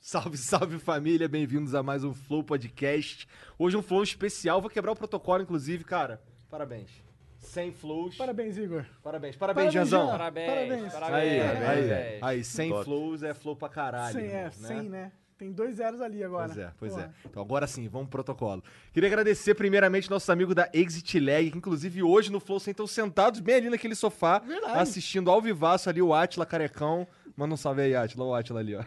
Salve, salve família, bem-vindos a mais um Flow Podcast. Hoje um Flow especial, vou quebrar o protocolo, inclusive, cara. Parabéns. 100 flows. Parabéns, Igor. Parabéns, parabéns, Parabéns, Janzão. Jean. Parabéns. Parabéns. Aí, Parabéns. aí, aí, 100 Top. flows é flow pra caralho. 100, é, irmão, 100, né? Tem dois zeros ali agora. Pois é, pois Pô, é. Então agora sim, vamos pro protocolo. Queria agradecer primeiramente nossos amigos da Exit Lag, que inclusive hoje no Flow estão sentados bem ali naquele sofá, Verdade. assistindo ao vivaço ali o Atila Carecão. Manda um salve aí, Atila, o Atila ali, ó.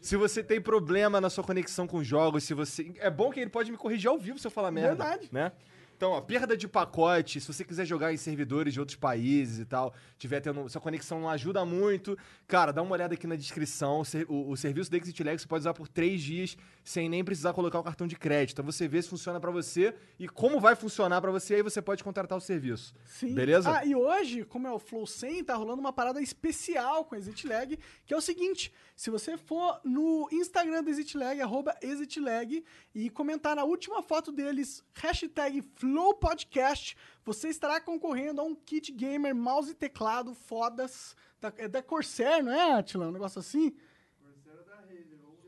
se você tem problema na sua conexão com jogos, se você. É bom que ele pode me corrigir ao vivo se eu falar merda. Verdade. Né? Então, ó, perda de pacote, se você quiser jogar em servidores de outros países e tal, tiver tendo. Sua conexão não ajuda muito. Cara, dá uma olhada aqui na descrição. O, ser- o- o serviço da Exit Lag você pode usar por três dias sem nem precisar colocar o cartão de crédito. Então você vê se funciona pra você e como vai funcionar pra você, aí você pode contratar o serviço. Sim. Beleza? Ah, e hoje, como é o Flow 100, tá rolando uma parada especial com a Exit Lag, que é o seguinte, se você for no Instagram da Exit Lag, arroba Exit Lag, e comentar na última foto deles, hashtag FlowPodcast, você estará concorrendo a um kit gamer, mouse e teclado fodas, da, é da Corsair, não é, Atila? Um negócio assim?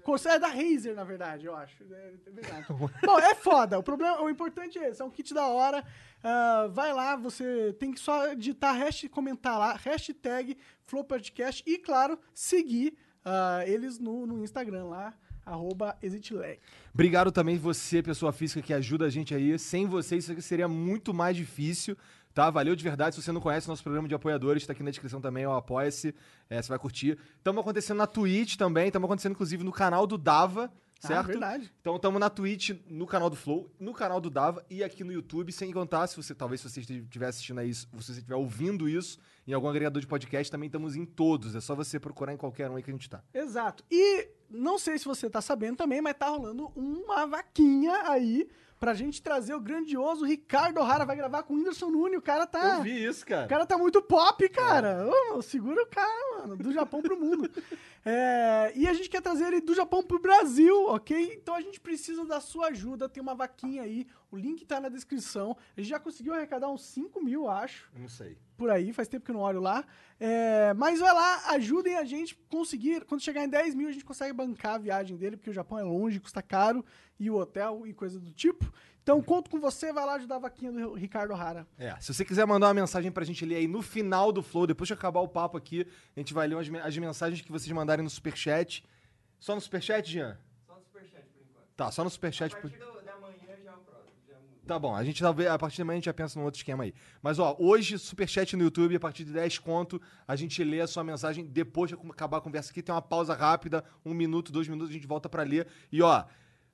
Corsair é da Razer, na verdade, eu acho. É, é verdade. Bom, é foda. O, problema, o importante é esse. É um kit da hora. Ah, vai lá, você tem que só digitar, hash, comentar lá, hashtag FlowPodcast e, claro, seguir ah, eles no, no Instagram lá, arroba ExitLag. Obrigado também você, pessoa física, que ajuda a gente aí. Sem você, isso aqui seria muito mais difícil, tá? Valeu de verdade. Se você não conhece o nosso programa de apoiadores, tá aqui na descrição também, ó, apoia-se. É, você vai curtir. Estamos acontecendo na Twitch também, estamos acontecendo, inclusive, no canal do Dava, Ah, certo? verdade. Então estamos na Twitch, no canal do Flow, no canal do Dava e aqui no YouTube, sem contar, se você, talvez se você estiver assistindo a isso, se você estiver ouvindo isso em algum agregador de podcast, também estamos em todos. É só você procurar em qualquer um aí que a gente tá. Exato. E não sei se você tá sabendo também, mas tá rolando uma vaquinha aí pra gente trazer o grandioso Ricardo O'Hara. Vai gravar com o Whindersson Nunes. O cara tá... vi isso, cara. É. O cara tá muito pop, cara. Ô, meu, segura o cara, mano. Do Japão pro mundo. É, e a gente quer trazer ele do Japão pro Brasil, ok? Então a gente precisa da sua ajuda. Tem uma vaquinha aí. O link tá na descrição. A gente já conseguiu arrecadar uns 5 mil, acho. Eu Não sei. Por aí, faz tempo que eu não olho lá. É, mas vai lá, ajudem a gente conseguir. Quando chegar em 10 mil, a gente consegue bancar a viagem dele, porque o Japão é longe, custa caro, e o hotel e coisa do tipo. Então conto com você, vai lá ajudar a vaquinha do Ricardo Hara. É, se você quiser mandar uma mensagem pra gente ler aí no final do Flow, depois de acabar o papo aqui, a gente vai ler umas men- as mensagens que vocês mandarem no Superchat. Só no Superchat, Jean? Só no Superchat, por enquanto. Tá, só no Superchat. A partir da manhã já é o próximo. Tá bom, a gente talvez, a partir da manhã a gente já pensa num outro esquema aí. Mas ó, hoje, Superchat no YouTube, a partir de 10 conto, a gente lê a sua mensagem depois de acabar a conversa aqui. Tem uma pausa rápida, um minuto, dois minutos, a gente volta pra ler. E ó,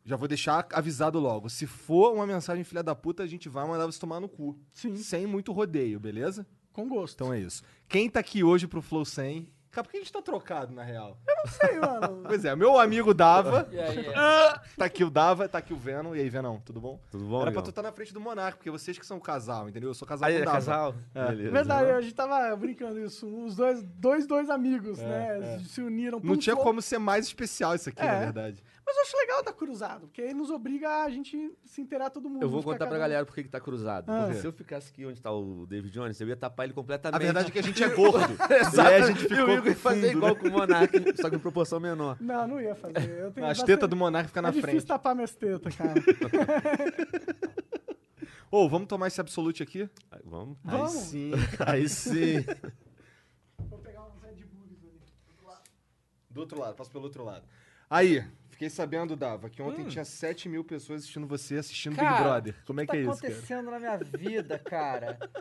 já vou deixar avisado logo. Se for uma mensagem filha da puta, a gente vai mandar você tomar no cu. Sim. Sem muito rodeio, beleza? Com gosto. Então é isso. Quem tá aqui hoje pro Flow 100... Cara, por que a gente tá trocado, na real? sei, mano. Pois é, meu amigo Dava. E aí, tá aqui o Dava, tá aqui o Venom. E aí, Venom, tudo bom? Tudo bom, Era pra Igão? tu estar na frente do Monarca, porque vocês que são casal, entendeu? Eu sou casal né? Aí, com o é Dava. casal? Beleza. é. Verdade, a gente tava brincando isso. Os dois, dois, dois amigos, né? Se uniram. pra É, Não um tinha flow. como ser mais especial isso aqui, na É. verdade. Mas eu acho legal da cruzado, porque aí nos obriga a gente se inteirar todo mundo. Eu vou ficar contar pra cada um- galera por que que tá cruzado. Ah. Porque se eu ficasse aqui onde tá o David Jones, eu ia tapar ele completamente. A verdade é que a gente é gordo. Exato. E aí a gente E ficou o Igor ia fazer fundo, né? igual com o Monark, só que em proporção menor. Não, não ia fazer. Eu tenho As bastante- tetas do Monarca ficam é na difícil frente. tapar minhas tetas, cara. Ô, vamos tomar esse Absolute aqui? Aí, vamos? Vamos. Aí sim. Aí sim. Vou pegar um uns Red Bulls ali. Do outro lado, passo pelo outro lado. Aí, fiquei sabendo, Dava, que ontem tinha 7 mil pessoas assistindo você, assistindo Big Hum. Cara, Brother. Como é que tá é isso, cara? acontecendo na minha vida, cara?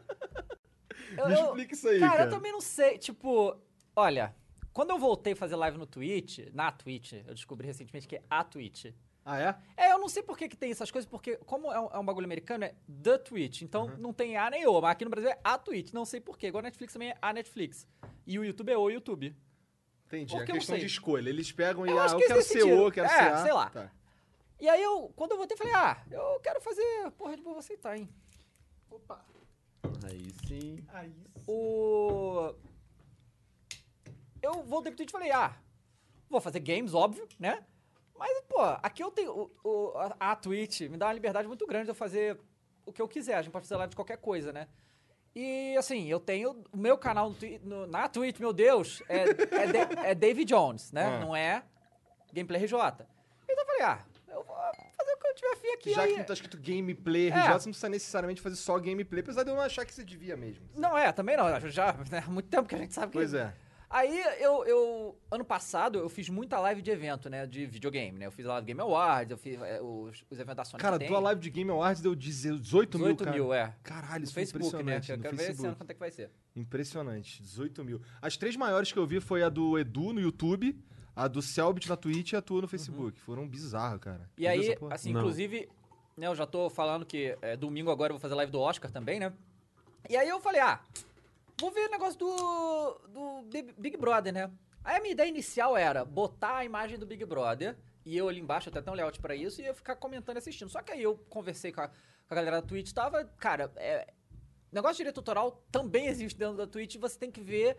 Me explica isso aí, cara, cara. eu também não sei. Tipo, olha, quando eu voltei a fazer live no Twitch, na Twitch, eu descobri recentemente que é a Twitch. Ah, é? É, eu não sei por que, que tem essas coisas, porque como é um, é um bagulho americano, é The Twitch. Então Uhum. não tem A nem O, mas aqui no Brasil é a Twitch. Não sei por quê. Igual a Netflix também é a Netflix. E o YouTube é o YouTube. Entendi. Porque é eu não questão de sei. escolha. Eles pegam e, Eu ah, acho eu que quero eles ser O, decidiram. quero É, ser A. sei lá. Tá. E aí eu, quando eu voltei, falei, ah, eu quero fazer porra de boa, vou aceitar, hein? Opa, Aí sim. aí sim. O. Eu voltei pro Twitch e falei, ah, vou fazer games, óbvio, né? Mas, pô, aqui eu tenho. O, o- a- a Twitch me dá uma liberdade muito grande de eu fazer o que eu quiser. A gente pode fazer live de qualquer coisa, né? E, assim, eu tenho. O meu canal no Twi- no- na Twitch, meu Deus, é, é, Da- é David Jones, né? Ah. Não é Gameplay RJ. Então eu falei, ah, eu vou fazer o que eu tiver afim aqui. Já aí. que não tá escrito gameplay, RJ, É. você não precisa necessariamente fazer só gameplay, apesar de eu não achar que você devia mesmo. Não, é, também não. Já, né, há muito tempo que a gente sabe que. Pois é. Aí eu, eu- ano passado eu fiz muita live de evento, né, de videogame, né? Eu fiz a live Game Awards, eu fiz é, os, os eventos da Sony. Cara, que tua tem. live de Game Awards deu 18 mil, 18 cara. mil, é. Caralho, No isso foi Facebook, né? impressionante. Que eu no quero ver esse ano Facebook. quanto é que vai ser. Impressionante, 18 mil. As três maiores que eu vi foi a do Edu no YouTube, a do Selbit na Twitch e a tua no Facebook. Foram bizarro, cara. Uhum. E Tu viu aí, essa porra? assim, Não. inclusive, né, eu já tô falando que é, domingo agora eu vou fazer live do Oscar também, né? E aí eu falei, ah, vou ver o negócio do, do Big- Big Brother, né? Aí a minha ideia inicial era botar a imagem do Big Brother, e eu ali embaixo, até tem um layout pra isso, e eu ficar comentando e assistindo. Só que aí eu conversei com a, com a galera da Twitch, tava, cara, é, negócio de direito tutorial também existe dentro da Twitch, e você tem que ver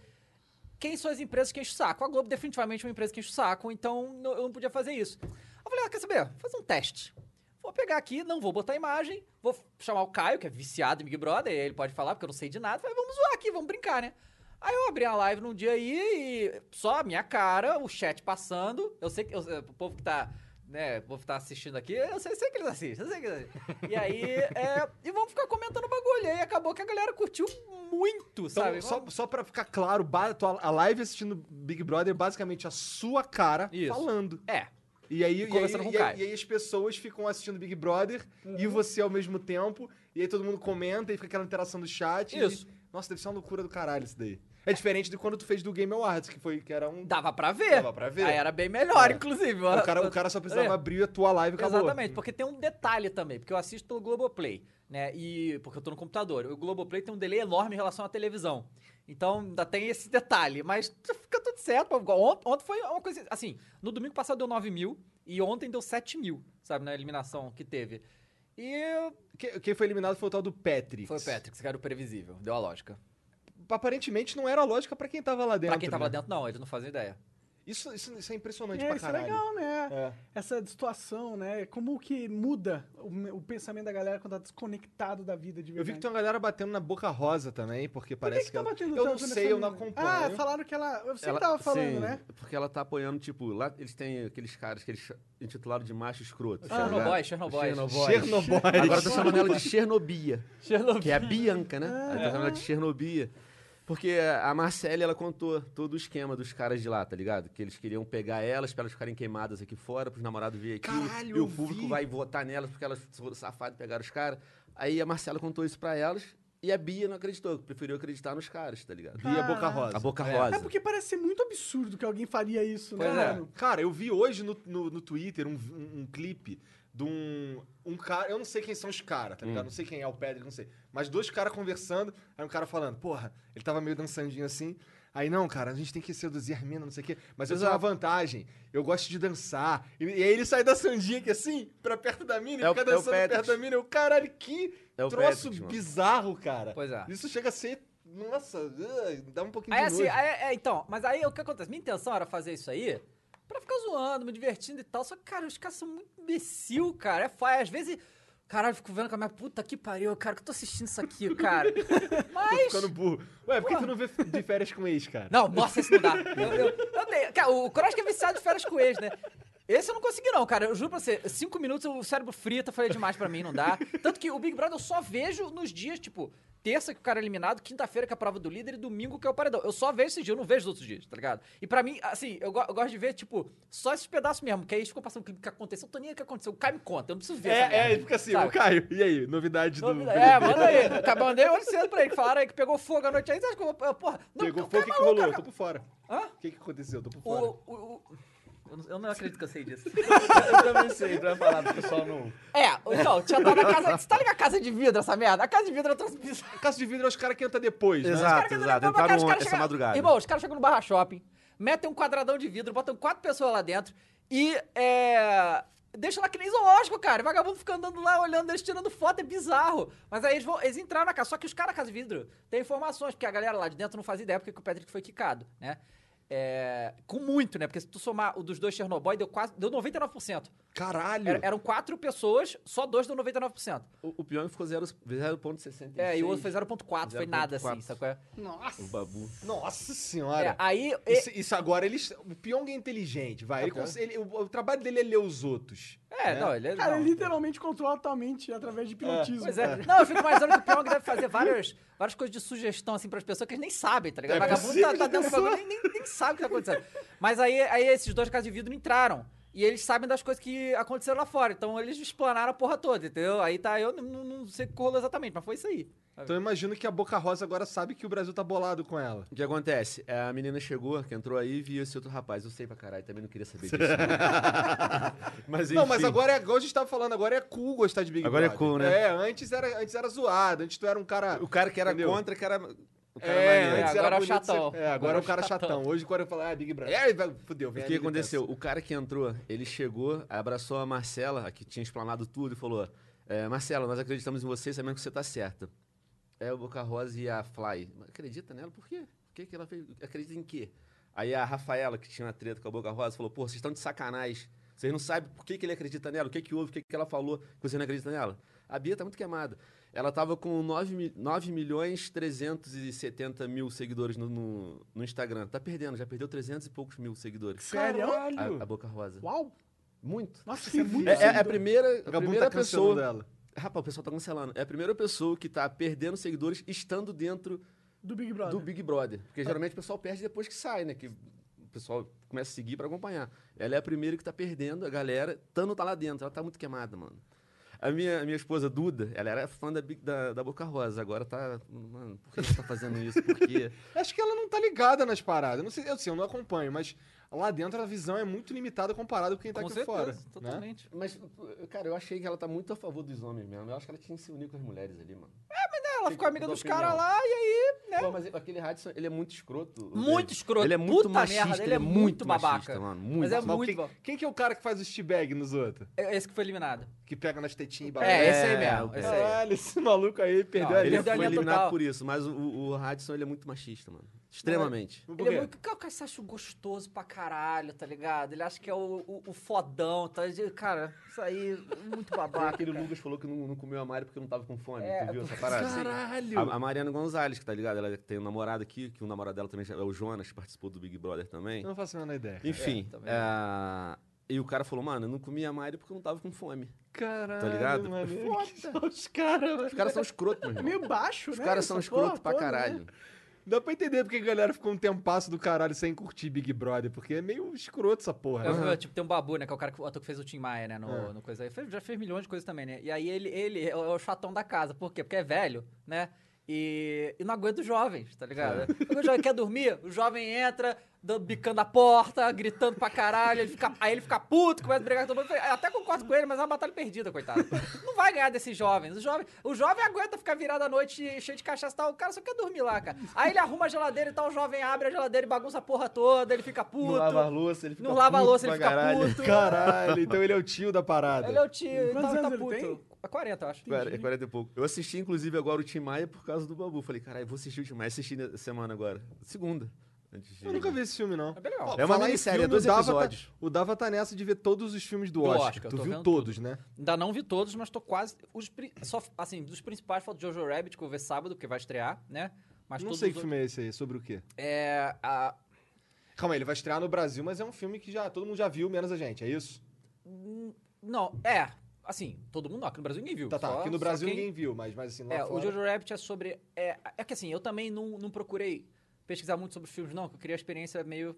quem são as empresas que enchem o saco. A Globo definitivamente é uma empresa que enche o saco, então não- eu não podia fazer isso. Eu falei, ah, quer saber? Vou fazer um teste. Vou pegar aqui, não vou botar a imagem, vou f- chamar o Caio, que é viciado em Big Brother, e ele pode falar, porque eu não sei de nada. Falei, vamos zoar aqui, vamos brincar, né? Aí eu abri a live num dia aí e só a minha cara, o chat passando. Eu sei que eu- o povo que tá, né, o povo que tá assistindo aqui, eu sei, sei que eles assistem, eu sei que eles assistem. E aí, é, e vamos ficar comentando o bagulho. E aí acabou que a galera curtiu muito, Então, sabe? só, só pra ficar claro, ba- tua- a live assistindo Big Brother é basicamente a sua cara Isso. falando. É, E aí, e aí- conversando com o Uhum. e aí- Caio. e aí as pessoas ficam assistindo Big Brother e você ao mesmo tempo. E aí todo mundo comenta e fica aquela interação do chat. e- Isso. nossa, deve ser uma loucura do caralho isso daí. É diferente de quando tu fez do Game Awards, que foi que era um. dava pra ver. Dava pra ver. Aí era bem melhor, É. inclusive. O cara, o cara só precisava É. abrir a tua live e acabou. Exatamente, porque tem um detalhe também, porque eu assisto pelo Globoplay, né? E porque eu tô no computador. O Globoplay tem um delay enorme em relação à televisão. Então, ainda tem esse detalhe, mas fica tudo certo. pô. Ont- Ontem foi uma coisa assim, no domingo passado deu 9 mil e ontem deu 7 mil, sabe, na eliminação que teve. E Que- Quem foi eliminado foi o tal do Patrick. foi o Patrick, que era o previsível, deu a lógica. Aparentemente não era a lógica pra quem tava lá dentro. pra quem tava né? dentro, não, eles não fazem ideia. Isso, isso, isso é impressionante É, pra isso é caralho. legal, né? É. Essa situação, né? Como que muda o, o pensamento da galera quando tá desconectado da vida de Eu verdade. vi que tem uma galera batendo na boca rosa também, porque Uhum. Por que parece que tá ela- batendo Eu não tanto nessa sei, eu não menina? acompanho. Ah, falaram que ela... Eu sempre tava falando, sim, né? Porque ela tá apoiando, tipo, lá eles têm aqueles caras que eles intitularam de macho escroto. Ah, tá Chernobyl, ligado? Chernobyl. Chernobyl. Chernobyl. Agora tá chamando ela de Chernobia. Chernobyl. Que é a Bianca, né? Ela tá chamando ela de Chernobia. Porque a Marcele, ela contou todo o esquema dos caras de lá, tá ligado? Que eles queriam pegar elas pra elas ficarem queimadas aqui fora, pros namorados virem aqui. Caralho, e eu o público vi. vai votar nelas porque elas foram safadas e pegaram os caras. Aí a Marcela contou isso pra elas e a Bia não acreditou, preferiu acreditar nos caras, tá ligado? Bia Boca Rosa. A boca É. rosa. É porque parece ser muito absurdo que alguém faria isso, Pois né? é. mano? Cara, eu vi hoje no, no, no Twitter um, um, um clipe de um, um cara. Eu não sei quem são os caras, tá ligado? Hum. Não sei quem é o Pedro, não sei. Mas dois caras conversando, aí um cara falando, porra, ele tava meio dançandinho assim. Aí, não, cara, a gente tem que seduzir a mina, não sei o quê. Mas eu tenho uma vantagem. Eu gosto de dançar. E, e aí ele sai dançandinho aqui assim, pra perto da mina, e É o- fica é o dançando Pedro. perto da mina. Eu, caralho, que É o troço Pedro, mano. bizarro, cara. Pois é. Isso chega a ser. Nossa, ah, dá um pouquinho Aí de assim, nojo. aí- é, então, mas aí o que acontece? Minha intenção era fazer isso aí pra ficar zoando, me divertindo e tal. Só que, cara, os caras são muito imbecil, cara. É faia. Às vezes, caralho, eu fico vendo com a minha puta que pariu, cara, que eu tô assistindo isso aqui, cara. Tô Mas. ficando burro. Ué, por que tu não vê de férias com ex, cara? Não, nossa, esse não dá. Eu, eu- eu dei- cara, o Cross que é viciado de férias com ex, né? Esse eu não consegui, não, cara. Eu juro pra você, cinco minutos o cérebro frita, falei demais pra mim, não dá. Tanto que o Big Brother eu só vejo nos dias, tipo, terça que o cara é eliminado, quinta-feira que é a prova do líder e domingo que é o paredão. Eu só vejo esse dia, eu não vejo os outros dias, tá ligado? E pra mim, assim, eu, go- eu gosto de ver, tipo, só esses pedaços mesmo, que aí eles ficam passando o clipe que aconteceu, eu tô nem aí o que aconteceu, o Caio me conta, eu não preciso ver. essa É, é, merda, ele fica assim, sabe? ô Caio, e aí, novidade, Dúvida- do... É, manda aí. Tá, Mandei hoje cedo pra ele, que falaram aí que pegou fogo à noite aí. Você acha que eu vou. Porra, não, Pegou o cara fogo, o que, é que maluco, rolou? cara. Tô por fora. Hã? O que, que aconteceu? Tô por O, fora. o- o- eu, não, eu não acredito que eu sei disso. Eu também sei, pra falar do pessoal não... É, então, tinha dado na casa. Você tá ligado a casa de vidro, essa merda? A casa de vidro eu trouxe bizarro. A casa de vidro é os caras que entram depois, né? Exato, Os caras exato. entram pra cá, Entraram os um- caras essa chegam- madrugada. Irmão, os caras chegam no Barra Shopping, metem um quadradão de vidro, botam quatro pessoas lá dentro e é, deixam lá que nem zoológico, cara. E Vagabundo fica andando lá, olhando eles, tirando foto, é bizarro. Mas aí eles, vão, eles entraram na casa, só que os caras da casa de vidro têm informações, porque a galera lá de dentro não faz ideia porque que o Patrick foi quicado, né? É, com muito, né? Porque se tu somar o dos dois Chernobyl, deu quase deu 99%. Caralho! Era- eram quatro pessoas, só dois deu 99%. O, o Pyong ficou zero- 0,66. É, e o outro foi 0.4, foi nada 0.4. assim, sacou? É, Nossa. O Babu. Nossa senhora! aí, e- Tá Isso, isso agora eles. O Pyong é inteligente, vai. Ele Ok. cons- ele- o, o trabalho dele é ler os outros. né? é, não, ele Cara, não. ele literalmente controla a tua mente através de pilotismo. Pois é. Não, eu fico imaginando que o Pyong deve fazer várias, várias coisas de sugestão, assim, pras pessoas que eles nem sabem, tá ligado? É Vagabundo tá, tá dentro do bagulho, nem, nem, nem sabe o que tá acontecendo. Mas aí, aí esses dois casos de vidro entraram. E eles sabem das coisas que aconteceram lá fora. Então eles explanaram a porra toda, entendeu? Aí tá, eu não, não- não sei o que rolou exatamente, mas foi isso aí. Então eu imagino que a Boca Rosa agora sabe que o Brasil tá bolado com ela. O que acontece? É, A menina chegou, que entrou aí e viu esse outro rapaz. Eu sei pra caralho, também não queria saber disso. mas Não, mas enfim. agora é igual a gente tava falando, agora é cool gostar de Big Agora é Brother. cool, né? É, antes era, antes era zoado, antes tu era um cara. O cara que era Entendeu? contra, que era. O cara É, maneiro. antes agora era é o bonito, chatão. você- É, agora é o cara chatão. Hoje, quando eu falar, ah, Big Brother. É, vai- fudeu, vem O a que militância. aconteceu? O cara que entrou, ele chegou, abraçou a Marcela, a que tinha explanado tudo, e falou: é, Marcela, nós acreditamos em você, sabemos que você tá certa. É o Boca Rosa e a Fly. "Mas Acredita nela? Por quê? Por que, que ela fez? Acredita em quê? Aí a Rafaela, que tinha uma treta com a Boca Rosa, falou: Pô, vocês estão de sacanagem. Vocês não sabem por que, que ele acredita nela, o que, que houve, o que, que ela falou, que você não acredita nela. A Bia tá muito queimada. Ela tava com 9, mi- 9 milhões 370 mil seguidores no, no, no Instagram. Tá perdendo, já perdeu 300 e poucos mil seguidores. Sério? A, Caralho! a Boca Rosa. Uau. Muito. Nossa, isso é muito É, é- é a doido. primeira, a O Gabu primeira tá cancelando pessoa. ela. Rapaz, o pessoal tá cancelando. É a primeira pessoa que tá perdendo seguidores estando dentro Do Big do Brother. Big Brother. Porque geralmente o pessoal perde depois que sai, né? Que o pessoal começa a seguir pra acompanhar. Ela é a primeira que tá perdendo, a galera. Tano tá lá dentro, ela tá muito queimada, mano. A minha, a minha esposa, Duda, ela era fã da, Big- da, da Boca Rosa. Agora tá. Mano, por que ela tá fazendo isso? Por quê? Acho que ela não tá ligada nas paradas. Eu Não sei, eu, assim, eu não acompanho, mas lá dentro a visão é muito limitada comparado com quem tá Com aqui certeza, fora. Né? totalmente. Mas, cara, eu achei que ela tá muito a favor dos homens mesmo. Eu acho que ela tinha que se unir com as mulheres ali, mano. É, Ela ficou amiga Tem dos opinião. caras lá e aí, né? Pô, mas aquele Hudson, ele é muito escroto. o Muito David. escroto. Ele é muito Puta machista, merda, ele é muito babaca. machista, mano. Muito. Mas é Mas muito quem, bom. quem que é o cara que faz o steabag nos outros? É Esse que foi eliminado. Que pega nas tetinhas e É, babá. esse aí É, mesmo. o Esse aí. Caralho, esse maluco aí perdeu Não, a Ele Perdeu foi a linha eliminado total. por isso, mas o, o, o Hudson, ele é muito machista, mano. Extremamente. Por Ele quê? é muito. Cara, o cara se acha gostoso pra caralho, tá ligado? Ele acha que é o, o, o fodão, tá? ligado? Cara, isso aí é muito Tem babaca. aquele cara. Lucas falou que não, não comeu a Mari porque não tava com fome. É, tu viu essa parada? Caralho! A, a Mariana Gonzalez, que tá ligado? Ela tem um namorado aqui, que o namorado dela também já- é o Jonas, que participou do Big Brother também. Eu não faço a menor ideia. Enfim. É, também. ah, E o cara falou, mano, eu não comia a Mari porque eu não tava com fome. Caralho, Tá ligado? Mano, que são os caras, Os caras são escrotos, meu É irmão. meio baixo, Os né? caras são essa escrotos porra pra toda, né? caralho. Dá pra entender porque a galera ficou um tempasso do caralho sem curtir Big Brother, porque é meio escroto essa porra. É, né? Tipo, tem um babu, né? Que é o cara que, o ator que fez o Tim Maia, né? No, É. no coisa aí. Fez- já fez milhões de coisas também, né? E aí ele, ele é o é o chatão da casa. Por quê? Porque é velho, né? E, e não aguenta os jovens, tá ligado? Quando O jovem quer dormir, o jovem entra, dando, bicando a porta, gritando pra caralho, ele fica, aí ele fica puto, começa a brigar com todo mundo. Eu falei, "Ah, até concordo com ele, mas é uma batalha perdida, coitado. Não vai ganhar desses jovens. O jovem, o jovem aguenta ficar virado à noite cheio de cachaça e tal. O cara só quer dormir lá, cara. Aí ele arruma a geladeira e tal, o jovem abre a geladeira e bagunça a porra toda, ele fica puto. louça, ele Não lava a puto louça, ele pra fica puto. Caralho, então ele é o tio da parada. Ele é o tio, ele Quantos tá, tá anos puto. ele tem? A 40, eu acho. Quar- É 40 e pouco. Eu assisti, inclusive, agora o Tim Maia por causa do Babu. Falei, caralho, vou assistir o Tim Maia. Assisti na semana agora. Segunda. Antes de- Eu nunca vi esse filme, não. É bem legal. Ó, É uma falar em minissérie, filme, é dois o Dava episódios. Tá, o Dava tá nessa de ver todos os filmes do Do Oscar. Oscar, tu tô viu vendo todos, né? Ainda não vi todos, mas tô quase. Os, pri- só, assim, dos principais falta Jojo Rabbit, que eu vou ver sábado, porque vai estrear, né? Mas não todos sei os que filme é esse aí, sobre o quê? outros- É. a- Calma aí, ele vai estrear no Brasil, mas é um filme que já todo mundo já viu, menos a gente, é isso? Não, é. Assim, todo mundo não, aqui no Brasil ninguém viu. Tá, tá. Só- aqui no só Brasil quem- ninguém viu, mas, mas assim, lá É, fora... o Jojo Rabbit é sobre. É, é que assim, eu também não, não procurei pesquisar muito sobre os filmes, não, que eu queria a experiência meio.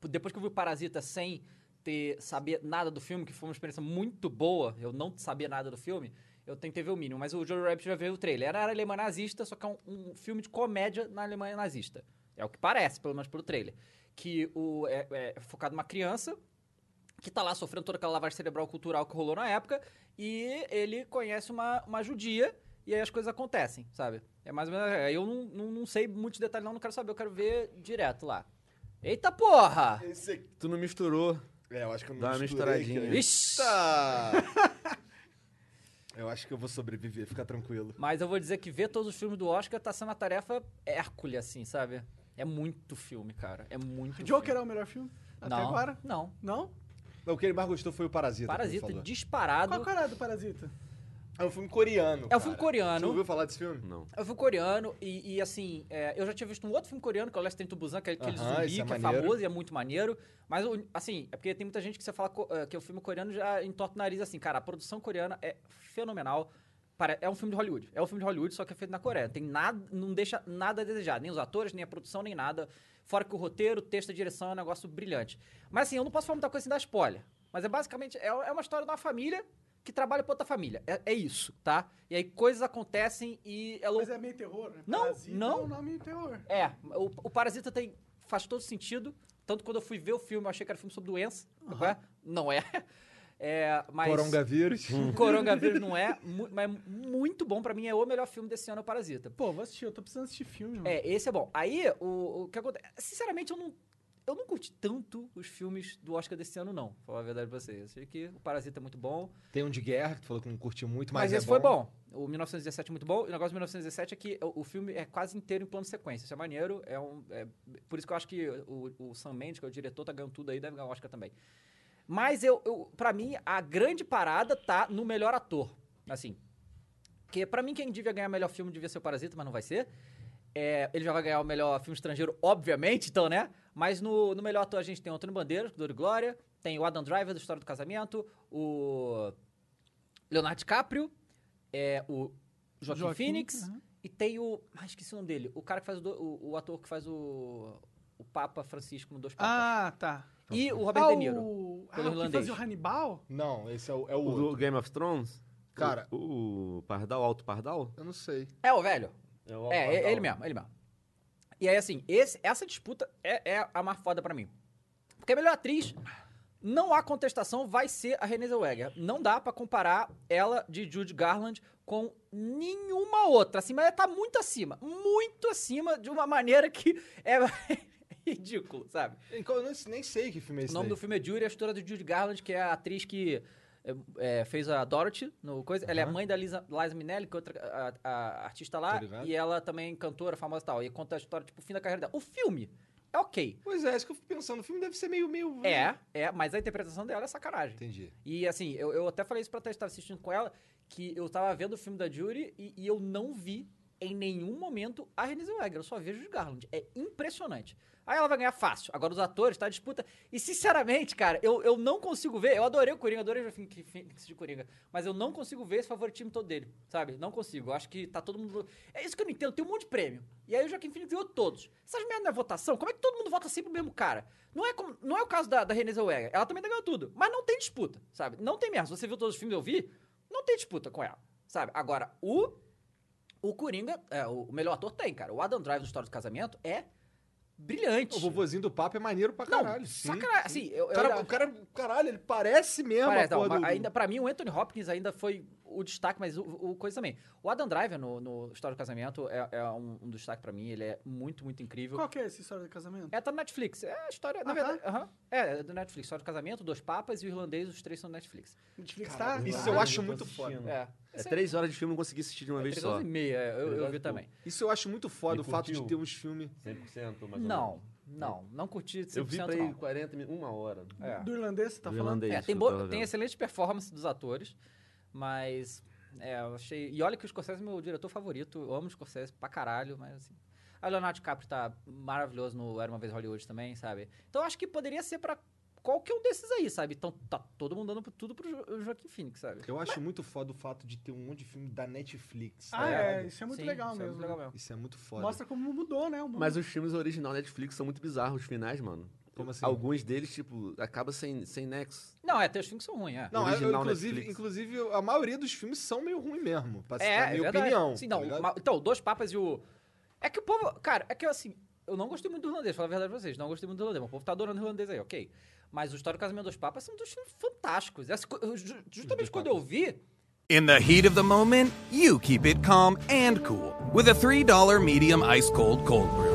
Depois que eu vi o Parasita sem ter saber nada do filme, que foi uma experiência muito boa, eu não sabia nada do filme, eu tentei ver o mínimo. Mas o Jojo Rabbit já veio o trailer. Era a Alemanha nazista, só que é um, um filme de comédia na Alemanha nazista. É o que parece, pelo menos pelo trailer. Que o, é, é focado numa criança que tá lá sofrendo toda aquela lavagem cerebral cultural que rolou na época, e ele conhece uma, uma judia, e aí as coisas acontecem, sabe? É mais ou menos. é, Eu não, não, não sei muitos detalhes, não, não quero saber, eu quero ver direto lá. Eita porra! Esse aqui. Tu não misturou. É, eu acho que eu não Dá uma misturei aqui, misturadinha. né? Ixi! Eita! eu acho que eu vou sobreviver, fica tranquilo. Mas eu vou dizer que ver todos os filmes do Oscar tá sendo uma tarefa hércule, assim, sabe? É muito filme, cara. É muito Joker é filme. o melhor filme? um- Até não, agora? Não. Não? O que ele mais gostou foi o Parasita. que ele Parasita falou. disparado. Qual que era do Parasita? É um filme coreano. É um filme cara. coreano. Você ouviu falar desse filme? Não. É um filme coreano e, e, assim, é, eu já tinha visto um outro filme coreano, que é o Last Train to Busan, que é aquele Aham, zumbi, esse que é é maneiro. famoso e é muito maneiro. Mas, o- assim, é porque tem muita gente que você fala co- eh, que o filme coreano já entorta o nariz, assim, cara, a produção coreana é fenomenal. Pare- É um filme de Hollywood. É um filme de Hollywood, só que é feito na Coreia. Tem nada, não deixa nada a desejar. Nem os atores, nem a produção, nem nada. Fora que o roteiro, o texto, a direção é um negócio brilhante. Mas assim, eu não posso falar muita coisa sem dar spoiler. Mas é basicamente, é é uma história de uma família que trabalha pra outra família. É, é isso, tá? E aí coisas acontecem e é Mas louco. é meio terror, né? Não, Parasita não. é um nome terror. É, o, o Parasita tem, faz todo sentido. Tanto que quando eu fui ver o filme, eu achei que era um filme sobre doença. Não é? Não é. É, mas... Coronavírus. Coronavírus não é, mu- mas é muito bom. Pra mim, é o melhor filme desse ano, é o Parasita. Pô, vou assistir, eu tô precisando assistir filme, mano. É, esse é bom. Aí, o, o que acontece... Sinceramente, eu não, eu não curti tanto os filmes do Oscar desse ano, não. Falar a verdade pra vocês. Achei que o Parasita é muito bom. Tem um de guerra que tu falou que não curtiu muito, mas, Mas, é esse foi bom. O 1917 é muito bom. E o negócio de 1917 é que o, o filme é quase inteiro em plano sequência. Isso é maneiro. É um, é- por isso que eu acho que o, o Sam Mendes, que é o diretor, tá ganhando tudo aí, deve ganhar o Oscar também. Mas eu, eu para mim, a grande parada tá no melhor ator. Assim. Porque pra mim, quem devia ganhar melhor filme devia ser o Parasita, mas não vai ser. É, ele já vai ganhar o melhor filme estrangeiro, obviamente, então, né? Mas no, no melhor ator a gente tem o Antônio Bandeiras, do Dor e Glória, tem o Adam Driver, do História do Casamento, o Leonardo DiCaprio, é, o Joaquim, Joaquim, Phoenix, aham. e tem o... Ah, esqueci o nome dele. O cara que faz o... do- o, o ator que faz o... O Papa Francisco no Dois Papas. Ah, tá. e o Robert ah, De Niro. O... Ah, pelo o que irlandês. fazia o Hannibal? Não, esse é o, é o O outro. do Game of Thrones? Cara- O, o Pardal, Alto Pardal? Eu não sei. É o velho. É, o Alto É, Pardal. é, ele mesmo, ele mesmo. E aí, assim, esse- essa disputa é, é a mais foda pra mim. Porque a melhor atriz, não há contestação, vai ser a Renée Zellweger. Não dá pra comparar ela de Jude Garland com nenhuma outra. Assim, mas ela tá muito acima. Muito acima de uma maneira que é ridículo, sabe? Eu nem, nem sei que filme O é esse. nome do daí. filme é Judy, a história do Judy Garland, que é a atriz que é, é, fez a Dorothy no coisa. Ela é a mãe da Lisa, Liza Minnelli, que é outra a- a artista lá, Tô Tá ligado. e ela também é cantora famosa e tal. E conta a história, tipo, o fim da carreira dela. O filme é ok. Pois é, isso que eu fico pensando. O filme deve ser meio. meio... É, é, mas a interpretação dela é sacanagem. Entendi. E assim, eu, eu até falei isso pra Thaís, tava assistindo com ela, que eu tava vendo o filme da Judy e, e eu não vi em nenhum momento a Renée Zellweger, eu só vejo o Garland. É impressionante. Aí ela vai ganhar fácil. Agora os atores, tá a disputa. E sinceramente, cara, eu, eu não consigo ver. Eu adorei o Coringa, adorei o Joaquim Phoenix de Coringa. Mas eu não consigo ver esse favoritismo todo dele, sabe? Não consigo. Eu acho que tá todo mundo. É isso que eu não entendo. Tem um monte de prêmio. E aí o Joaquim Phoenix ganhou todos. Essas merda não é votação? Como é que todo mundo vota sempre o mesmo cara? Não é, como- não é o caso da, da Renée Zellweger. Ela também ganhou tudo. Mas não tem disputa, sabe? Não tem mesmo. Se Você viu todos os filmes que eu vi? Não tem disputa com ela, sabe? Agora, o o Coringa, é, o o melhor ator tem, cara. O Adam Driver do História do Casamento é brilhante. O vovozinho do papo é maneiro pra Não, caralho. sim. sacanagem. Assim, eu, O cara, eu ainda- o cara, caralho, ele parece mesmo parece, a não, porra mas do- do- ainda, pra mim, o Anthony Hopkins ainda foi o destaque, mas o, o coisa também. O Adam Driver no, no História do Casamento é, é um, um destaque pra mim. Ele é muito, muito incrível. Qual que é essa história do casamento? É, tá no Netflix. É a história. na Ah, verdade, aham. É, é do Netflix. História do Casamento, Dois Papas e o Irlandês, os três são do Netflix. Netflix Cara, tá? Isso tá. eu acho tô muito assistindo. foda. É. É três horas de filme, não consegui assistir de uma vez Três só. horas e meia, eu, eu vi também. Isso eu acho muito foda, Ele o fato de curtiu? ter uns filmes. 100% mais Não, não, não curti 100% é Eu vi pra não. ele 40 minutos, uma hora. É. Do irlandês, você tá Do falando? irlandês. É, isso tem, que bo- eu tava tem vendo. excelente performance dos atores, mas é, eu achei. E olha que o Scorsese é meu diretor favorito, eu amo o Scorsese pra caralho, mas assim. A Leonardo DiCaprio tá maravilhoso no Era uma vez Hollywood também, sabe? Então eu acho que poderia ser pra qualquer um desses aí, sabe? Então tá todo mundo dando tudo pro Jo- Joaquim Phoenix, sabe? Eu acho muito foda o fato de ter um monte de filme da Netflix. tá Ah, é, ligado? isso é muito Sim, legal isso mesmo. É muito legal mesmo. Isso é muito foda. Mostra como mudou, né? O mundo. Mas os filmes original da Netflix são muito bizarros, os finais, mano. Como assim? Alguns deles, tipo, acaba sem, sem nexo. Não, é, tem os filmes que são ruins, é. Não, eu- eu, Original inclusive, Netflix. inclusive, a maioria dos filmes são meio ruim mesmo. Pra É, citar a é minha verdade. opinião. Sim, tá não, ligado? ma- então, o Dois Papas e o. É que o povo. Cara, é que eu assim. Eu não gostei muito do irlandês, falar a verdade pra vocês. Não gostei muito do irlandês, mas o povo tá adorando o irlandês aí, ok. Mas o História do Casamento dos Papas são dois filmes fantásticos. Essa co- eu ju- justamente quando eu vi, In the heat of the moment, you keep it calm and cool with a $3 medium ice cold cold brew.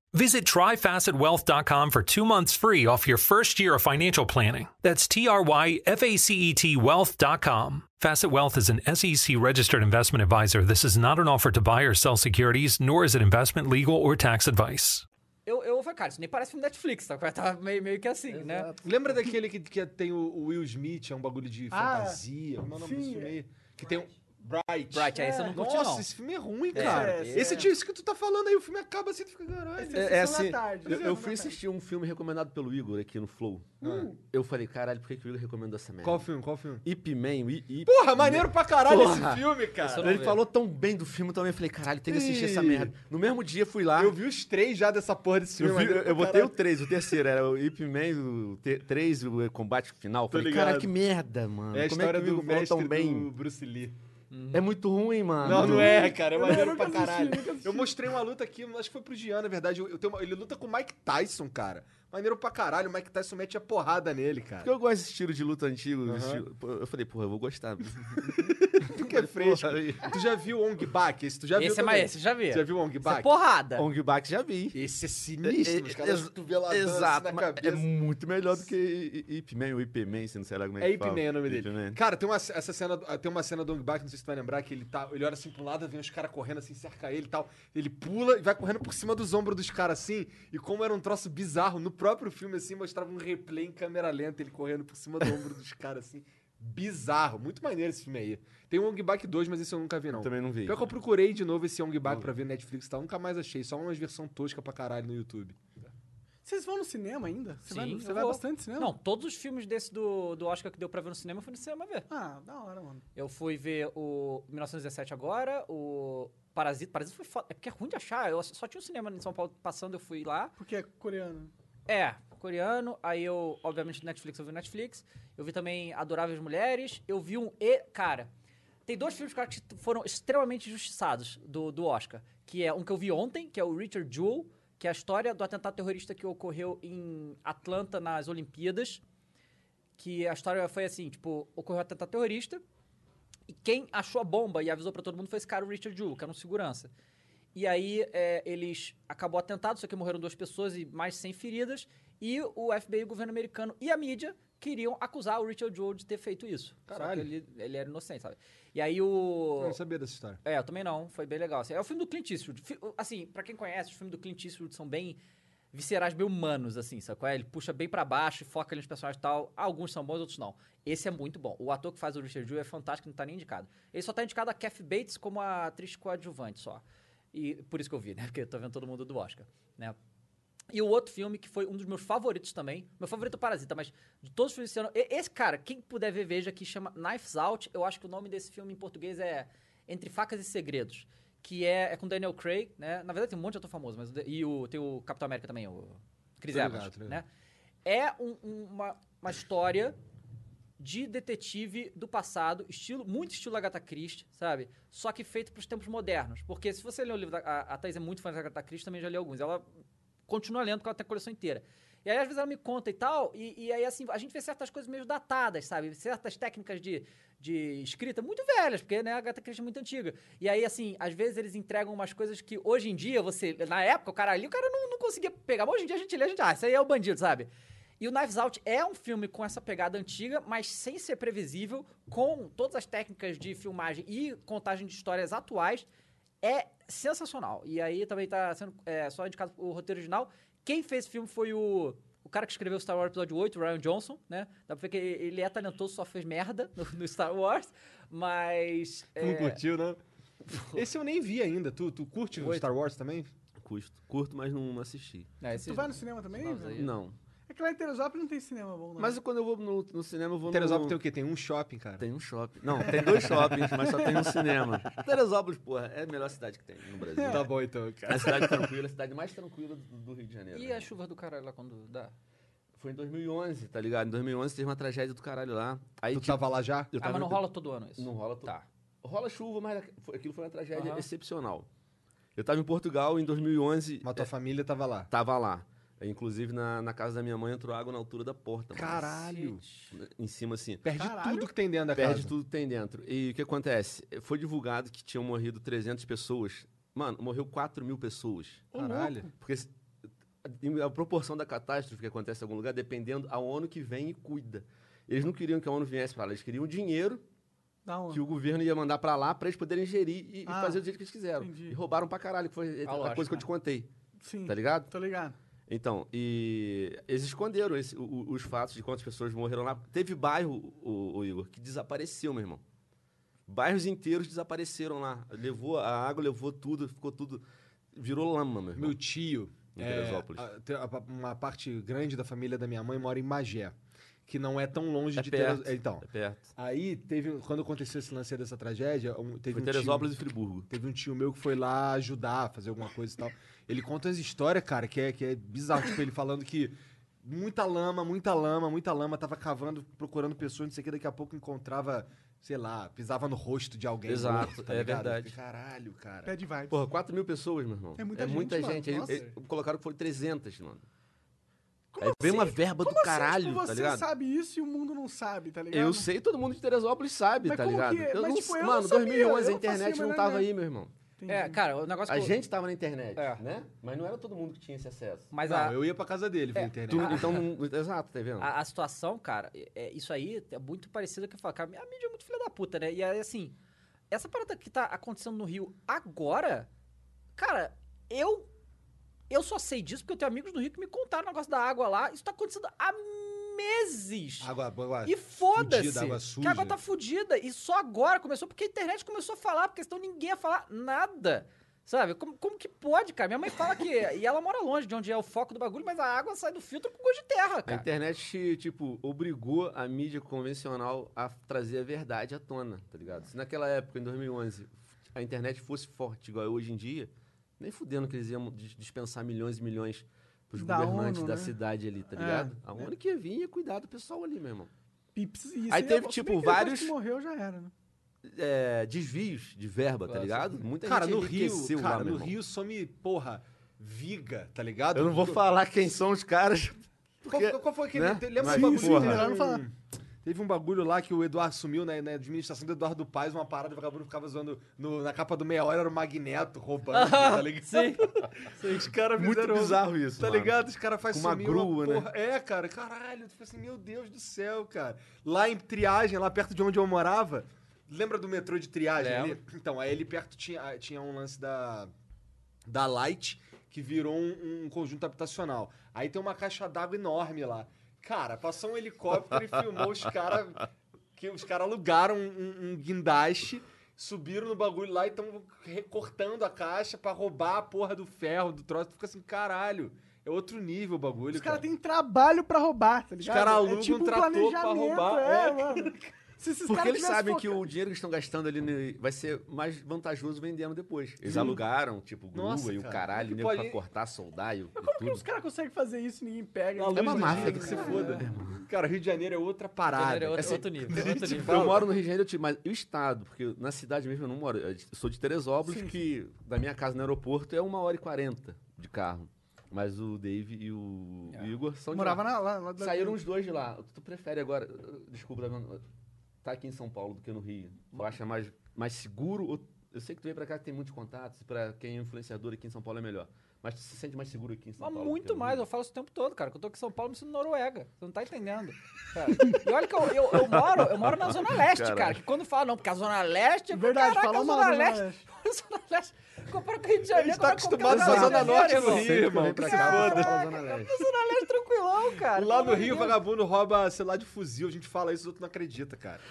Visit tryfacetwealth.com for two months free off your first year of financial planning. That's T R Y F A C E T wealth.com. Facet Wealth is an SEC registered investment advisor. This is not an offer to buy or sell securities, nor is it investment, legal, or tax advice. Eu, eu falei, cara, isso nem parece filme Netflix, tá? Tá meio, meio que assim, né? Lembra daquele que, que tem o o Will Smith, é um bagulho de Ah, fantasia? Como é o nome desse sim, filme aí? Que tem um. Bright. Bright, é, esse eu não curti, Nossa, não. esse filme é ruim, cara. é, esse tio, isso que tu tá falando aí, o filme acaba assim, tu fica, caralho. É, É Sessão da assim, tarde, eu, sessão eu da fui tarde. assistir um filme recomendado pelo Igor aqui no Flow. Hum. Eu falei, caralho, por que, que o Igor recomendou essa merda? Qual filme? Qual filme? Ip Man. I- I- né? Porra, maneiro pra caralho Porra. esse filme, cara. Esse eu não Ele vi. falou tão bem do filme também, eu falei, caralho, tem que assistir essa Ih. merda. No mesmo dia fui lá. Eu vi os três já dessa porra desse Eu, filme. vi, eu, maneiro eu pra botei o caralho. 3, o terceiro, era o Ip Man, o 3, o combate final. Falei, ligado. cara, que merda, mano. É a Como é história que o do Igor falou mestre tão bem? do Bruce Lee. Uhum. É muito ruim, mano. Não, não é, cara. É Eu maneiro nunca pra assisti, caralho. nunca assisti. Eu mostrei uma luta aqui, acho que foi pro Jean, na verdade. Eu- eu tenho uma- ele luta com o Mike Tyson, cara. Maneiro pra caralho. O Mike Tyson mete a porrada nele, cara. Porque eu gosto desse estilo de luta antigo. esse estilo- pô, Eu falei, porra, eu vou gostar. Porque é fresco. Tu já viu Ong Bak? Esse tu já viu Esse é também? mais esse, já vi. Já viu Ong Isso é Bak? porrada. Ong Bak já vi. Esse é sinistro. Os caras Ex- cotoveladando assim é, Exato. na mas É cabeça. muito melhor do que I- I- Ip Man ou Ip Man, se não sei lá como é, É que Ip fala. Man o nome Ip dele. Man. Cara, tem uma, essa cena, tem uma cena do Ong Bak, não sei se tu vai lembrar, que ele, tá, ele olha assim pro lado, vem os caras correndo assim, cerca ele e tal. Ele pula e vai correndo por cima dos ombros dos caras assim. E como era um troço bizarro, no próprio filme assim, mostrava um replay em câmera lenta, ele correndo por cima do ombro dos caras assim. Bizarro. Muito maneiro esse filme aí. Tem o Ong Bak 2, mas esse eu nunca vi não. Também não vi. Pior que eu procurei de novo esse Ong Bak pra ver Netflix e tal, nunca mais achei. Só umas versão tosca pra caralho no YouTube. Vocês vão no cinema ainda? Você vai, Sim, você eu vai vou. bastante no cinema? Não, todos os filmes desse do, do Oscar que deu pra ver no cinema, eu fui no cinema ver. Ah, da hora, mano. Eu fui ver o 1917 agora, o Parasita. Parasita foi foda. É porque é ruim de achar. Eu só tinha um cinema em São Paulo passando, eu fui lá. Porque é coreano. É, coreano. Aí eu, obviamente, Netflix, eu vi Netflix. Eu vi também Adoráveis Mulheres. Eu vi um E. Cara, tem dois filmes cara, que foram extremamente injustiçados do, do Oscar. Que é um que eu vi ontem, que é o Richard Jewell, que é a história do atentado terrorista que ocorreu em Atlanta nas Olimpíadas. Que a história foi assim: tipo, ocorreu um atentado terrorista. E quem achou a bomba e avisou pra todo mundo foi esse cara, o Richard Jewell, que era um segurança. E aí é, eles acabou o atentado, só que morreram duas pessoas e mais 100 feridas. E o FBI, o governo americano e a mídia queriam acusar o Richard Jewell de ter feito isso. Só que Caralho. ele, ele era inocente, sabe? E aí Eu o... não sabia dessa história. É, eu também não. Foi bem legal. assim. É o filme do Clint Eastwood. Fi- o- Assim, pra quem conhece, os filmes do Clint Eastwood são bem viscerais, bem humanos, assim, sacou? É? Ele puxa bem pra baixo, foca ali nos personagens e tal. Alguns são bons, outros não. Esse é muito bom. O ator que faz o Richard Jewell é fantástico, não tá nem indicado. Ele só tá indicado a Kathy Bates como a atriz coadjuvante, só. E por isso que eu vi, né? Porque eu tô vendo todo mundo do Oscar, né? E o outro filme que foi um dos meus favoritos também. Meu favorito é o Parasita, mas de todos os filmes desse ano. e- Esse cara, quem puder ver, veja que chama Knives Out. Eu acho que o nome desse filme em português é Entre Facas e Segredos. Que é, é com Daniel Craig, né? Na verdade tem um monte de ator famoso, mas. o da- E o, tem o Capitão América também, o Chris Tô ligado, Evans. tô ligado. Né? É um- um- uma, uma história de detetive do passado, estilo muito estilo Agatha Christie, sabe? Só que feito para os tempos modernos. Porque se você ler o livro da a, a Thaís é muito fã da Agatha Christie, também já li alguns. Ela continua lendo porque ela tem a coleção inteira. E aí às vezes ela me conta e tal, e, e aí assim, a gente vê certas coisas meio datadas, sabe? Certas técnicas de, de escrita muito velhas, porque né, a Agatha Christie é muito antiga. E aí assim, às vezes eles entregam umas coisas que hoje em dia você, na época, o cara ali, o cara não, não conseguia pegar, mas hoje em dia a gente lê, a gente, ah, isso aí é o bandido, sabe? E o Knives Out é um filme com essa pegada antiga, mas sem ser previsível, com todas as técnicas de filmagem e contagem de histórias atuais. É sensacional. E aí também tá sendo é, só indicado o roteiro original. Quem fez o filme foi o, o cara que escreveu Star Wars Episódio 8, Ryan Johnson, né? Dá pra ver que ele é talentoso, só fez merda no, no Star Wars. Mas. Tu não é, curtiu, né? não? Esse eu nem vi ainda. Tu, tu curte o Oito. Star Wars também? Custo. Curto, mas não, não assisti. é, esse- Tu vai no cinema também? Vamos velho? aí. Não. É que lá em Teresópolis não tem cinema bom, né? não. Mas quando eu vou no, no cinema, eu vou Teresópolis no... tem o quê? Tem um shopping, cara. Tem um shopping. Não, tem dois shoppings, mas só tem um cinema. Teresópolis, porra, é a melhor cidade que tem no Brasil. Tá bom então, É cara. a cidade tranquila, a cidade mais tranquila do, do Rio de Janeiro. E né? a chuva do caralho lá quando dá? Foi em 2011, tá ligado? Em 2011 teve uma tragédia do caralho lá. Aí, Tu tipo, tava lá já? eu Ah, tava mas não no- rola todo ano isso. Não rola tudo. Tá. Rola chuva, mas foi- aquilo foi uma tragédia Aham. É, excepcional. Eu tava em Portugal em 2011. Mas tua é, família tava lá. Tava lá. É, Inclusive, na, na casa da minha mãe entrou água na altura da porta. mano. Caralho. Em cima, assim. Perde tudo que tem dentro da Perde casa. tudo que tem dentro. E o que acontece? Foi divulgado que tinham morrido 300 pessoas. Mano, morreu 4 mil pessoas. Caralho. Porque se- a proporção da catástrofe que acontece em algum lugar, dependendo, a ONU que vem e cuida. Eles não queriam que a ONU viesse para lá, eles queriam dinheiro Dá um... que o governo ia mandar pra lá pra eles poderem gerir e, e Ah, fazer do jeito que eles quiseram. entendi. E roubaram pra caralho, que foi a, lógico, coisa que eu né? te contei, Sim, tá ligado? tô ligado. Então, e eles esconderam esse- o- o- os fatos de quantas pessoas morreram lá. Teve bairro, o, o Igor, que desapareceu, meu irmão. Bairros inteiros desapareceram lá. Levou a água, levou tudo, ficou tudo. Virou lama, meu irmão. Meu tio. Em é, Teresópolis. a- tem a- uma parte grande da família da minha mãe mora em Magé, que não é tão longe é de perto. Teresópolis. Então, É perto. aí teve. um, Quando aconteceu esse lance aí dessa tragédia, um, teve Foi um Teresópolis tio, e Friburgo. Teve um tio meu que foi lá ajudar, fazer alguma coisa e tal. Ele conta as histórias, cara, que é, que é bizarro. tipo, ele falando que muita lama, muita lama, muita lama. Tava cavando, procurando pessoas, não sei o que. Daqui a pouco encontrava, sei lá, pisava no rosto de alguém. Exato, morto, tá é ligado? Eu verdade. fiquei, Caralho, cara. Pede vibes. Porra, 4 mil pessoas, meu irmão. É muita gente, mano. gente. Eles- Nossa. eles colocaram que foi 300, mano. Como Aí veio assim? uma verba Como do assim, caralho, tipo, tá você ligado? sabe isso e o mundo não sabe, tá ligado? Eu sei, todo mundo de Teresópolis sabe, Mas tá como ligado? que é? Mas, não tipo, eu s- não mano, sabia, 2011 eu a não fazia internet não menor tava ideia. aí, meu irmão. Entendi. É, cara, o negócio A que eu- gente tava na internet, É. né? Mas não era todo mundo que tinha esse acesso. Mas Não, a, eu ia pra casa dele, via É, internet. Tu- então, não- exato, tá Então. vendo? a, a situação, cara, é- é, isso aí é muito parecido com o que eu falo. cara, a mídia é muito filha da puta, né? E aí, assim, essa parada que tá acontecendo no Rio agora, cara, eu. Eu só sei disso porque eu tenho amigos no Rio que me contaram o negócio da água lá. Isso tá acontecendo há meses. Água, água. E foda-se. Tá água Que suja. a água tá fudida. E só agora começou, porque a internet começou a falar, porque senão ninguém ia falar nada. Sabe? Como, como que pode, cara? Minha mãe fala que. e ela mora longe de onde é o foco do bagulho, mas a água sai do filtro com gosto de terra, A cara. internet, tipo, obrigou a mídia convencional a trazer a verdade à tona, tá ligado? Se naquela época, em 2011, a internet fosse forte igual é hoje em dia, nem fudendo que eles iam dis- dispensar milhões e milhões pros Da governantes ONU, da né? cidade ali, tá É. ligado? A ONU que ia vir e ia cuidar do pessoal ali, meu irmão. Pips, e isso é Aí teve, se tipo, bem que depois vários- que morreu, já era, né? É, desvios de verba, tá Claro, ligado? Muita Cara, gente no Rio, enriqueceu lá, cara, meu no irmão. Rio some, porra, viga, tá ligado? Eu não vou falar quem são os caras. Qual, porque- qual foi aquele. né? Lembra Mas, um bagulho? sim, porra. teve melhor não um- falar. Teve um bagulho lá que o Eduardo sumiu né, na, na administração do Eduardo Paes, uma parada, o vagabundo ficava zoando no- na capa do Meia Hora, era o Magneto roubando, tá ligado? Sim. Os caras Muito fizeram- bizarro isso, Tá mano. ligado? Os caras fazem Com uma grua, né? É, cara, caralho. Tipo assim, meu Deus do céu, cara. Lá em Triagem, lá perto de onde eu morava, lembra do metrô de Triagem ali? Então, aí ali perto tinha, tinha um lance da, da Light, que virou um, um conjunto habitacional. Aí tem uma caixa d'água enorme lá. Cara, passou um helicóptero e filmou os caras. Que os caras alugaram um, um guindaste, subiram no bagulho lá e estão recortando a caixa pra roubar a porra do ferro, do troço. Tu fica assim, caralho, é outro nível o bagulho. Os caras cara. têm trabalho pra roubar, tá ligado? caras É alugam tipo um trator pra planejamento, roubar, É, é. mano. Se esses Porque caras eles tivessem sabem foca- que o dinheiro que eles estão gastando ali no- vai ser mais vantajoso vendendo depois. Eles alugaram, tipo, grua Nossa, e o cara. caralho, Que nego pode- pra cortar, soldar e, o- e Como que tudo. os caras conseguem fazer isso e ninguém né?" pega? A É uma luz do máfia dia que que se se foda. Cara, Rio de Janeiro é outra parada. Janeiro é outro- Assim, outro nível, a outro gente nível. fala- Tipo, Eu moro no Rio de Janeiro, tipo, mas e o estado? Porque na cidade mesmo eu não moro. Eu sou de Teresópolis, que da minha casa no aeroporto é uma hora e quarenta de carro. Mas o Dave e o É. Igor são de Morava lá. na, lá, lá do- Saíram os dois de lá. Tu prefere agora, desculpa, tá aqui em São Paulo do que no Rio? Tu acha mais, mais seguro ou Eu sei que tu veio pra cá que tem muitos contatos, pra quem é influenciador aqui em São Paulo é melhor. Mas tu se sente mais seguro aqui em São Mas Paulo? muito pelo mais, né? eu menos? falo isso o tempo todo, cara. Que eu tô aqui em São Paulo, me sinto Noruega. Você não tá entendendo. cara. E olha que eu, eu, eu moro, eu moro na Zona Leste, cara. Caralho. Que quando fala, não, porque a Zona Leste. eu falo, Verdade, caraca, fala a mal Zona da Zona Leste. A Zona Leste. Compara com o Rio de Janeiro. tá compara com qualquer acostumado com lugar do a Zona Rio de Norte Janeiro, do irmão. Rio, irmão, Vem pra pra cá, cá, foda. vamos pra Zona Leste. A Zona Leste é tranquilão, cara. Lá Pelo no amor de Rio, Deus. vagabundo rouba celular de fuzil. A gente fala isso, os outros não acreditam, cara.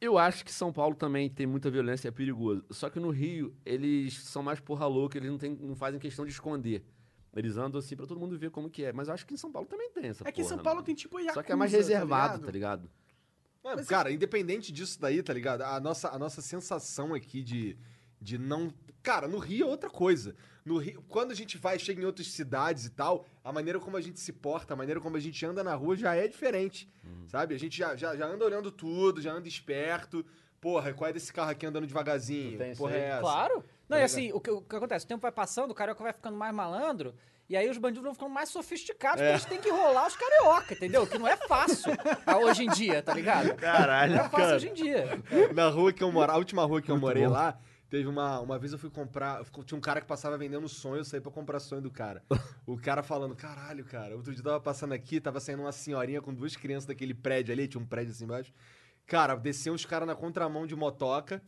Eu acho que São Paulo também tem muita violência, é perigoso. Só que no Rio, eles são mais porra louca, eles não, tem- não fazem questão de esconder. Eles andam assim pra todo mundo ver como que é. Mas eu acho que em São Paulo também tem essa É que em porra, São Paulo mano. tem tipo Yakuza, Só que é mais tá reservado, ligado? tá ligado? Mano, É, cara, independente disso daí, tá ligado? A nossa, a nossa sensação aqui de, de não. Cara, no Rio é outra coisa. No Rio, quando a gente vai, chega em outras cidades e tal, a maneira como a gente se porta, a maneira como a gente anda na rua já é diferente. Uhum. Sabe? A gente já, já, já anda olhando tudo, já anda esperto. Porra, qual é desse carro aqui andando devagarzinho? Não tem isso Porra, aí? é essa? Claro. Não, e assim, o que, o que acontece? O tempo vai passando, o carioca vai ficando mais malandro, e aí os bandidos vão ficando mais sofisticados, É. porque eles têm que enrolar os carioca, entendeu? Que não é fácil ah, hoje em dia, tá ligado? Caralho, Não é fácil hoje em dia. Na rua que eu morava, a última rua que eu morei lá, teve uma. Uma vez eu fui comprar. ficou- Tinha um cara que passava vendendo sonho, eu saí pra comprar sonho do cara. O cara falando, caralho, cara, outro dia eu tava passando aqui, tava saindo uma senhorinha com duas crianças daquele prédio ali, tinha um prédio assim embaixo. Cara, desciam os caras na contramão de motoca.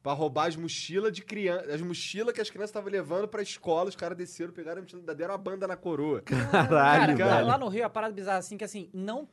Pra roubar as mochilas de criança. As mochilas que as crianças estavam levando pra escola, os caras desceram, pegaram a mochila, deram a banda na coroa. Caralho, cara, velho. lá no Rio é a parada bizarra assim, que assim, não.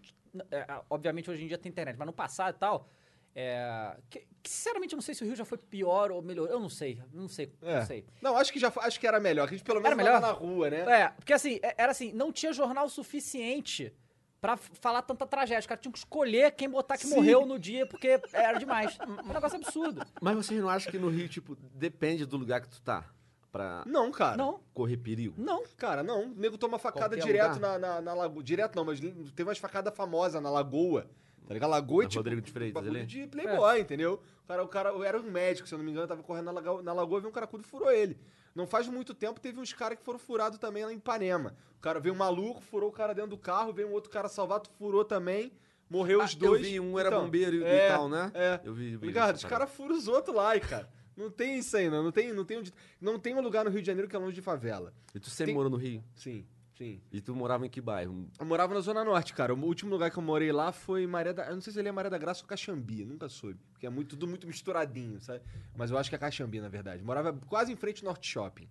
é, Obviamente hoje em dia tem internet, mas no passado e tal. É, que- que, sinceramente, eu não sei se o Rio já foi pior ou melhor. Eu não sei, não sei, É. não sei. Não, acho que já foi- acho que era melhor. que A gente pelo menos Era melhor? andava na rua, né? É, porque assim, é- era assim, não tinha jornal suficiente pra f- falar tanta tragédia. Os caras tinham que escolher quem botar que morreu no dia, porque era demais. É um negócio absurdo. Mas vocês não acham que no Rio, tipo, depende do lugar que tu tá pra Não, cara. Não, correr perigo? não. Cara, não. O nego toma facada Qualquer direto lugar? na, na, na lagoa. Direto não, mas li- teve umas facadas famosas na lagoa. Tá ligado? Lagoa é Na tipo. Rodrigo de Freitas bagulho ali? É. de playboy, entendeu? O cara, o cara era um médico, se eu não me engano, tava correndo na lagoa, na lagoa viu um caracudo e furou ele. Não faz muito tempo teve uns caras que foram furados também lá em Ipanema. O cara veio um maluco, furou o cara dentro do carro, veio um outro cara salvar, tu furou também. Morreu Ah, os eu dois. vi, um era Então, bombeiro e- e é, tal, né? É. Eu vi- vi essa Ligado? Os parada. caras furam os outros lá, e, cara. Não tem isso aí, não. Não tem, não, tem onde- não tem um lugar no Rio de Janeiro que é longe de favela. E tu sempre Tem- morou no Rio? Sim, sim. E tu morava em que bairro? Eu morava na Zona Norte, cara. O último lugar que eu morei lá foi Maria da... Eu não sei se ele é Maria da Graça ou Caxambi, nunca soube. Porque é muito, tudo muito misturadinho, sabe? Mas eu acho que é Caxambi, na verdade. Morava quase em frente ao Norte Shopping.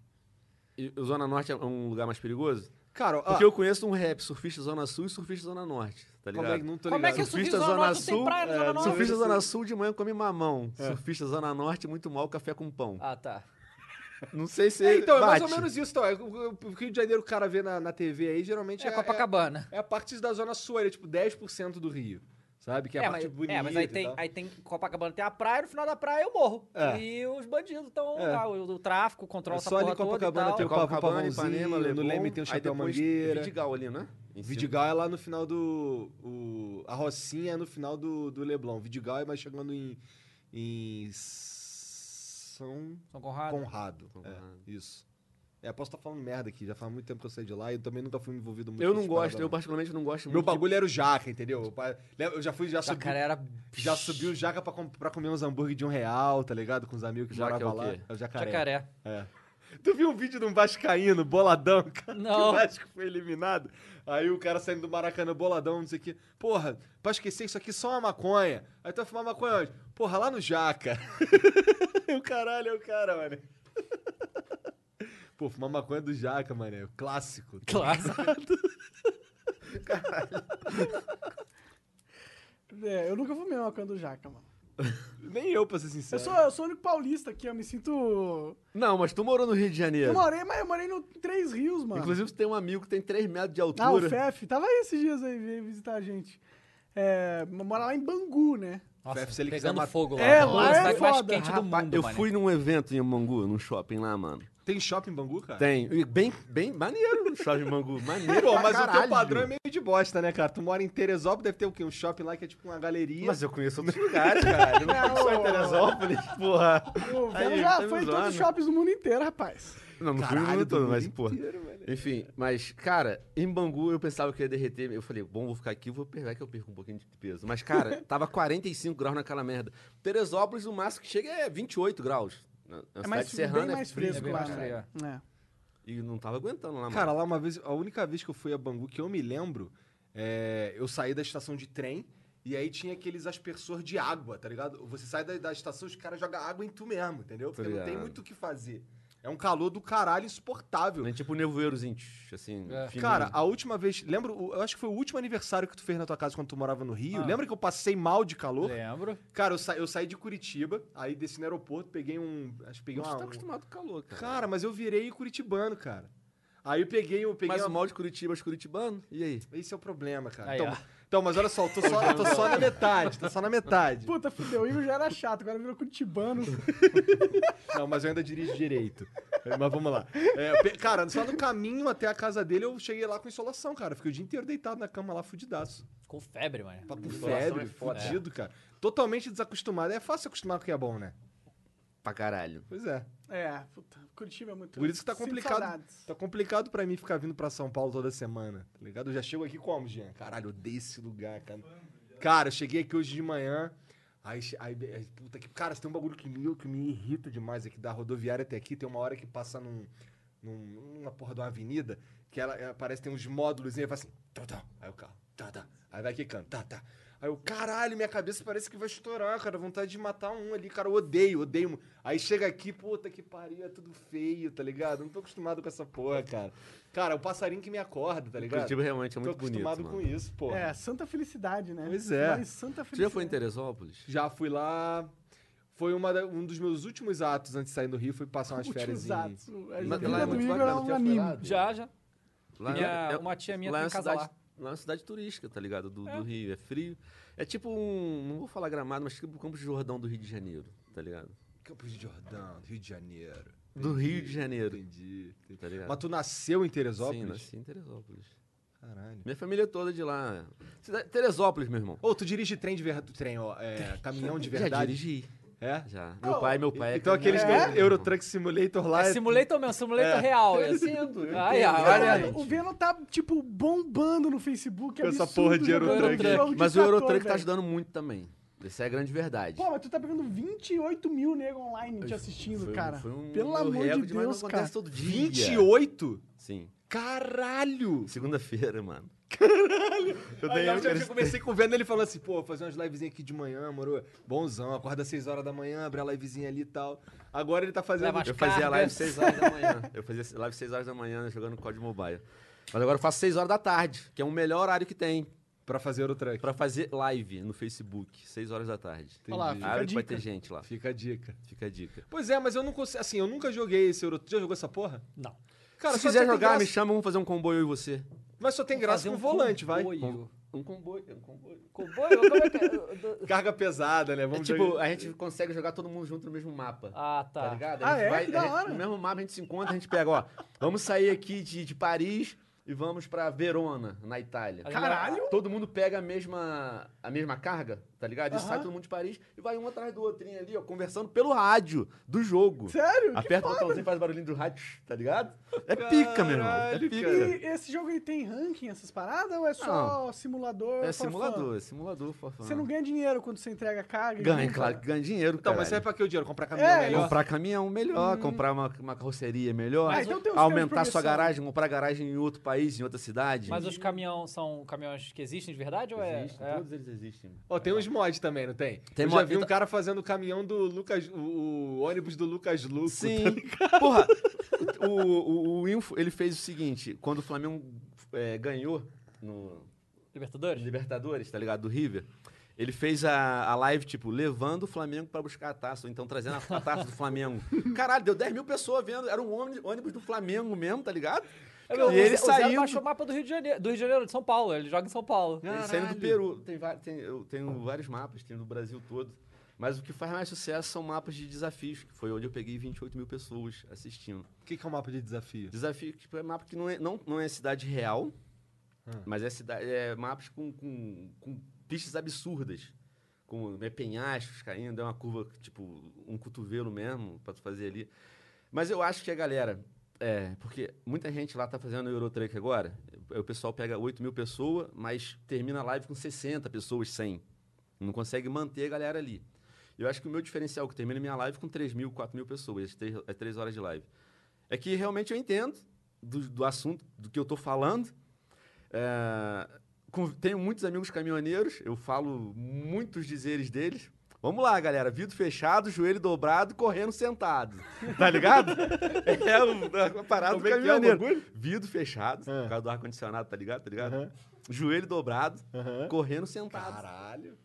E o Zona Norte é um lugar mais perigoso? Cara, ó, ah. Porque eu conheço um rap, surfista Zona Sul e surfista Zona Norte, tá ligado? como é que não tô Como é ligado? que o surfista Zona Norte não tem praia na Zona é, Norte? Surfista Zona Sul de manhã come mamão. É. Surfista Zona Norte, muito mal café com pão. Ah, tá. Não sei se. É, então, é mais ou bate. menos isso. Então. É, o- o- O Rio de Janeiro o cara vê na, na TV aí, geralmente É, Copacabana. É, a parte da Zona Sul, ele é tipo 10% do Rio, sabe? Que é, a mas, parte bonita é, mas aí e tem, tal. aí tem Copacabana, tem a praia, no final da praia eu morro. É. E os bandidos estão É. lá, o, o tráfico controla É essa só ali porra em toda e Copacabana tal. tem o Copacabana, Pavãozinho, Ipanema, no Leblon, Leme tem aí o Chapéu depois Mangueira. Vidigal ali, né? Em cima. Vidigal é lá no final do. o- a Rocinha é no final do, do Leblon. Vidigal é mais chegando em. em São São Conrado. Conrado. Conrado. É, isso. É, posso estar falando merda aqui, já faz muito tempo que eu saí de lá e eu também nunca fui envolvido muito Eu com não essas gosto, paradas, eu particularmente não gosto Meu muito. de- bagulho era o jaca, entendeu? Eu pa- Eu já fui, já A subi. cara era Já subi o jaca pra, com- pra comer uns hambúrguer de um real, tá ligado? Com os amigos que Jaca é moravam o lá. quê? É o jacaré. jacaré. É. Tu viu um vídeo de um vascaíno, boladão, cara? Não. Que o Vasco foi eliminado. Aí o cara saindo do Maracanã, boladão, não sei o quê. Porra, pra esquecer isso aqui, só uma maconha. Aí tu vai fumar maconha onde? Porra, lá no Jaca. o caralho é o cara, mano. Pô, fumar maconha do Jaca, mano. É o clássico. Clássico. É, eu nunca fumei uma maconha do Jaca, mano. Nem eu, pra ser sincero. Eu sou, eu sou o único paulista aqui, eu me sinto... Não, mas tu morou no Rio de Janeiro. Eu morei, mas eu morei no Três Rios, mano. Inclusive, tu tem um amigo que tem 3 metros de Ah, o altura. Fef, tava aí esses dias aí, veio visitar a gente. É, mora lá em Bangu, né? Nossa, Fef, se ele quiser pegando matar- fogo lá. É, Nossa, lá é a cidade mais foda. quente do Rapaz, mundo, eu mané. fui num evento em Mangu, num shopping lá, mano. Tem shopping em Bangu, cara? Tem. E Bem, bem maneiro o shopping em Mangu. Maneiro. Pô, pra mas o teu caralho. padrão é meio de bosta, né, cara? Tu mora em Teresópolis, deve ter o quê? Um shopping lá que é tipo uma galeria. Mas eu conheço outros lugares, cara. Eu não conheço só em Teresópolis, porra. O Aí, Velo já tá me foi em todos zoando. os shoppings do mundo inteiro, rapaz. Não, não fui Caralho, no mundo do todo, mundo mas, porra. inteiro, velho. Enfim, mas, cara, em Bangu eu pensava que eu ia derreter. Eu falei, bom, vou ficar aqui, vou pegar que eu perco um pouquinho de peso. Mas, cara, tava 45 graus naquela merda. Teresópolis, o máximo que chega é 28 graus. Na, na É cidade mais, bem serrana é mais frio, fresco bem lá, mais né? É. E não tava aguentando lá, Cara, mano. lá uma vez, a única vez que eu fui a Bangu que eu me lembro, é, eu saí da estação de trem e aí tinha aqueles aspersor de água, tá ligado? Você sai da, da estação, os caras jogam água em tu mesmo, entendeu? Porque não tem ligado. muito o que fazer. É um calor do caralho insuportável. Né, tipo nevoeirozinho, tch, assim, É. fininho. Cara, a última vez, lembro, o- eu acho que foi o último aniversário que tu fez na tua casa quando tu morava no Rio. Ah. Lembra que eu passei mal de calor? Lembro. Cara, eu, sa- eu saí de Curitiba, aí desci no aeroporto, peguei um, acho que peguei Você uma, tá um- acostumado com calor, cara. Cara, mas eu virei curitibano, cara. Aí eu peguei, eu peguei Mas uma- o mal de Curitiba é os curitibano? E aí? Esse é o problema, cara. Aí, então, ó. então, mas olha só, eu tô só, eu tô só na metade, tô só na metade. Puta, fudeu. O Igor já era chato, agora virou curitibano. Não, mas eu ainda dirijo direito. Mas vamos lá. É, eu pe- cara, só no caminho até a casa dele eu cheguei lá com insolação, cara. Eu Fiquei o dia inteiro deitado na cama lá, fudidaço. Com febre, mano. Papo né? Insolação febre, é foda. fudido, cara. Totalmente desacostumado. É fácil acostumar com o que é bom, né? Pra caralho. Pois é. É, puta. Curitiba é muito... Por isso que tá Sinto complicado. saudades. Tá complicado pra mim ficar vindo pra São Paulo toda semana, tá ligado? Eu já chego aqui como, Jean? Caralho, eu odeio esse lugar, cara. Cara, eu cheguei aqui hoje de manhã. Aí, che- aí, aí, puta que. Cara, tem um bagulho que me, que me irrita demais aqui da rodoviária até aqui. Tem uma hora que passa num, num- numa porra de uma avenida que ela, ela parece que tem uns módulos e aí vai assim. Tá, tá. Aí o carro. Tá, tá. Aí vai quicando. Tá, tá. Aí eu, caralho, minha cabeça parece que vai estourar, cara. Vontade de matar um ali, cara. Eu odeio, odeio. mu- Aí chega aqui, puta que pariu, é tudo feio, tá ligado? Eu Não tô acostumado com essa porra, cara. Cara, é o passarinho que me acorda, tá ligado? Curitiba realmente é muito tô acostumado bonito, com mano. isso, porra. É, santa felicidade, né? Pois é. Mas santa felicidade. Você já foi em Teresópolis? Já fui lá. Foi uma da- um dos meus últimos atos antes de sair do Rio, foi passar umas férias Últimos em... atos. A Lá- vida lá do é muito Igor é bacana, um já foi anime. lá? Já, já. Lá Minha- uma tia minha lá é tem uma casa cidade, lá. é uma cidade turística, tá ligado? Do, do Rio. É frio. É tipo um. Não vou falar gramado, mas tipo o Campos de Jordão do Rio de Janeiro, tá ligado? Campos de Jordão, é Rio de Janeiro. Do Rio de Janeiro. Entendi. entendi. Tá ligado? Mas tu nasceu em Sim, Teresópolis? nasci em Teresópolis. Caralho. Minha família é toda de lá. Cidade- Teresópolis, meu irmão. Ô, tu dirige trem de verdade. Trem, ó. É, caminhão de verdade. Já dirigi. É? Já. Meu pai, meu pai. é Então aqueles caminhoneiro, do meu irmão. Eurotruck Simulator lá. É simulator mesmo, simulator É. real. É assim. Aí, ó, olha. Cara, o Venom tá, tipo, bombando no Facebook. Com essa absurdo, porra de jogando Eurotruck. jogo de Mas o trator, Eurotruck tá velho. ajudando muito também. Essa é a grande verdade. Pô, mas tu tá pegando 28 mil nego online te assistindo, Foi um- cara. foi um Pelo meu amor de recorde, mas não Deus, acontece cara. todo dia. 28? Sim. Caralho! Segunda-feira, mano. um Eu, dei- eu, comecei com o Vendo, ele falou assim, pô, vou fazer umas livezinhas aqui de manhã, moro. Bonzão, acorda às 6 horas da manhã, abre a livezinha ali e tal. Agora ele tá fazendo... Leva as eu fazia cargas. live 6 horas da manhã. Eu fazia live 6 horas da manhã jogando COD Mobile. Mas agora eu faço 6 horas da tarde, que é o melhor horário que tem Pra fazer Eurotruck. pra fazer live no Facebook, 6 horas da tarde. Olha lá, fica Abre a que vai dica. ter gente lá. Fica a dica. Fica a dica. Pois é, mas eu não consigo... Assim, eu nunca joguei esse Eurotruck. Já jogou essa porra? Não. Cara, Se só quiser tem jogar, graça- me chama, vamos fazer um comboio eu e você. Mas só tem graça com volante, vai. um Comboio. Um comboio, um comboio. Comboio? Como é que é? Carga pesada, né? É Vamos tipo, jogar- a gente consegue jogar todo mundo junto no mesmo mapa. Ah, Tá tá. ligado? Ah, A gente é? vai, Que da a gente- hora. no mesmo mapa a gente se encontra, a gente pega, ó, vamos sair aqui de, de Paris e vamos pra Verona, na Itália. Caralho! Todo mundo pega a mesma, a mesma carga, tá ligado? E Aham. sai todo mundo de Paris e vai um atrás do outrinho ali, ó, conversando pelo rádio do jogo. Sério? Que Aperta o foda. botãozinho e faz o barulhinho do rádio, tá ligado? É pica, meu irmão. É Caralho, pica. cara. E esse jogo aí tem ranking, essas paradas? Ou é só simulador? for É fun? simulador, é simulador, fofão. Você não ganha dinheiro quando você entrega carga? ganha, nunca? claro que ganha dinheiro, Então, caralho. mas serve pra que o dinheiro? Comprar caminhão Uhum. É, Uhum. melhor? Comprar caminhão melhor, comprar uma, uma carroceria melhor, Ah, então tem uns caras de aumentar progressão. sua garagem, comprar garagem em outro país, em outra cidade. Mas os caminhões são caminhões que existem de verdade ou é? Existem, é? todos eles existem. Ó, tem uns mods também, não tem? Tem Eu já mod- vi um então- cara fazendo o caminhão do Lucas... O, o ônibus do Lucas Luco. tá Sim. Porra, o, o, o Info, ele fez o seguinte, quando o Flamengo é, ganhou no Libertadores? Libertadores, tá ligado, do River, ele fez a, a live, tipo, levando o Flamengo pra buscar a taça, ou então trazendo a, a taça do Flamengo. Caralho, deu 10 mil pessoas vendo, era um ônibus, ônibus do Flamengo mesmo, tá ligado? É, meu, e ele o Zé- o Zé saiu... baixou o mapa do Rio de Janeiro, do Rio de Janeiro, de São Paulo. Ele joga em São Paulo. Ele saindo do Peru. Tem, va- tem- eu tenho vários mapas, tenho do Brasil todo. Mas o que faz mais sucesso são mapas de desafios, que foi onde eu peguei 28 mil pessoas assistindo. O que, que é um mapa de desafio? Desafio que tipo, é mapa que não é, não, não é cidade real, mas é, cida- é mapas com, com, com pistas absurdas. Com né, penhascos caindo, é uma curva, tipo, um cotovelo mesmo pra tu fazer ali. Mas eu acho que a galera. É, porque muita gente lá tá fazendo Eurotruck agora. aí O pessoal pega 8 mil pessoas, mas termina a live com 60 pessoas, 100. Não consegue manter a galera ali. Eu acho que o meu diferencial, que termina minha live com 3 mil, 4 mil pessoas, 3, é 3 horas de live, é que realmente eu entendo do, do assunto, do que eu tô falando. É, com- tenho muitos amigos caminhoneiros, eu falo muitos dizeres deles. Vamos lá, galera. Vidro fechado, joelho dobrado, correndo sentado. Tá ligado? é o- a parada Como do é que é o caminhoneiro. bagulho? Vidro fechado, É. por causa do ar-condicionado, tá ligado? Tá ligado? Aham. Joelho dobrado, Aham. correndo sentado. Caralho.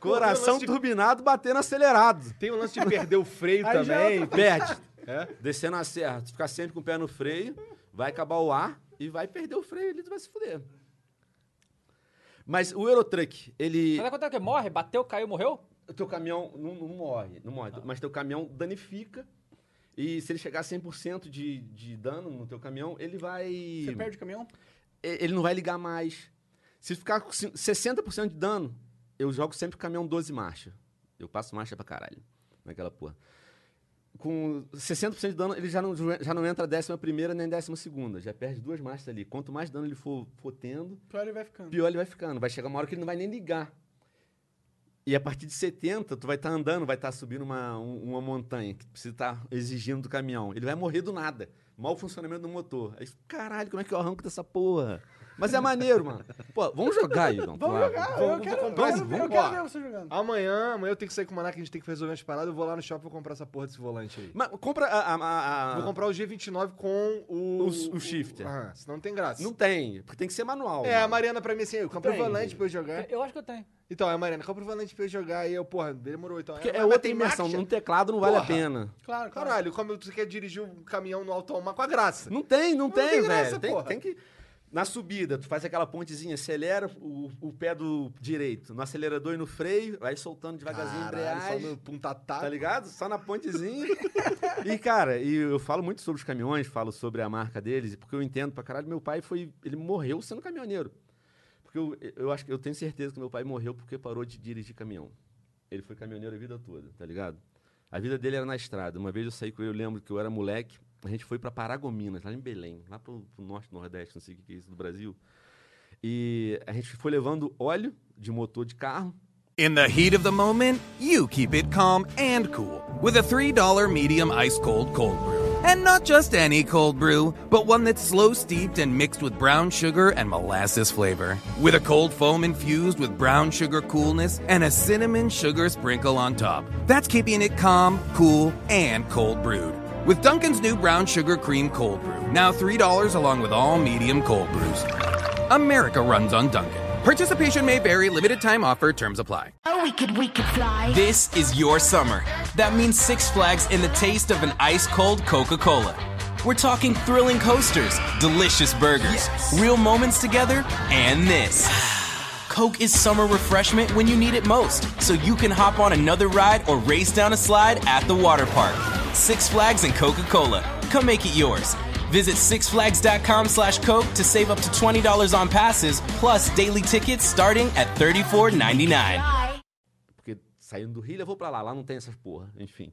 Coração Pô, tem um lance de- turbinado, batendo acelerado. Tem o lance de perder o freio Aí já é também. Perde. É? Descendo a serra, tu ficar sempre com o pé no freio, vai acabar o ar e vai perder o freio ali, tu vai se fuder. Mas o Eurotruck, ele. Mas vai contar o quê? Morre? Bateu, caiu, morreu? Ah. Teu caminhão não, não morre, não morre. Mas teu caminhão danifica. E se ele chegar a 100% de, de dano no teu caminhão, ele vai. Você perde o caminhão? e- ele não vai ligar mais. Se ficar com cin- 60% de dano, eu jogo sempre caminhão 12 marcha. Eu passo marcha pra caralho naquela porra. Com 60% de dano, ele já não, ju- já não entra a décima primeira nem a décima segunda. Já perde duas marchas ali. Quanto mais dano ele for, for tendo, Pior ele vai ficando. pior ele vai ficando. Vai chegar uma hora que ele não vai nem ligar. E a partir de 70, tu vai estar andando, vai estar subindo uma, um- uma montanha que precisa estar exigindo do caminhão. Ele vai morrer do nada. Mau funcionamento do motor. Aí, caralho, como é que eu arranco dessa porra? Mas é maneiro, mano. Pô, vamos jogar, então, Igão. Vamos lá. jogar, vamos- Ah, eu quero, vamos- eu quero vamos- ver- eu vamos quero lá. ver você jogando. Amanhã, amanhã eu tenho que sair com o Maná, que a gente tem que resolver umas paradas. Eu vou lá no shopping e vou comprar essa porra desse volante aí. Mas compra a... a- a- a- Vou comprar o G29 com o... O s- o shifter. Aham, senão não tem graça. Não tem, porque tem que ser manual. É, a mano. Mariana pra mim assim, eu compro o Tem. volante pra eu jogar. Eu acho que eu tenho. Então, é, Mariana, compra o volante pra eu jogar. E eu, porra, demorou então. Porque Mas- é mas outra tem imersão. marcha? Num teclado não vale a Porra. pena. Claro, claro. Caralho, como tu quer dirigir um caminhão no automático com a graça. Não tem, não, tem, tem velho. graça, tem, porra. tem que. Na subida, tu faz aquela pontezinha, acelera o, o pé do direito no acelerador e no freio, vai soltando devagarzinho a Caralho, só embreagem. no puntatá. Tá ligado? Só na pontezinha. e, cara, e eu falo muito sobre os caminhões, falo sobre a marca deles, porque eu entendo pra caralho. Meu pai foi. Ele morreu sendo caminhoneiro. Porque eu, eu acho que eu tenho certeza que meu pai morreu porque parou de dirigir caminhão. Ele foi caminhoneiro a vida toda, tá ligado? A vida dele era na estrada. Uma vez eu saí com ele, eu lembro que eu era moleque. A gente foi pra Paragominas, lá em Belém, lá pro, pro norte, nordeste, não sei o que que é isso do Brasil. E a gente foi levando óleo de motor de carro In the heat of the moment, you keep it calm and cool with a $3 medium ice cold cold brew. And not just any cold brew, but one that's slow steeped and mixed with brown sugar and molasses flavor. With a cold foam infused with brown sugar coolness and a cinnamon sugar sprinkle on top. That's keeping it calm, cool, and cold brewed. With Duncan's new brown sugar cream cold brew, now $3 along with all medium cold brews. America runs on Duncan. Participation may vary, limited time offer, terms apply. Oh, we could, we could fly. This is your summer. That means Six Flags and the taste of an ice cold Coca Cola. We're talking thrilling coasters, delicious burgers, real moments together, and this. Coke is summer refreshment when you need it most, so you can hop on another ride or race down a slide at the water park. Six Flags and Coca Cola. Come make it yours. Visit sixflags.com slash Coke to save up to $20 on passes, plus daily tickets starting at $34.99. porque saindo do Rio, levou pra lá, lá não tem essas porra, enfim.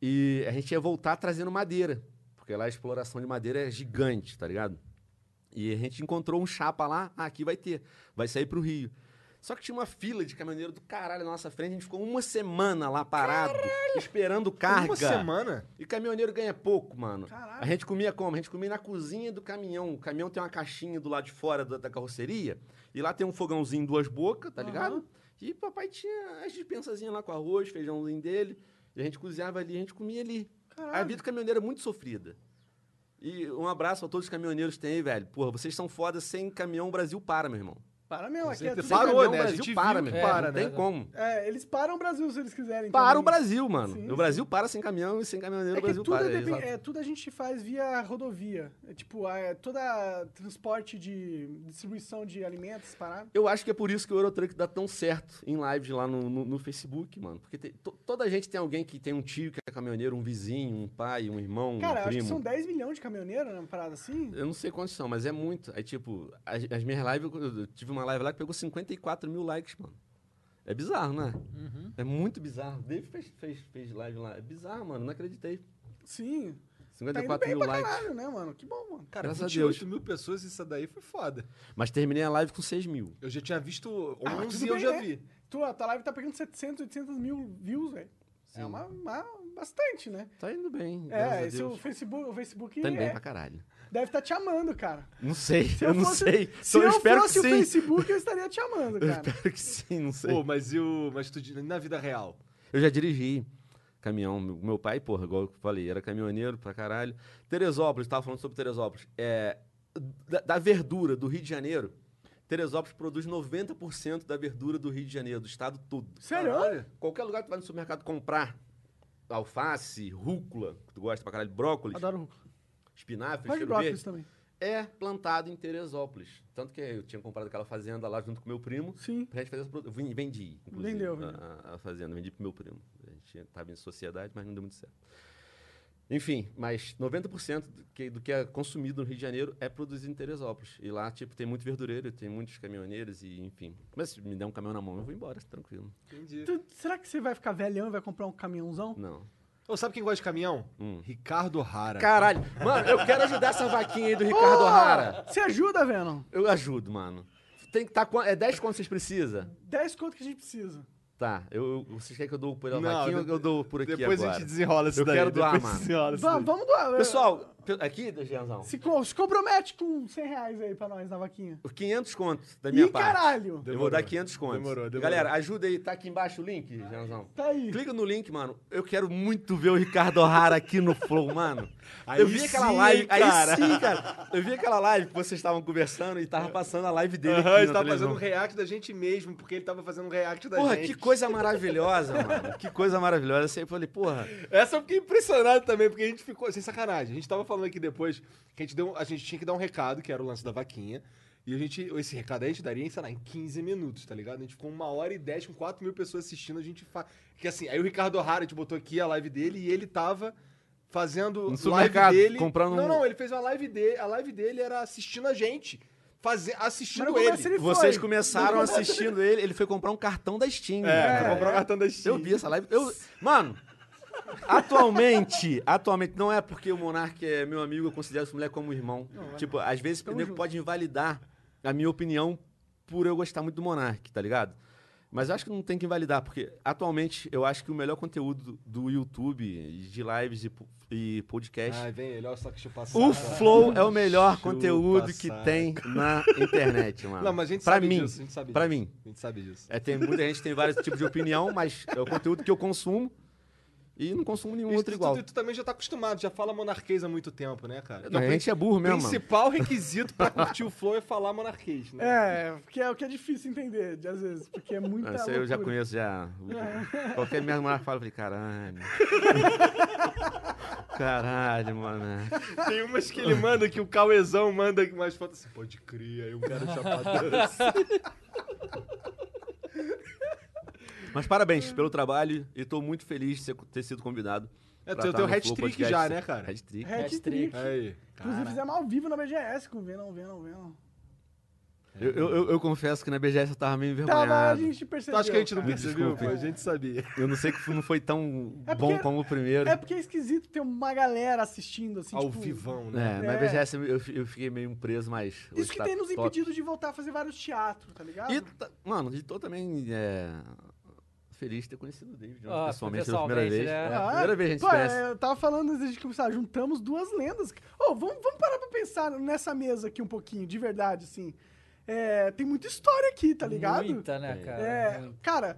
E a gente ia voltar trazendo madeira, porque lá a exploração de madeira é gigante, tá ligado? E a gente encontrou um chapa lá, ah, aqui vai ter, vai sair pro Rio. Só que tinha uma fila de caminhoneiro do caralho na nossa frente, a gente ficou uma semana lá parado, esperando carga. Uma semana? E caminhoneiro ganha pouco, mano. Caralho. A gente comia como? A gente comia na cozinha do caminhão. O caminhão tem uma caixinha do lado de fora da, da carroceria. E lá tem um fogãozinho, duas bocas, tá ligado? E papai tinha as dispensazinhas lá com arroz, feijãozinho dele. E a gente cozinhava ali, a gente comia ali. A vida do caminhoneiro é muito sofrida. E um abraço a todos os caminhoneiros que tem aí, velho. Porra, vocês são foda sem caminhão, o Brasil para, meu irmão. Para mesmo, aqui é certeza. tudo Parou, caminhão, né? O A Brasil gente para, viu meu que irmão. para, Não tem né? como. É, eles param o Brasil se eles quiserem. então. Para o também. Brasil, mano. Sim, O Brasil para sem caminhão e sem caminhoneiro É o que Brasil tudo, para. é depen- exato. é, tudo a gente faz via rodovia. É, tipo, a, é, toda transporte de distribuição de alimentos, parado. Eu acho que é por isso que o Eurotruck dá tão certo em lives lá no, no- no Facebook, mano. Porque tem- to- toda gente tem alguém que tem um tio que é caminhoneiro, um vizinho, um pai, um irmão, Cara, um acho que primo. são 10 milhões de caminhoneiros numa parada assim. Eu não sei quantos são, mas é muito. Aí, tipo, as, as minhas lives, eu, eu tive uma live lá que pegou 54 mil likes, mano. É bizarro, né? Uhum. É muito bizarro. Dave fez, fez, fez live lá. É bizarro, mano. Não acreditei. Sim. Tá indo 54 bem mil pra likes. caralho, né, mano? Que bom, mano. Cara, Graças a 28 Deus. mil pessoas, isso daí foi foda. Mas terminei a live com 6 mil. Eu já tinha visto Ah, mas 11 tudo eu bem, já né? vi. Tua, tua live tá pegando 700, 800 mil views, velho. É uma, uma- bastante, né? Tá indo bem. graças a É, esse o Deus. Facebook, o Facebook Tá indo bem é- pra caralho. deve estar te amando, cara. Não sei, Se eu, não fosse- sei. Então, Se eu, eu espero fosse o que sim. Facebook, eu estaria te amando, Eu cara. espero que sim, não sei. Pô, mas e o. Mas tu, na vida real? Eu já dirigi caminhão. Meu meu pai, porra, igual eu falei, era caminhoneiro pra caralho. Teresópolis, tava falando sobre Teresópolis. É, da, da verdura do Rio de Janeiro, Teresópolis produz 90% da verdura do Rio de Janeiro, do estado todo. Sério? Caralho. Qualquer lugar que tu vai no supermercado comprar alface, rúcula, que tu gosta pra caralho, brócolis, Adoro rúcula. espinafre, Mas de cheiro brócolis verde, também. é plantado em Teresópolis. Tanto que eu tinha comprado aquela fazenda lá junto com meu primo. Sim. Pra gente fazer essa produ- Vim- Vendi, inclusive. Vendeu, a- vendeu. A, a fazenda, vendi pro meu primo. A gente tava em sociedade, mas não deu muito certo. Enfim, mas 90% do que, do que é consumido no Rio de Janeiro é produzido em Teresópolis. E lá, tipo, tem muito verdureiro, tem muitos caminhoneiros e enfim. Mas se me der um caminhão na mão, eu vou embora, tranquilo. Entendi. Tu- será que você vai ficar velhão e vai comprar um caminhãozão? Não. Hum. Ô, sabe quem gosta de caminhão? Ricardo Rara. Caralho! Mano, eu quero ajudar essa vaquinha aí do Ricardo Rara. Você ajuda, Venom. Eu ajudo, mano. Tem que tá com. É 10 quanto vocês precisam? 10 conto que a gente precisa. Tá, eu, eu- vocês querem que eu dou por ela Não, vaquinha ou de- eu dou por aqui Depois agora? a gente desenrola isso Eu daí. quero doar, depois mano. desenrola isso Va- daí. vamos doar. Pessoal, pe- aqui, Dejanzão. Se, co- se compromete com 100 reais aí pra nós na vaquinha. 500 conto da minha Ih, parte. caralho! Eu vou Demorou. dar 500 conto. Demorou, demorou. Galera, ajuda aí. Tá aqui embaixo o link, Janzão. Tá aí. Clica no link, mano. Eu quero muito ver o Ricardo O'Hara aqui no Flow, mano. Aí eu vi aquela sim, live. cara. Aí sim, cara. Eu vi aquela live que vocês estavam conversando e tava passando a live dele. Aham, aqui ele na tava televisão. fazendo um react da gente mesmo, porque ele tava fazendo um react da Porra, gente. que coisa maravilhosa, mano. Que coisa maravilhosa. Eu sempre falei, porra. Essa eu fiquei impressionado também, porque a gente ficou sem sacanagem. A gente tava falando aqui depois que a gente, deu, a gente tinha que dar um recado, que era o lance da vaquinha. E a gente, esse recado aí a gente daria, sei lá, em 15 minutos, tá ligado? A gente ficou uma hora e 10 com 4 mil pessoas assistindo. A gente fa... Que assim, aí o Ricardo O'Hara, a gente botou aqui a live dele e ele tava fazendo live supermercado, dele. comprando Não, um- não, ele fez uma live dele. A live dele era assistindo a gente. Faze... Mas Assistindo não começa ele. ele- foi. Vocês começaram assistindo ele. Ele foi comprar um cartão da Steam. É, cara. comprou o cartão da Steam. Eu vi essa live. Eu, mano, atualmente, atualmente, não é porque o Monark é meu amigo, eu considero esse moleque como irmão. é. tipo, às vezes o nego pode invalidar a minha opinião por eu gostar muito do Monark, tá ligado? Mas eu acho que não tem que invalidar, porque atualmente eu acho que o melhor conteúdo do, do YouTube, e de lives e, po- e podcast. Ai, vem ele, olha só que chupa o saco. Flow é o melhor Chupa conteúdo que saco. tem na internet, mano. Não, mas a gente pra sabe mim, disso, a gente sabe pra disso. mim. A gente sabe disso. É, tem muita gente que tem vários tipos de opinião, mas é o conteúdo que eu consumo e não consumo nenhum Isso, um outro tu- igual. Tu, tu também já tá acostumado, já fala monarquês há muito tempo, né, cara? Não, a gente é burro o mesmo. mano. principal requisito pra curtir o flow é falar monarquês, né? É, porque é o que é difícil entender, de- às vezes, porque é muita tá Ah, Isso aí eu já loucura. conheço já. Qualquer merda monarca fala, eu falei, caralho. caralho, mano. Tem umas que ele manda, que o Cauezão manda umas fotos assim, pode crer, aí um cara chapadão. Mas parabéns pelo trabalho e tô muito feliz de ser- ter sido convidado. É, pra teu- estar teu no hat Flow trick Podcast. já, né, cara? Hat trick. Hat trick. Aí. Inclusive fizemos ao vivo na BGS com o Venom, Venom, Venom. É. Eu, eu- eu- eu confesso que na BGS eu tava meio envergonhado. Tava, Tá, a gente Tu percebeu. acha que a gente não cara. percebeu? Pô, a gente sabia. Eu não sei que não foi tão É bom porque- como o primeiro. É porque é esquisito ter uma galera assistindo, assim, Ao tipo, vivão, né? É, na É. BGS eu, eu- eu fiquei meio um preso, mas. hoje Isso que tá tem nos top. impedido de voltar a fazer vários teatros, tá ligado? E, tá- mano, e tô também é, feliz de ter conhecido o David Jones Ah, pessoalmente pela primeira vez. pessoalmente, né? É, a primeira vez a gente Ah, pô, se conhece. é, Eu tava falando antes da gente começar, juntamos duas lendas. Ô, vamos, vamos parar pra pensar nessa mesa aqui um pouquinho, de verdade, assim. É, tem muita história aqui, tá ligado? Muita, né, cara? É, Muita. cara,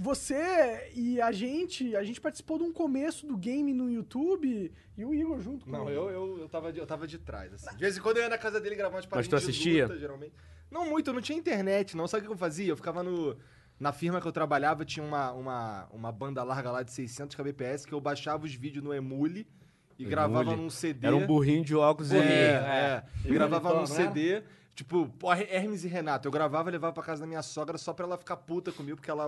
você e a gente, a gente participou de um começo do game no YouTube e o Igor junto com Não, ele. eu, eu, eu, tava de, eu tava de trás, assim. De vez em quando eu ia na casa dele gravar umas Mas paradas tu assistia? de luta, geralmente. Não muito, eu não tinha internet, não. Sabe o que eu fazia? Eu ficava no... Na firma que eu trabalhava tinha uma, uma, uma banda larga lá de 600 kbps que eu baixava os vídeos no Emule e gravava num CD. Era um burrinho de óculos É, e. é. E gravava num monitor, não era? CD. Tipo, pô, Hermes e Renato. Eu gravava e levava pra casa da minha sogra só pra ela ficar puta comigo, porque ela...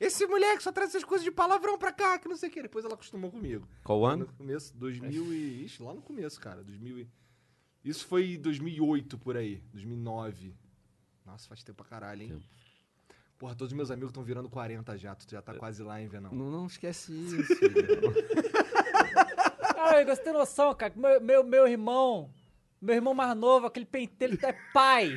Esse moleque só traz essas coisas de palavrão pra cá, que não sei o que. Depois ela acostumou comigo. Qual No ano? começo, É. 2000 e... Ixi, lá no começo, cara. 2000 e... Isso foi 2008, por aí. 2009. Nossa, faz tempo pra caralho, hein? Porra, todos meus amigos estão virando 40 já. Tu É. já tá quase lá, hein, Venão? Não, não esquece isso. Igor. Cara, você tem noção, cara. que Meu, meu, meu irmão, meu irmão mais novo, aquele pentelho, é pai.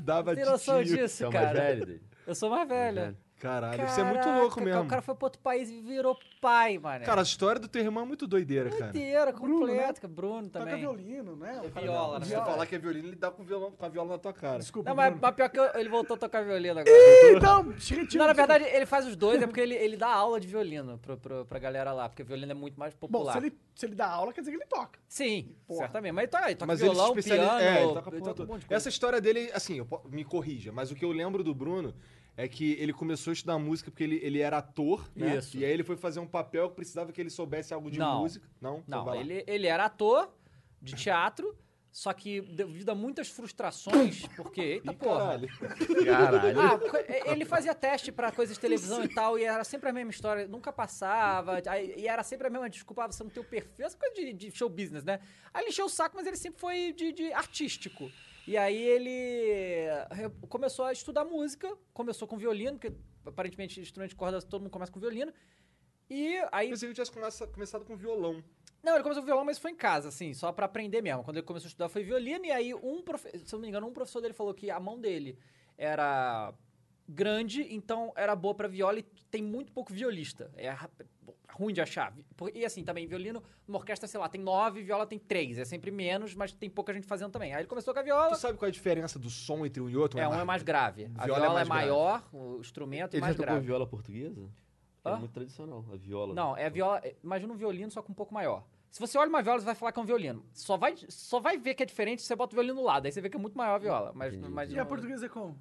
Dava Tem noção titio. disso, Você é o mais cara. velho dele. Eu sou mais velha. velho. Caralho, isso é muito louco Caraca, mesmo. O cara né? foi pro outro país e virou pai, mano. Cara, a história do teu irmão é muito doideira, cara. Se inteira, Bruno, né? completa. Bruno, também. Toca violino, né? O cara- viola, né? tu falar que é violino, ele dá com, violão, com a viola na tua cara. Desculpa, Não, mas, Bruno. mas pior que eu- ele voltou a tocar violino agora. Então, tira, tira, Não, na verdade, ele faz os dois, é porque ele, ele dá aula de violino pro, pro, pra galera lá, porque violino é muito mais Bom, popular. se ele, se ele dá aula, quer dizer que ele toca. Sim, Porra. certamente. Mas ele toca, ele toca Mas violão, ele se especializa. piano, é, ele toca ele toca porra um toda. monte de coisa. Essa história dele, assim, eu po- me corrija, mas o que eu lembro do Bruno é que ele começou a estudar música porque ele, ele era ator, né? Isso. E aí ele foi fazer um papel que precisava que ele soubesse algo de Não. música. Não, Então vai Não, lá. ele, ele era ator de teatro, só que devido a muitas frustrações, porque, eita Ih, é porra. caralho. Caralho. Ah, co- e- ele fazia teste pra coisas de televisão e tal, e era sempre a mesma história, nunca passava, aí- e era sempre a mesma desculpa, ah, você não tem o perfil, essa coisa de, de show business, né? Aí ele encheu o saco, mas ele sempre foi de, de artístico. E aí ele re- começou a estudar música, começou com violino, porque aparentemente instrumento de corda todo mundo começa com violino. E aí Pensei que ele tivesse começa- começado com violão. não, ele começou com violão, mas foi em casa, assim, só pra aprender mesmo. Quando ele começou a estudar foi violino, e aí um professor, se eu não me engano, um professor dele falou que a mão dele era grande, então era boa pra viola e tem muito pouco violista. É ra- ruim de achar. Por- E assim, também, violino, numa orquestra, sei lá, tem nove, viola tem três. É sempre menos, mas tem pouca gente fazendo também. Aí ele começou com a viola. Tu sabe qual é a diferença do som entre um e outro? Ah, É, um é mais grave. A Viola é viola, é, mais grave. maior, o instrumento é Ele já mais tocou grave. viola portuguesa? Hã? É muito tradicional, a viola. Não, é viola. é- Imagina um violino, só com um pouco maior. Se você olha uma viola, você vai falar que é um violino. Só vai, só vai ver que é diferente se você bota o violino do lado. Aí você vê que é muito maior a viola. Mas, um- mas E não- a portuguesa é como?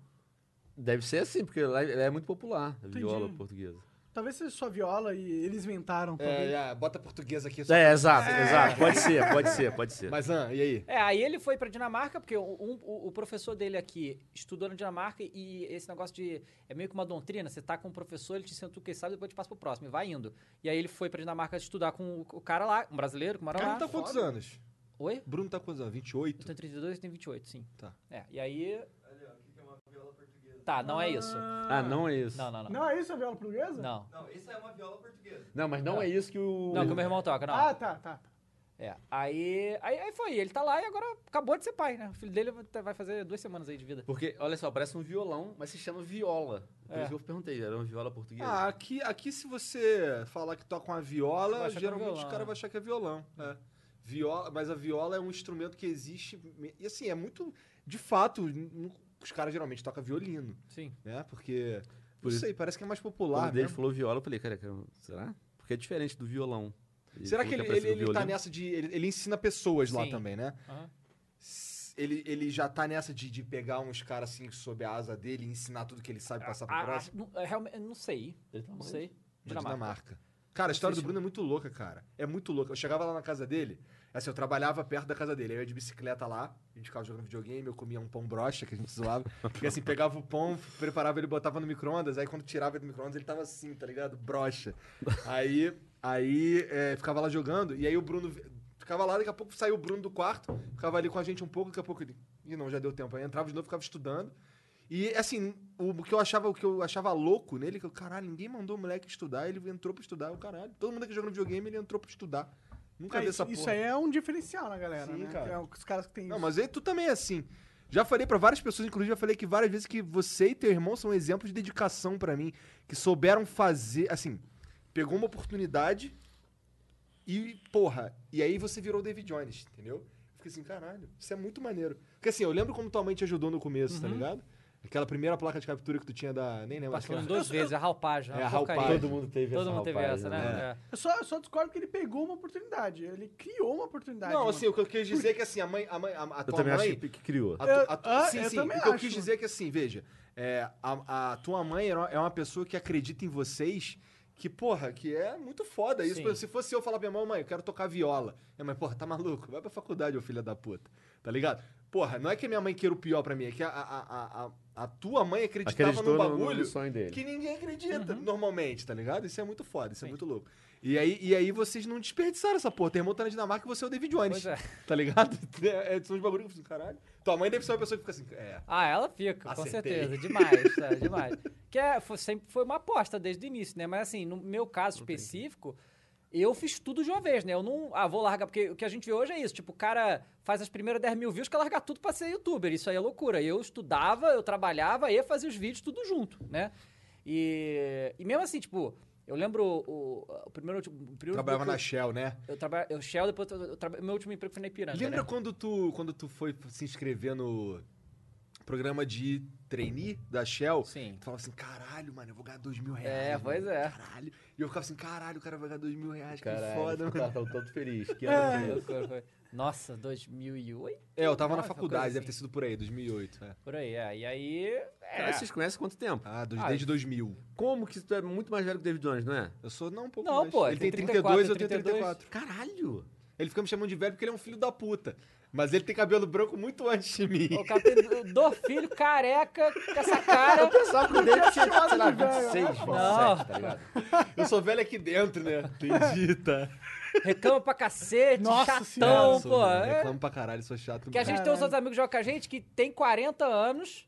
Deve ser assim, porque lá é é muito popular, a viola portuguesa. Talvez seja só viola e eles inventaram É, também. é, bota português aqui. só- É, exato, exato. Pode ser, pode ser, pode ser. Mas, An, e aí? É, aí ele foi pra Dinamarca, porque o- um- o, o professor dele aqui estudou na Dinamarca e esse negócio de. É meio que uma doutrina. Você tá com um professor, ele te ensina tudo que ele sabe, depois te passa pro próximo. E vai indo. E aí ele foi pra Dinamarca estudar com o, o cara lá, um brasileiro, com o Bruno Maranhão. então tá quantos anos? Oi? Bruno tá quantos anos? Eu 28? tenho 32 e tenho 28, sim. Tá. É, e aí. Olha, o que é uma viola portuguesa? Tá, não é isso. Ah, não é isso. Não, Não, não, não. Não é isso a viola portuguesa? Não. é mas não é isso que o. Não, que o meu irmão toca, não. Ah, tá, tá. É. Aí, aí, aí foi, ele tá lá e agora acabou de ser pai, né? O filho dele vai fazer duas semanas aí de vida. Porque, olha só, parece um violão, mas se chama viola. Por É. isso que eu perguntei, era uma viola portuguesa? Ah, aqui, aqui se você falar que toca uma viola, Vai achar que é um geralmente o violão, cara né? vai achar que é violão. né? Viola, mas a viola é um instrumento que existe. me- E assim, é muito. De fato, n- n- os caras geralmente tocam violino, Sim. né? Porque. Por não isso- sei, parece que é mais Quando popular. ele né? falou viola, eu falei, cara, cara, será? Porque é diferente do violão. Será falou que ele, é ele, parecido com ele tá violino. nessa de. Ele, ele ensina pessoas lá Sim. também, né? Aham. S- Ele, ele já tá nessa de, de pegar uns caras assim sob a asa dele e ensinar tudo que ele sabe e passar pro Ah, próximo? ah, não, é, realmente, não sei. Ele tá Não mais- sei. Na Dinamarca. Cara, a história do Bruno é muito louca, cara. É muito louca. Eu chegava lá na casa dele, assim, eu trabalhava perto da casa dele. Aí eu ia de bicicleta lá, a gente ficava jogando videogame, eu comia um pão brocha que a gente zoava. e assim, pegava o pão, preparava ele, botava no micro-ondas. Aí quando tirava ele do micro-ondas, ele tava assim, tá ligado? Brocha. Aí, aí é, ficava lá jogando, e aí o Bruno v- ficava lá, daqui a pouco saiu o Bruno do quarto, ficava ali com a gente um pouco, daqui a pouco ele. Ih, não, já deu tempo. Aí entrava de novo, ficava estudando. E assim, o que eu achava, o que eu achava louco nele, que eu, caralho, ninguém mandou o moleque estudar, ele entrou pra estudar, o caralho. Todo mundo que joga no videogame, ele entrou pra estudar. Nunca É, vi essa isso, porra. isso aí é um diferencial na galera, Sim, né? cara. É, os caras que tem Não, mas aí tu também é assim. Já falei pra várias pessoas, inclusive já falei que várias vezes que você e teu irmão são exemplos de dedicação pra mim, que souberam fazer, assim, pegou uma oportunidade e, porra, e aí você virou David Jones, entendeu? Eu Fiquei assim, caralho, isso é muito maneiro. Porque assim, eu lembro como tua mãe te ajudou no começo, Uhum. tá ligado? Aquela primeira placa de captura que tu tinha da, nem lembro, acho Passou que era uns duas vezes, a ralpagem. É, uma a porcaria. ralpagem. Todo mundo teve essa Todo mundo teve rapaz, essa, né? É. Eu só, eu só discordo que ele pegou uma oportunidade. Ele criou uma oportunidade. Não, mano. assim, o que eu quis dizer é que assim, a mãe, a mãe, a, a Eu tua também mãe, acho que, que criou. A tu- Eu- a tu- ah, sim, eu sim. também O que eu acho. quis dizer é que assim, veja, é, a, a tua mãe era- é uma pessoa que acredita em vocês, que, porra, que é muito foda isso. Sim. Por exemplo, Se fosse eu falar pra minha mãe, mãe, eu quero tocar viola. Minha mãe, porra, tá maluco? Vai pra faculdade, ô filha da puta. Tá ligado? Porra, não é que a minha mãe queira o pior pra mim, é que a, a, a, a- a tua mãe acreditava Acreditou num no- no bagulho sonho dele. que ninguém acredita Uhum. normalmente, tá ligado? Isso é muito foda, isso é muito louco. E aí, e aí vocês não desperdiçaram essa porra. Teu irmão tá na Dinamarca e você é o David Jones. Pois é. Tá ligado? É, é, são uns bagulho que eu fico assim, caralho. Tua mãe deve ser uma pessoa que fica assim, é. Ah, ela fica, Acertei. com certeza. Demais, tá? demais. Que é, foi, sempre foi uma aposta desde o início, né? Mas assim, no meu caso específico, eu fiz tudo de uma vez, né? Eu não. Ah, vou largar, porque o que a gente vê hoje é isso. Tipo, o cara faz as primeiras 10 mil views, quer largar tudo pra ser youtuber. Isso aí é loucura. Eu estudava, eu trabalhava e fazia os vídeos tudo junto, né? E, e mesmo assim, tipo, eu lembro o, o primeiro... O primeiro emprego Trabalhava na Shell, né? que Eu, eu, traba, eu Shell, depois eu, eu traba- meu último emprego foi na Ipiranga, Lembra né? quando tu, quando tu foi se inscrever no programa de trainee da Shell? Sim. Tu falava assim, caralho, mano, eu vou ganhar dois mil reais. É, mano, pois é. Caralho. E eu ficava assim, caralho, o cara vai ganhar dois mil reais, que Caralho, foda, mano. Tá, tá um tanto feliz. Que ano que é isso? Foi- foi- Nossa, 2008? É, eu tava na Nossa, uma faculdade, coisa deve ter assim. sido por aí, 2008. É. Por aí, é. E aí... É. Caralho, vocês conhecem há quanto tempo? Ah, dos, Ah, desde 2000. Como que tu é muito mais velho que o David Jones, não é? Eu sou, não, um pouco Não, mais. pô, ele tem tem 32, eu tenho 32. 34. Caralho! Ele fica me chamando de velho porque ele é um filho da puta. Mas ele tem cabelo branco muito antes de mim. O cara tem do filho careca, com essa cara... Só que o David tinha, sei lá, né, 26, 27, Não. tá ligado? Eu sou velho aqui dentro, né? Entendi, tá. Reclama pra cacete, Nossa chatão, senhora, sou, pô. velho, é. Reclamo pra caralho, sou chato. Que a mesmo. gente tem uns outros amigos que jogam com a gente que tem 40 anos.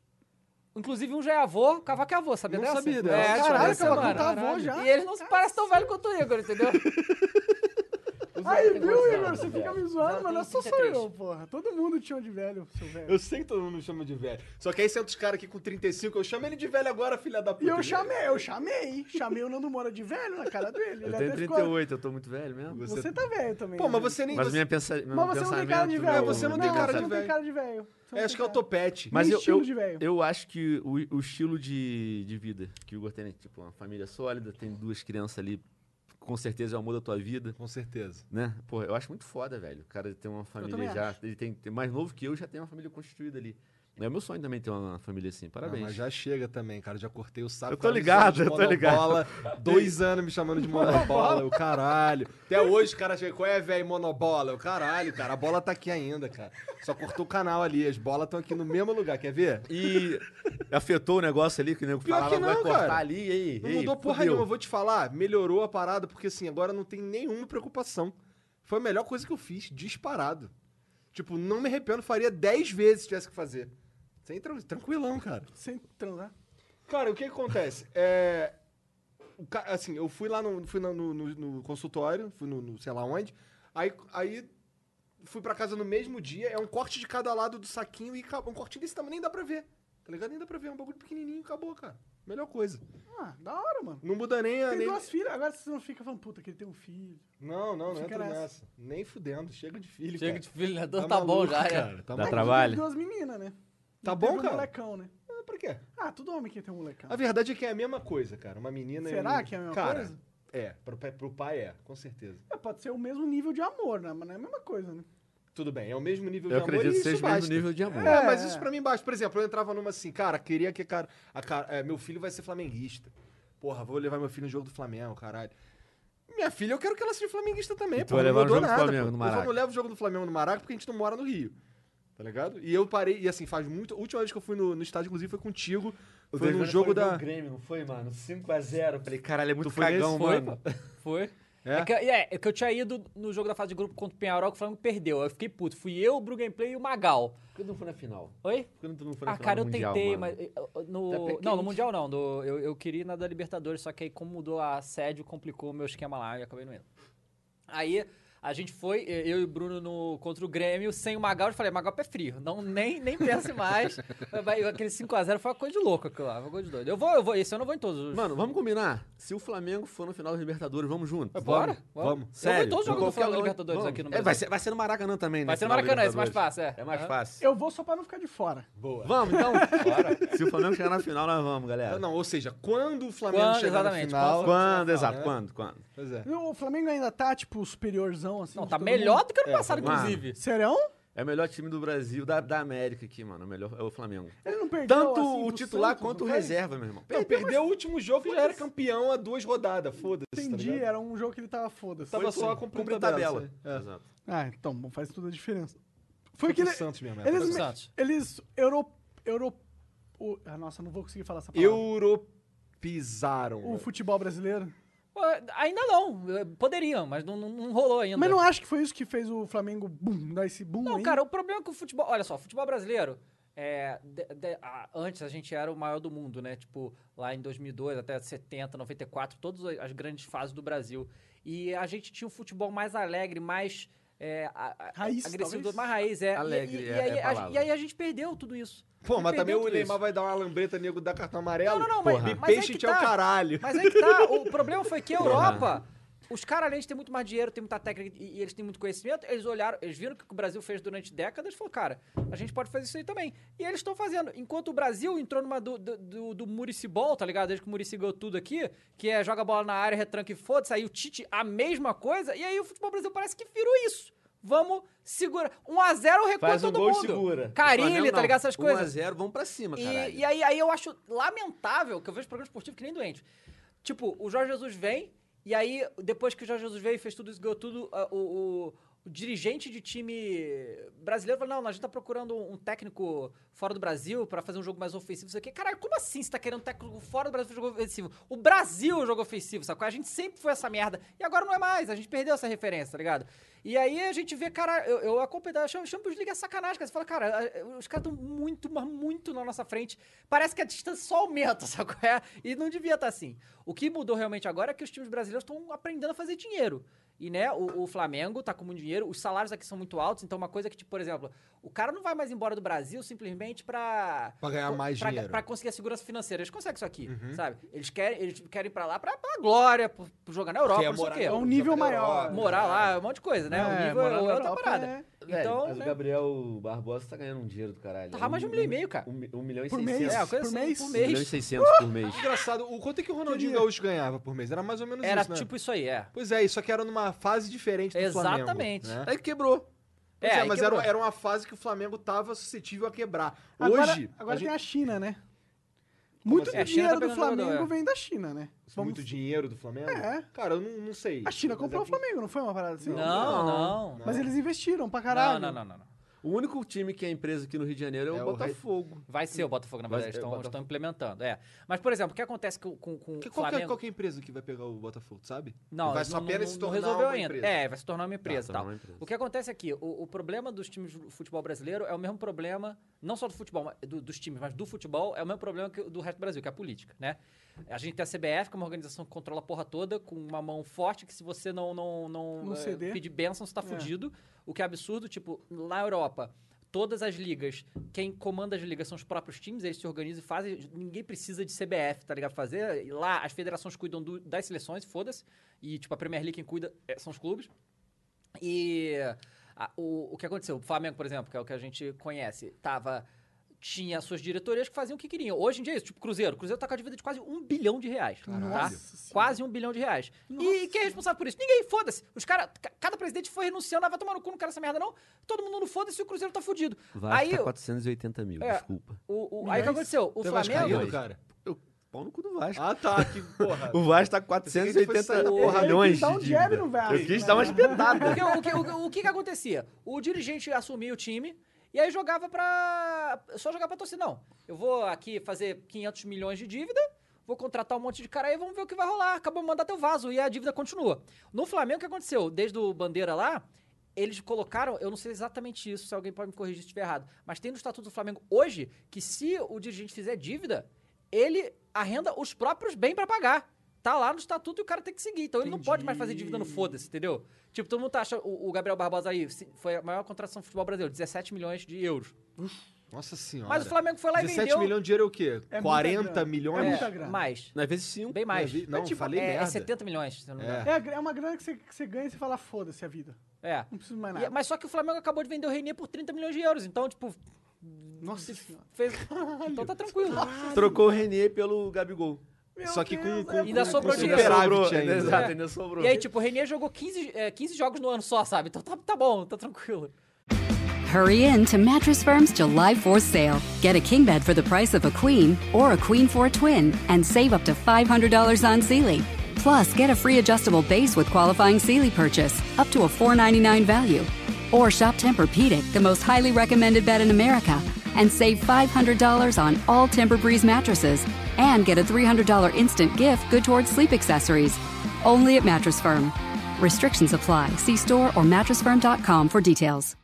Inclusive um já é avô, cavaco é avô, sabia Não dessa? sabia dessa. é, Caralho, descobriu cavaco semana. tá avô já? E eles não se parecem tão velho quanto o Igor, entendeu? é, Aí, viu, gostado, Igor? tá Você velho. fica me zoando, Não, mas tem não só sou 33. eu, porra. Todo mundo tinha um de velho, seu velho. Eu sei que todo mundo me chama de velho. Só que aí senta os caras aqui com 35, eu chamo ele de velho agora, filha da puta. E eu chamei, eu chamei. Chamei o Nando Moura de velho na cara dele. Eu Ele tenho até ficou- 38, eu tô muito velho mesmo. Você tá velho também. Pô, né? mas você nem. Mas você- minha pensa... meu Mas você não tem cara de um pensamento, velho. meu- É, você não meu tem cara de Você pensamento- não velho. tem cara de velho. Então, Você não É, acho tem que é o cara. topete. Mas Nem eu, estilo eu, de velho. eu acho que o, o estilo de, de vida que o Igor tem, né? tipo, uma família sólida, tem duas crianças ali, com certeza é o amor da tua vida, Com certeza. né? Pô, eu acho muito foda, velho. O cara tem uma família também já, acho. ele tem, tem mais novo que eu, já tem uma família constituída ali. É o meu sonho também ter uma família assim, Ah, parabéns. mas já chega também, cara. Já cortei o saco. Eu tô cara, me ligado, chamando de eu tô ligado. Monobola, dois anos me chamando de monobola, o caralho. Até hoje o cara chega, qual é, velho, monobola? O caralho, cara. A bola tá aqui ainda, cara. Só cortou o canal ali, as bolas estão aqui no mesmo lugar, quer ver? E afetou o negócio ali, que o nego Pior falava, que não, vai cortar cara. ali, e aí? Não ei, mudou porra fudeu. nenhuma, eu vou te falar. Melhorou a parada, porque assim, agora não tem nenhuma preocupação. Foi a melhor coisa que eu fiz, disparado. Tipo, não me arrependo, faria 10 vezes se tivesse que fazer. Sem tran- tranquilão, cara. Sem transar. Cara, o que, que acontece? É, o ca- assim, eu fui lá no, fui na- no, no- no consultório, fui no, no sei lá onde, aí, aí fui pra casa no mesmo dia, é um corte de cada lado do saquinho e acabou. Um corte desse tamanho nem dá pra ver. Tá ligado? Nem dá pra ver, é um bagulho pequenininho, acabou, cara. Melhor coisa. Ah, da hora, mano. Não muda nem a... Tem nem... duas filhas, agora você não fica falando, puta, que ele tem um filho. Não, não, não Fica entra nessa. nessa. Nem fudendo. Chega de filho, Chega cara. de filho, né? Tá, Tá bom maluco, já, é. cara. Dá Tá maluco. Tem trabalho? duas meninas, né? Tá E bom, teve um cara? molecão, né? Ah, Pra quê? Ah, todo homem que tem um molecão. A verdade é que é a mesma coisa, cara. Uma menina e um... Será que é a mesma cara, coisa? É, pro, pai- pro pai é, com certeza. É, pode ser o mesmo nível de amor, né? Mas não é a mesma coisa, né? Tudo bem, é o mesmo nível Eu de amor e acredito que isso seja o basta. mesmo nível de amor. É, mas isso pra mim basta. Por exemplo, eu entrava numa assim, cara, queria que cara, a cara- é, meu filho vai ser flamenguista. Porra, vou levar meu filho no jogo do Flamengo, caralho. Minha filha, eu quero que ela seja flamenguista também, E tu pô. vai não levar no mudou jogo do nada, Flamengo, pô. no Eu só Maraca. não levo o jogo do Flamengo no Maraca porque a gente não mora no Rio. Tá ligado? E eu parei, e assim, faz muito. A última vez que eu fui no, no estádio, inclusive, foi contigo. foi no jogo da. Grêmio, não foi, mano? 5x0. Falei, caralho, é muito foi cagão, Foi, mano. pô. Foi. É? É? que, é, é que eu tinha ido no jogo da fase de grupo contra o Penharol, que o Flamengo perdeu. Eu fiquei puto. Fui eu, o Bru Gameplay e o Magal. Por que tu não foi na final? Oi? Por que tu não foi na Ah, final cara, do eu mundial, tentei, mano? Tá mas. eh, eh, Até porque No, a não, no gente- Mundial não. no- eu, eu queria ir na da Libertadores, só que aí, como mudou a sede, complicou o meu esquema lá e eu acabei não indo. Aí. A gente foi, eh, eu e o Bruno no, contra o Grêmio, sem o Magal, eu falei, Magal pé frio, não, nem, nem pense mais. Vai- Aquele 5x0 foi uma coisa de louco aquilo lá, foi uma coisa de doido. Eu vou, eu vou, esse eu não vou em todos os... Mano, vamos combinar. Se o Flamengo for no final da Libertadores, vamos junto. É, bora, bora. vamos. Eu vou em Sério? todos os Em jogos do qualquer Flamengo lugar. Libertadores Vamos. aqui no É, Brasil. vai, ser, vai ser no Maracanã também, né? Vai ser no final da Maracanã, esse é mais Libertadores. fácil, é. É mais Aham. fácil. Eu vou só pra não ficar de fora. Boa. Vamos, então. tá Se o Flamengo chegar na final, nós vamos, galera. Não, ou seja, quando o Flamengo Quando, chegar na exatamente, final. né? Quando, exato, quando, quando? Pois é. O Flamengo ainda tá, tipo, superiorzão, assim. Não, de tá todo melhor mundo. do que ano É, passado, mano. inclusive. Serão? É o melhor time do Brasil, da, da América aqui, mano. O melhor é o Flamengo. Ele não perdeu, Tanto assim, o pro titular Santos, quanto o não foi? reserva, meu irmão. Não, perdeu o último jogo e já era campeão há duas rodadas. Foda-se. tá Entendi, ligado? era um jogo que ele tava foda-se. Tava só Foi cumprindo cumprir tabela. tabela. É. Exato. Ah, então, bom, faz toda a diferença. Foi Foi que pro ele... Santos mesmo, é, pro Eles... Santos. Eles... Euro... Euro... o- Ah, nossa, não vou conseguir falar essa palavra. Europizaram. O futebol brasileiro. Pô, Ainda não, eh, poderiam, mas não, não- não rolou ainda. Mas não acho que foi isso que fez o Flamengo boom, dar esse boom Não, aí? cara, o problema é que o futebol. Olha só, o futebol brasileiro. é, de- de- a- antes a gente era o maior do mundo, né? Tipo, lá em 2002 até 70, 94, todas as grandes fases do Brasil. E a gente tinha um futebol mais alegre, mais é, a- a- Raiz, agressivo, talvez? mais raiz, é. E- Alegre, e, e é- aí, é a a- palavra. e aí a gente perdeu tudo isso. A Pô, gente mas também perdeu o tudo isso. Neymar vai dar uma lambreta nego dar cartão amarelo. Não, não, não, mas- Porra. mas aí Peixe que te é o tá. caralho. Mas aí que tá, o problema foi que a Europa, os caras, além de ter muito mais dinheiro, tem muita técnica e, e eles têm muito conhecimento, eles olharam, eles viram o que o Brasil fez durante décadas e falaram, cara, a gente pode fazer isso aí também. E eles estão fazendo. Enquanto o Brasil entrou numa do, do, do, do Muricy Ball, tá ligado? Desde que o Muricy ganhou tudo aqui, que é joga a bola na área, retranca e foda-se, aí o Tite, a mesma coisa, e aí o futebol brasileiro parece que virou isso. Vamos segurar. 1x0 recua Faz um todo gol e mundo. segura. Carilli, tá ligado? Essas coisas. 1x0, vamos pra cima, caralho. E, e aí, aí eu acho lamentável que eu vejo programa esportivo que nem doente. Tipo, o Jorge Jesus vem, e aí, depois que o Jorge Jesus veio e fez tudo isso, ganhou tudo, a- o, o- o dirigente de time brasileiro falou: não, a gente tá procurando um um técnico fora do Brasil pra fazer um jogo mais ofensivo, isso aqui. Caralho, como assim você tá querendo um técnico fora do Brasil pra fazer um jogo ofensivo? O Brasil é um jogo ofensivo, sacou? A gente sempre foi essa merda. E agora não é mais, a gente perdeu essa referência, tá ligado? E aí a gente vê, cara, eu, eu acompanho, a Cham- Champions League é sacanagem, cara. Você fala, cara, a- os caras estão muito, mas muito na nossa frente. Parece que a distância só aumenta, sabe qual é? E não devia estar assim. O que mudou realmente agora é que os times brasileiros estão aprendendo a fazer dinheiro. E, né, o, o Flamengo tá com muito dinheiro, os salários aqui são muito altos, então uma coisa que, tipo, por exemplo, o cara não vai mais embora do Brasil simplesmente pra... Pra ganhar mais pra- dinheiro. Uhum. pra conseguir a segurança financeira. Eles conseguem isso aqui, sabe? Eles querem, eles querem ir pra lá pra, pra glória, pra, pra jogar na Europa, Quer não sei o morar quê. É um nível maior. é Morar lá, um monte de coisa, né? o nível morar é na outra Europa parada. é- Velho, Então, mas né? o Gabriel Barbosa tá ganhando um dinheiro do caralho. Tá mais de um milhão e meio, cara. Um, mi- um milhão e Por mês? seiscentos. É, uma coisa por assim, mês? por Um milhão e mês. seiscentos por mês. Ah, Engraçado, o quanto é que o Ronaldinho Queria. Gaúcho ganhava por mês? Era mais ou menos Era isso, né? tipo isso aí, é. Pois é, isso aqui era numa fase diferente do Exatamente. Flamengo. né? Aí quebrou. Pois é, aí mas quebrou. era, era uma fase que o Flamengo tava suscetível a quebrar. Agora, Hoje, agora a gente- tem a China, né? Muito assim? É, a China dinheiro tá do pegando jogador, Flamengo é. vem da China, né? muito dinheiro do Flamengo. É. Cara, eu não, não sei. A China Mas comprou é o Flamengo, não foi uma parada assim? Não, não. Mas eles investiram pra Não, caralho. não, não, não. não. O único time que é empresa aqui no Rio de Janeiro é o É o Botafogo. Vai ser o Botafogo, na Vai verdade. ser o Estão, Botafogo. estão implementando, é. Mas, por exemplo, o que acontece com, com, com Que, o qual, que é, Flamengo... qual que é a empresa que vai pegar o Botafogo, tu sabe? Não, vai só não- não- apenas se não tornar resolveu uma ainda. empresa. Tá, É, vai se tornar uma empresa e tornar tal. uma empresa. O que acontece aqui, o, o problema dos times do futebol brasileiro é o mesmo problema, não só do futebol, mas- do- dos times, mas do futebol, é o mesmo problema que o do resto do Brasil, que é a política, né? A gente tem a CBF, que é uma organização que controla a porra toda, com uma mão forte, que se você não, não, não, Não eh, ceder. pedir bênção, você tá fudido. O que é absurdo, tipo, na Europa... Todas as ligas, quem comanda as ligas são os próprios times, eles se organizam e fazem. Ninguém precisa de CBF, tá ligado? Fazer. E Lá, as federações cuidam do- das seleções, foda-se. E, tipo, a Premier League quem cuida eh, são os clubes. E a- o, o que aconteceu? O Flamengo, por exemplo, que é o que a gente conhece, tava, tinha suas diretorias que faziam o que queriam. Hoje em dia é isso, tipo Cruzeiro. Cruzeiro tá com a dívida de quase um bilhão de reais. Tá? Quase um bilhão de reais. E quem é responsável por isso? Ninguém, foda-se. Os caras, cada presidente foi renunciando, ah, vai tomar no cu, não quero essa merda não. Todo mundo não foda-se e o Cruzeiro tá fudido. Vai aí, tá 480 mil, É. desculpa. o, o, aí o que aconteceu? O Tu é Flamengo. vascaíno, cara? Eu, pau no cu do Vasco. Ah, tá. Que porra. O Vasco tá Esse aqui 480 foi sair- Ele milhões quis dar um de jab dívida. no Vasco, Eu quis né? dar uma espetada. Porque o, que- o, que- o que que acontecia? O dirigente assumia o time e aí jogava pra... Só jogava pra torcida. Não, eu vou aqui fazer 500 milhões de dívida, vou contratar um monte de cara aí, vamos ver o que vai rolar. Acabou de mandar teu vaso e a dívida continua. No Flamengo, o que aconteceu? Desde o Bandeira lá... Eles colocaram, eu não sei exatamente isso, se alguém pode me corrigir se estiver errado, mas tem no Estatuto do Flamengo hoje que se o dirigente fizer dívida, ele arrenda os próprios bens pra pagar. Tá lá no estatuto e o cara tem que seguir. Então ele não pode mais fazer dívida no foda-se, entendeu? Tipo, todo mundo tá achando. O, o Gabriel Barbosa aí se- foi a maior contratação do futebol brasileiro, 17 milhões de euros. Nossa senhora. Mas o Flamengo foi lá e 17 vendeu. milhões de dinheiro é o quê? É muita 40 grana. milhões? É muita É, grana. Mais. Não, Às vezes 5. Bem mais. vi- não, é, tipo, falei é, merda. 70 milhões, se eu não me É. engano. É, a gra- é uma grana que você, que você ganha e você fala, foda-se a vida. É. Não preciso mais E- nada. mas só que o Flamengo acabou de vender o Renier por 30 milhões de euros. Então, tipo, Nossa senhora. fez. Então tá tranquilo. Trocou o René pelo Gabigol. Só que com, com, é. Ainda com, sobrou com dinheiro. superávit Sobrou, ainda. Exato, ainda sobrou. E aí, tipo, o Renier jogou 15, é, 15 jogos no ano só, sabe? Então tá, tá bom, tá tranquilo. Hurry in to Mattress Firm's July 4th sale. Get a king bed for the price of a queen or a queen for a twin and save up to $500 on Sealy. Plus, get a free adjustable base with qualifying Sealy purchase up to a $499 value. Or shop Tempur-Pedic, the most highly recommended bed in America, and save $500 on all Tempur-Breeze mattresses and get a $300 instant gift good towards sleep accessories. Only at Mattress Firm. Restrictions apply. See store or mattressfirm.com for details.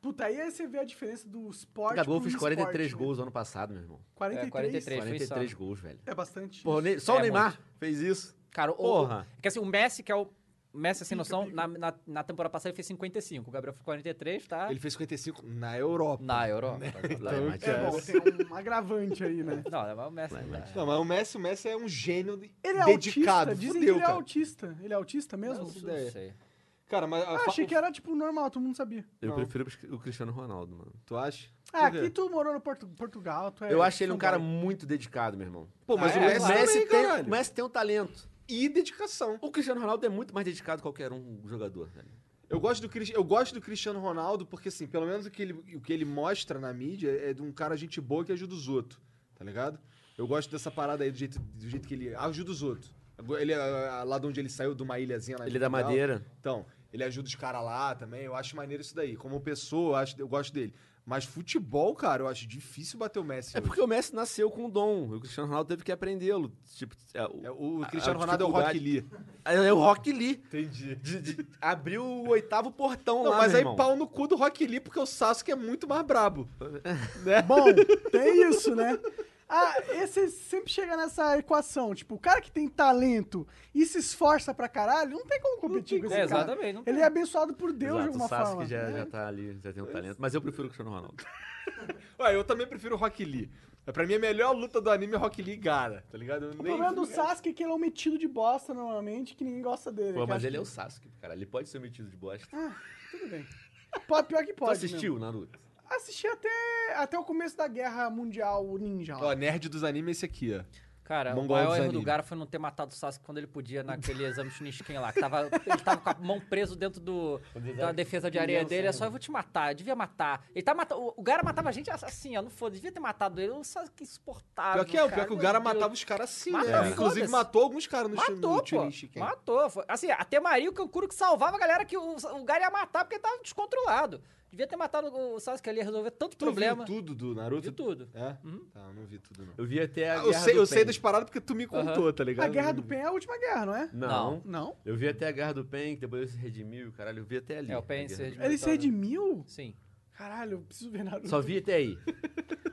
Puta, aí você vê a diferença do O esporte Gabigol pro fez 43 esporte, gols ano passado, meu irmão. Né? 43? É, 43. Três, foi 43 só. gols, velho. É bastante. Porra, o Ney- só É o Neymar fez isso. Cara, o, Porra. o, que assim, o Messi, que é o Messi, sem noção, na, na, na temporada passada ele fez 55. O Gabriel fez 43, tá? Ele fez 55 na Europa. Né? Então, Na Europa. Lá em É bom, Matias. tem um agravante aí, né? Não, é o Messi. Não, mas o Messi, o Messi é um gênio de- Ele é dedicado. autista, dizem Fudeu, que ele é cara. autista. Ele é autista mesmo? Não Não ideia. sei. Cara, mas a Ah, fa- achei que era, tipo, normal, todo mundo sabia. Eu prefiro o Cristiano Ronaldo, mano. tu acha? Ah, Por quê? aqui tu morou no Portu- Portugal, tu é... Eu acho ele um cara fanboy. muito dedicado, meu irmão. Pô, mas Ah, o é, Messi O claro. também, Messi, tem, caralho. o Messi tem um talento. E dedicação. O Cristiano Ronaldo é muito mais dedicado que qualquer um jogador, velho. Eu gosto, do, Cris- eu gosto do Cristiano Ronaldo porque, assim, pelo menos o que, ele, o que ele mostra na mídia é de um cara gente boa que ajuda os outros, tá ligado? Eu gosto dessa parada aí do jeito, do jeito que ele ajuda os outros. Agora, Ele, ah, lá de onde ele saiu, de uma ilhazinha lá em Ele é da Portugal. Madeira. Então, ele ajuda os caras lá também. Eu acho maneiro isso daí. Como pessoa, eu, acho, eu gosto dele. Mas futebol, cara, eu acho difícil bater o Messi. É hoje. porque o Messi nasceu com o dom. E o Cristiano Ronaldo teve que aprendê-lo. Tipo, é, o, É, o a- a Cristiano Ronaldo é o Rock dificuldade- Lee. É, é o Rock Lee. Entendi. De- de- abriu o oitavo portão Não, lá, mas meu aí irmão. pau no cu do Rock Lee porque o Sasuke é muito mais brabo. Bom, tem isso, né? Ah, esse sempre chega nessa equação. Tipo, o cara que tem talento e se esforça pra caralho, não tem como competir com esse É, cara. exatamente, não tem. Ele é abençoado por Deus Exato, de alguma o Sasuke forma. Já, É. já tá ali, já tem um talento. Mas eu prefiro o Cristiano Ronaldo. Ué, eu também prefiro o Rock Lee. É, Pra mim, a melhor luta do anime é Rock Lee e Gara, tá ligado? Eu O nem- problema do Sasuke é que ele é um metido de bosta normalmente, que ninguém gosta dele. Pô, que mas acha ele é o que- Ah, Sasuke, cara. Ele pode ser metido de bosta. Tudo bem. Pode, pior que Tu pode. assistiu, né? Naruto? mesmo. Assisti até, até o começo da guerra mundial ninja. lá. Ó, nerd dos animes é esse aqui, ó. Cara, Mongol o maior dos erro do anime. Gara foi não ter matado o Sasuke quando ele podia naquele exame Shinshiken lá. Que tava, ele tava com a mão preso dentro do, da defesa de areia dele. né? É só, eu vou te matar, eu devia matar. Ele tá matando... O, o Gara matava a gente assim, ó, não foda. Devia ter matado ele. O Sasuke insuportável, Pior que é, o cara, pior que o meu Gara Deus. matava os caras assim, Matava, né? Inclusive, foda-se. matou alguns caras no Shin- Matou, no pô. Shiken. Matou. Foi- Assim, até Maria o Kankuro que salvava a galera que o, o Gara ia matar porque ele tava descontrolado. Devia ter matado o Sasuke ali, ia resolver tanto Tu problema. viu tudo do Naruto? Vi tudo. Uhum. É? Tá, eu não vi tudo, não. Eu vi até a Ah, eu Guerra sei, do eu sei Pen. das paradas porque tu me contou, tá ligado? A guerra do Pen é a última guerra, não é? Não. Não. Não. Eu vi até a Guerra do Pen, que depois ele se redimiu, caralho. Eu vi até ali. É, o a Pen Guerra se do redimiu. Ele se redimiu? Sim. Caralho, eu preciso ver Naruto. Só vi até aí.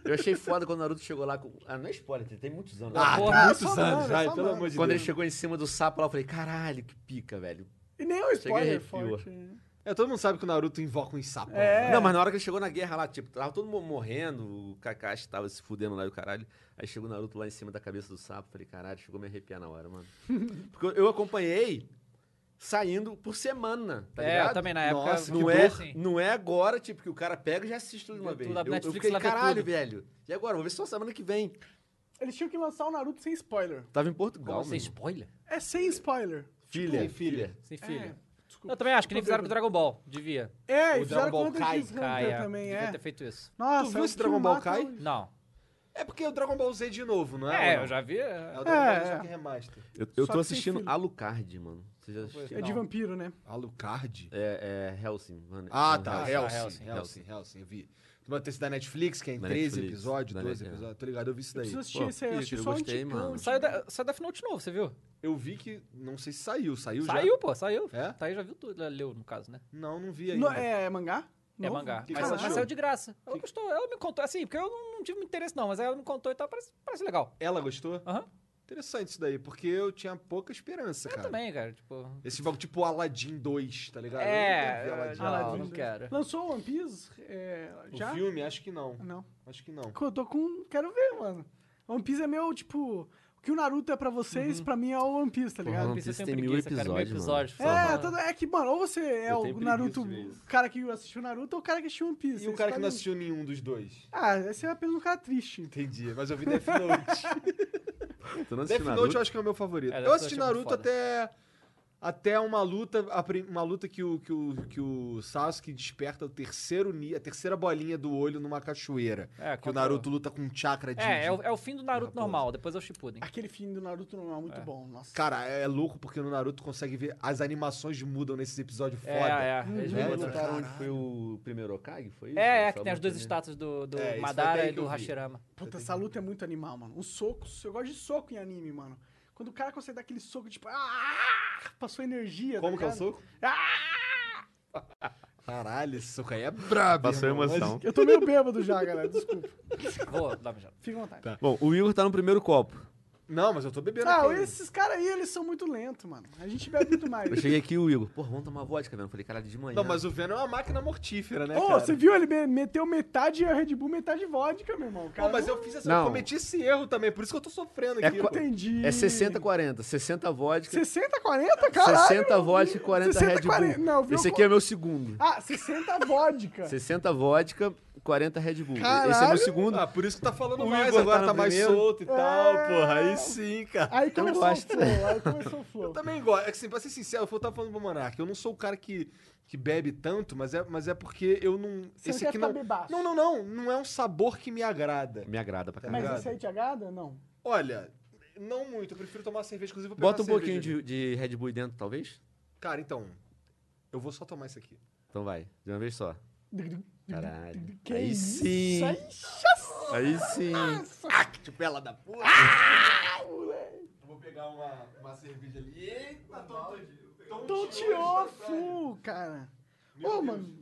Eu achei foda quando o Naruto chegou lá com... Ah, não é spoiler, tem- tem muitos anos. Ah, Porra, tem muitos só anos, mano, vai, só pelo mano. amor de Quando ele Deus. chegou em cima do sapo lá, eu falei, caralho, que pica, velho. E um nem o spoiler Cheguei a arrepiar. forte. né? É, todo mundo sabe que o Naruto invoca um sapão. É. Não, mas na hora que ele chegou na guerra lá, tipo, tava todo mundo morrendo, o Kakashi tava se fudendo lá e o caralho. Aí chegou o Naruto lá em cima da cabeça do sapo, falei, caralho, chegou a me arrepiar na hora, mano. Porque eu- eu acompanhei saindo por semana, tá é, ligado? eu também na época... Nossa, eu Não vi é, assim. não é agora, tipo, que o cara pega e já assiste tudo de uma Tudo, vez. a Eu, eu Netflix fiquei, lá vê caralho, tudo." velho. E agora? Vou ver só semana que vem. Eles tinham que lançar o Naruto sem spoiler. Tava em Portugal, Como sem mano. spoiler? É sem spoiler. Filha, um Tipo, filha. Sem É. É. filha. Desculpa. Eu também acho que nem fizeram com o Dragon Ball. Devia. É, O e fizeram Dragon com Ball o Kai, né? Hunter x Kai, Hunter é. também, Devia é. ter feito isso. Nossa, Tu viu é um esse Dragon Ball filmaço. Kai? Não. É porque o Dragon Ball Z de novo, não é? É, Ou não? eu já vi. é. É o Dragon Ball É, Z é. só que remaster. Eu, eu Só tô que sem assistindo filho. Alucard, mano. Você já assistiu? É de Não. vampiro, né? Alucard? É, é Helsing, mano. Ah, Não, tá. Helsing. Helsing, Helsing, Helsing, Helsing, eu vi. Mas tem esse da Netflix, que é em Da 13 Netflix, episódios, da 12 Net- é. episódios. Tô ligado, eu vi isso daí. Preciso assistir Pô, esse aí, eu assisti Peter, só eu um gostei, antigão, mano. antigão. Saiu, da, saiu Death Note novo, você viu? Eu vi que. Não sei se saiu. Saiu, já? saiu, pô, saiu. É? Tá aí, já viu tudo. Leu, no caso, né? Não, não vi ainda. No- é, é mangá? É Novo? mangá. que Mas, você mas achou? saiu de graça. Ela gostou, ela me contou. Assim, porque eu não, não tive muito interesse, não, mas ela me contou e tal, parece, parece legal. Ela gostou? Aham. Interessante isso daí, porque eu tinha pouca esperança, Eu cara. também, cara. Tipo. Esse bagulho tipo Aladdin 2, tá ligado? é, eu nunca vi Aladdin. não, Aladdin não dois. quero. Lançou o One Piece? é, O já? filme, acho que não. Não. Acho que não. Eu tô com. Quero ver, mano. One Piece é meu, tipo. O que o Naruto é pra vocês, Uhum. pra mim é o One Piece, tá ligado? One Piece eu Piece tenho tem mil preguiça, cara, mil episódios, episódios. É, Porra. todo- é que, mano, ou você é Eu o tenho preguiça Naruto, de ver isso. o cara que assistiu Naruto, ou o cara que assistiu One Piece. E o Esse cara que tá não ali. assistiu nenhum dos dois? Ah, esse é apenas um cara triste. Entendi, mas eu vi Death Note. Tu não assistiu Death Note Naruto? eu acho que é o meu favorito. É, Death eu assisti Note é muito Naruto foda. até até uma luta, a prim- uma luta que o, que o, que o Sasuke desperta o terceiro ni, a terceira bolinha do olho numa cachoeira. É, que o contra- Naruto luta com um chakra de. É, é o, de- é o fim do Naruto normal, depois é o Shippuden. Aquele fim do Naruto não é muito bom, nossa. Cara, é louco porque no Naruto consegue ver as animações mudam nesses episódios É, foda. Uhum. é. eles Eles mudam. botaram onde foi o primeiro Okage, foi isso? É, é, Só que tem as botou duas ali. estátuas do, do É, isso foi Madara daí e que eu do vi. Hashirama. Puta, essa luta é muito animal, mano. Os socos, eu gosto de soco em anime, mano. Quando o cara consegue dar aquele soco, tipo, ah, passou energia. Como tá que é o ligado? soco? Caralho, esse soco aí é brabo. Passou irmão. emoção. Eu tô meio bêbado já, galera, desculpa. Vou dar uma mijada. Fica à vontade. Bom, o Igor tá no Tá primeiro copo. Não, mas eu tô bebendo Ah, aqui. esses caras aí, eles são muito lentos, mano. A gente bebe muito mais. Eu cheguei aqui o Igor, porra, vamos tomar vodka, velho. Eu falei, caralho, de manhã. Não, mas o Venom é uma máquina mortífera, né, Ô, cara? você viu? Ele me- meteu metade Red Bull, metade vodka, meu irmão. Cara, Pô, mas eu fiz essa, Não. eu cometi esse erro também, por isso que eu tô sofrendo É aqui. co- pô. entendi. É 60, 40. 60 vodka, 60, 40? Caralho. 60 vodka e 40 Red 60, Bull. 40, não, viu? Esse aqui é meu segundo. Ah, 60 vodka. 60 vodka, 40 Red Bull. Esse é Caralho. meu segundo. Ah, por isso que tá falando O mais, Igor agora tá tá, no mais primeiro. solto e tal, porra. É. Aí sim, cara. Ah, Aí começou o gosto. flow, aí começou o flow. Eu também gosto. É que, assim, pra ser sincero, eu tava falando pro Monark, eu não sou o cara que, que bebe tanto, mas é, mas é porque eu não... Você esse quer aqui ficar não... bebaço. Não, não, não. Não é um sabor que me agrada. Tá Me agrada pra Mas caralho. ligado? esse aí te agrada? Não. Olha, não muito. Eu prefiro tomar cerveja, inclusive. eu vou Bota um pegar uma pouquinho cerveja de, de Red Bull dentro, talvez? ali. Cara, então, eu vou só tomar isso aqui. Então vai, de uma vez só. Caralho. aí isso? sim. Aí, Aí sim. Tipo, ela da porra. Eu Vou pegar uma, uma cerveja ali. Eita, tonteou. Tonteou full, cara. Ô, mano,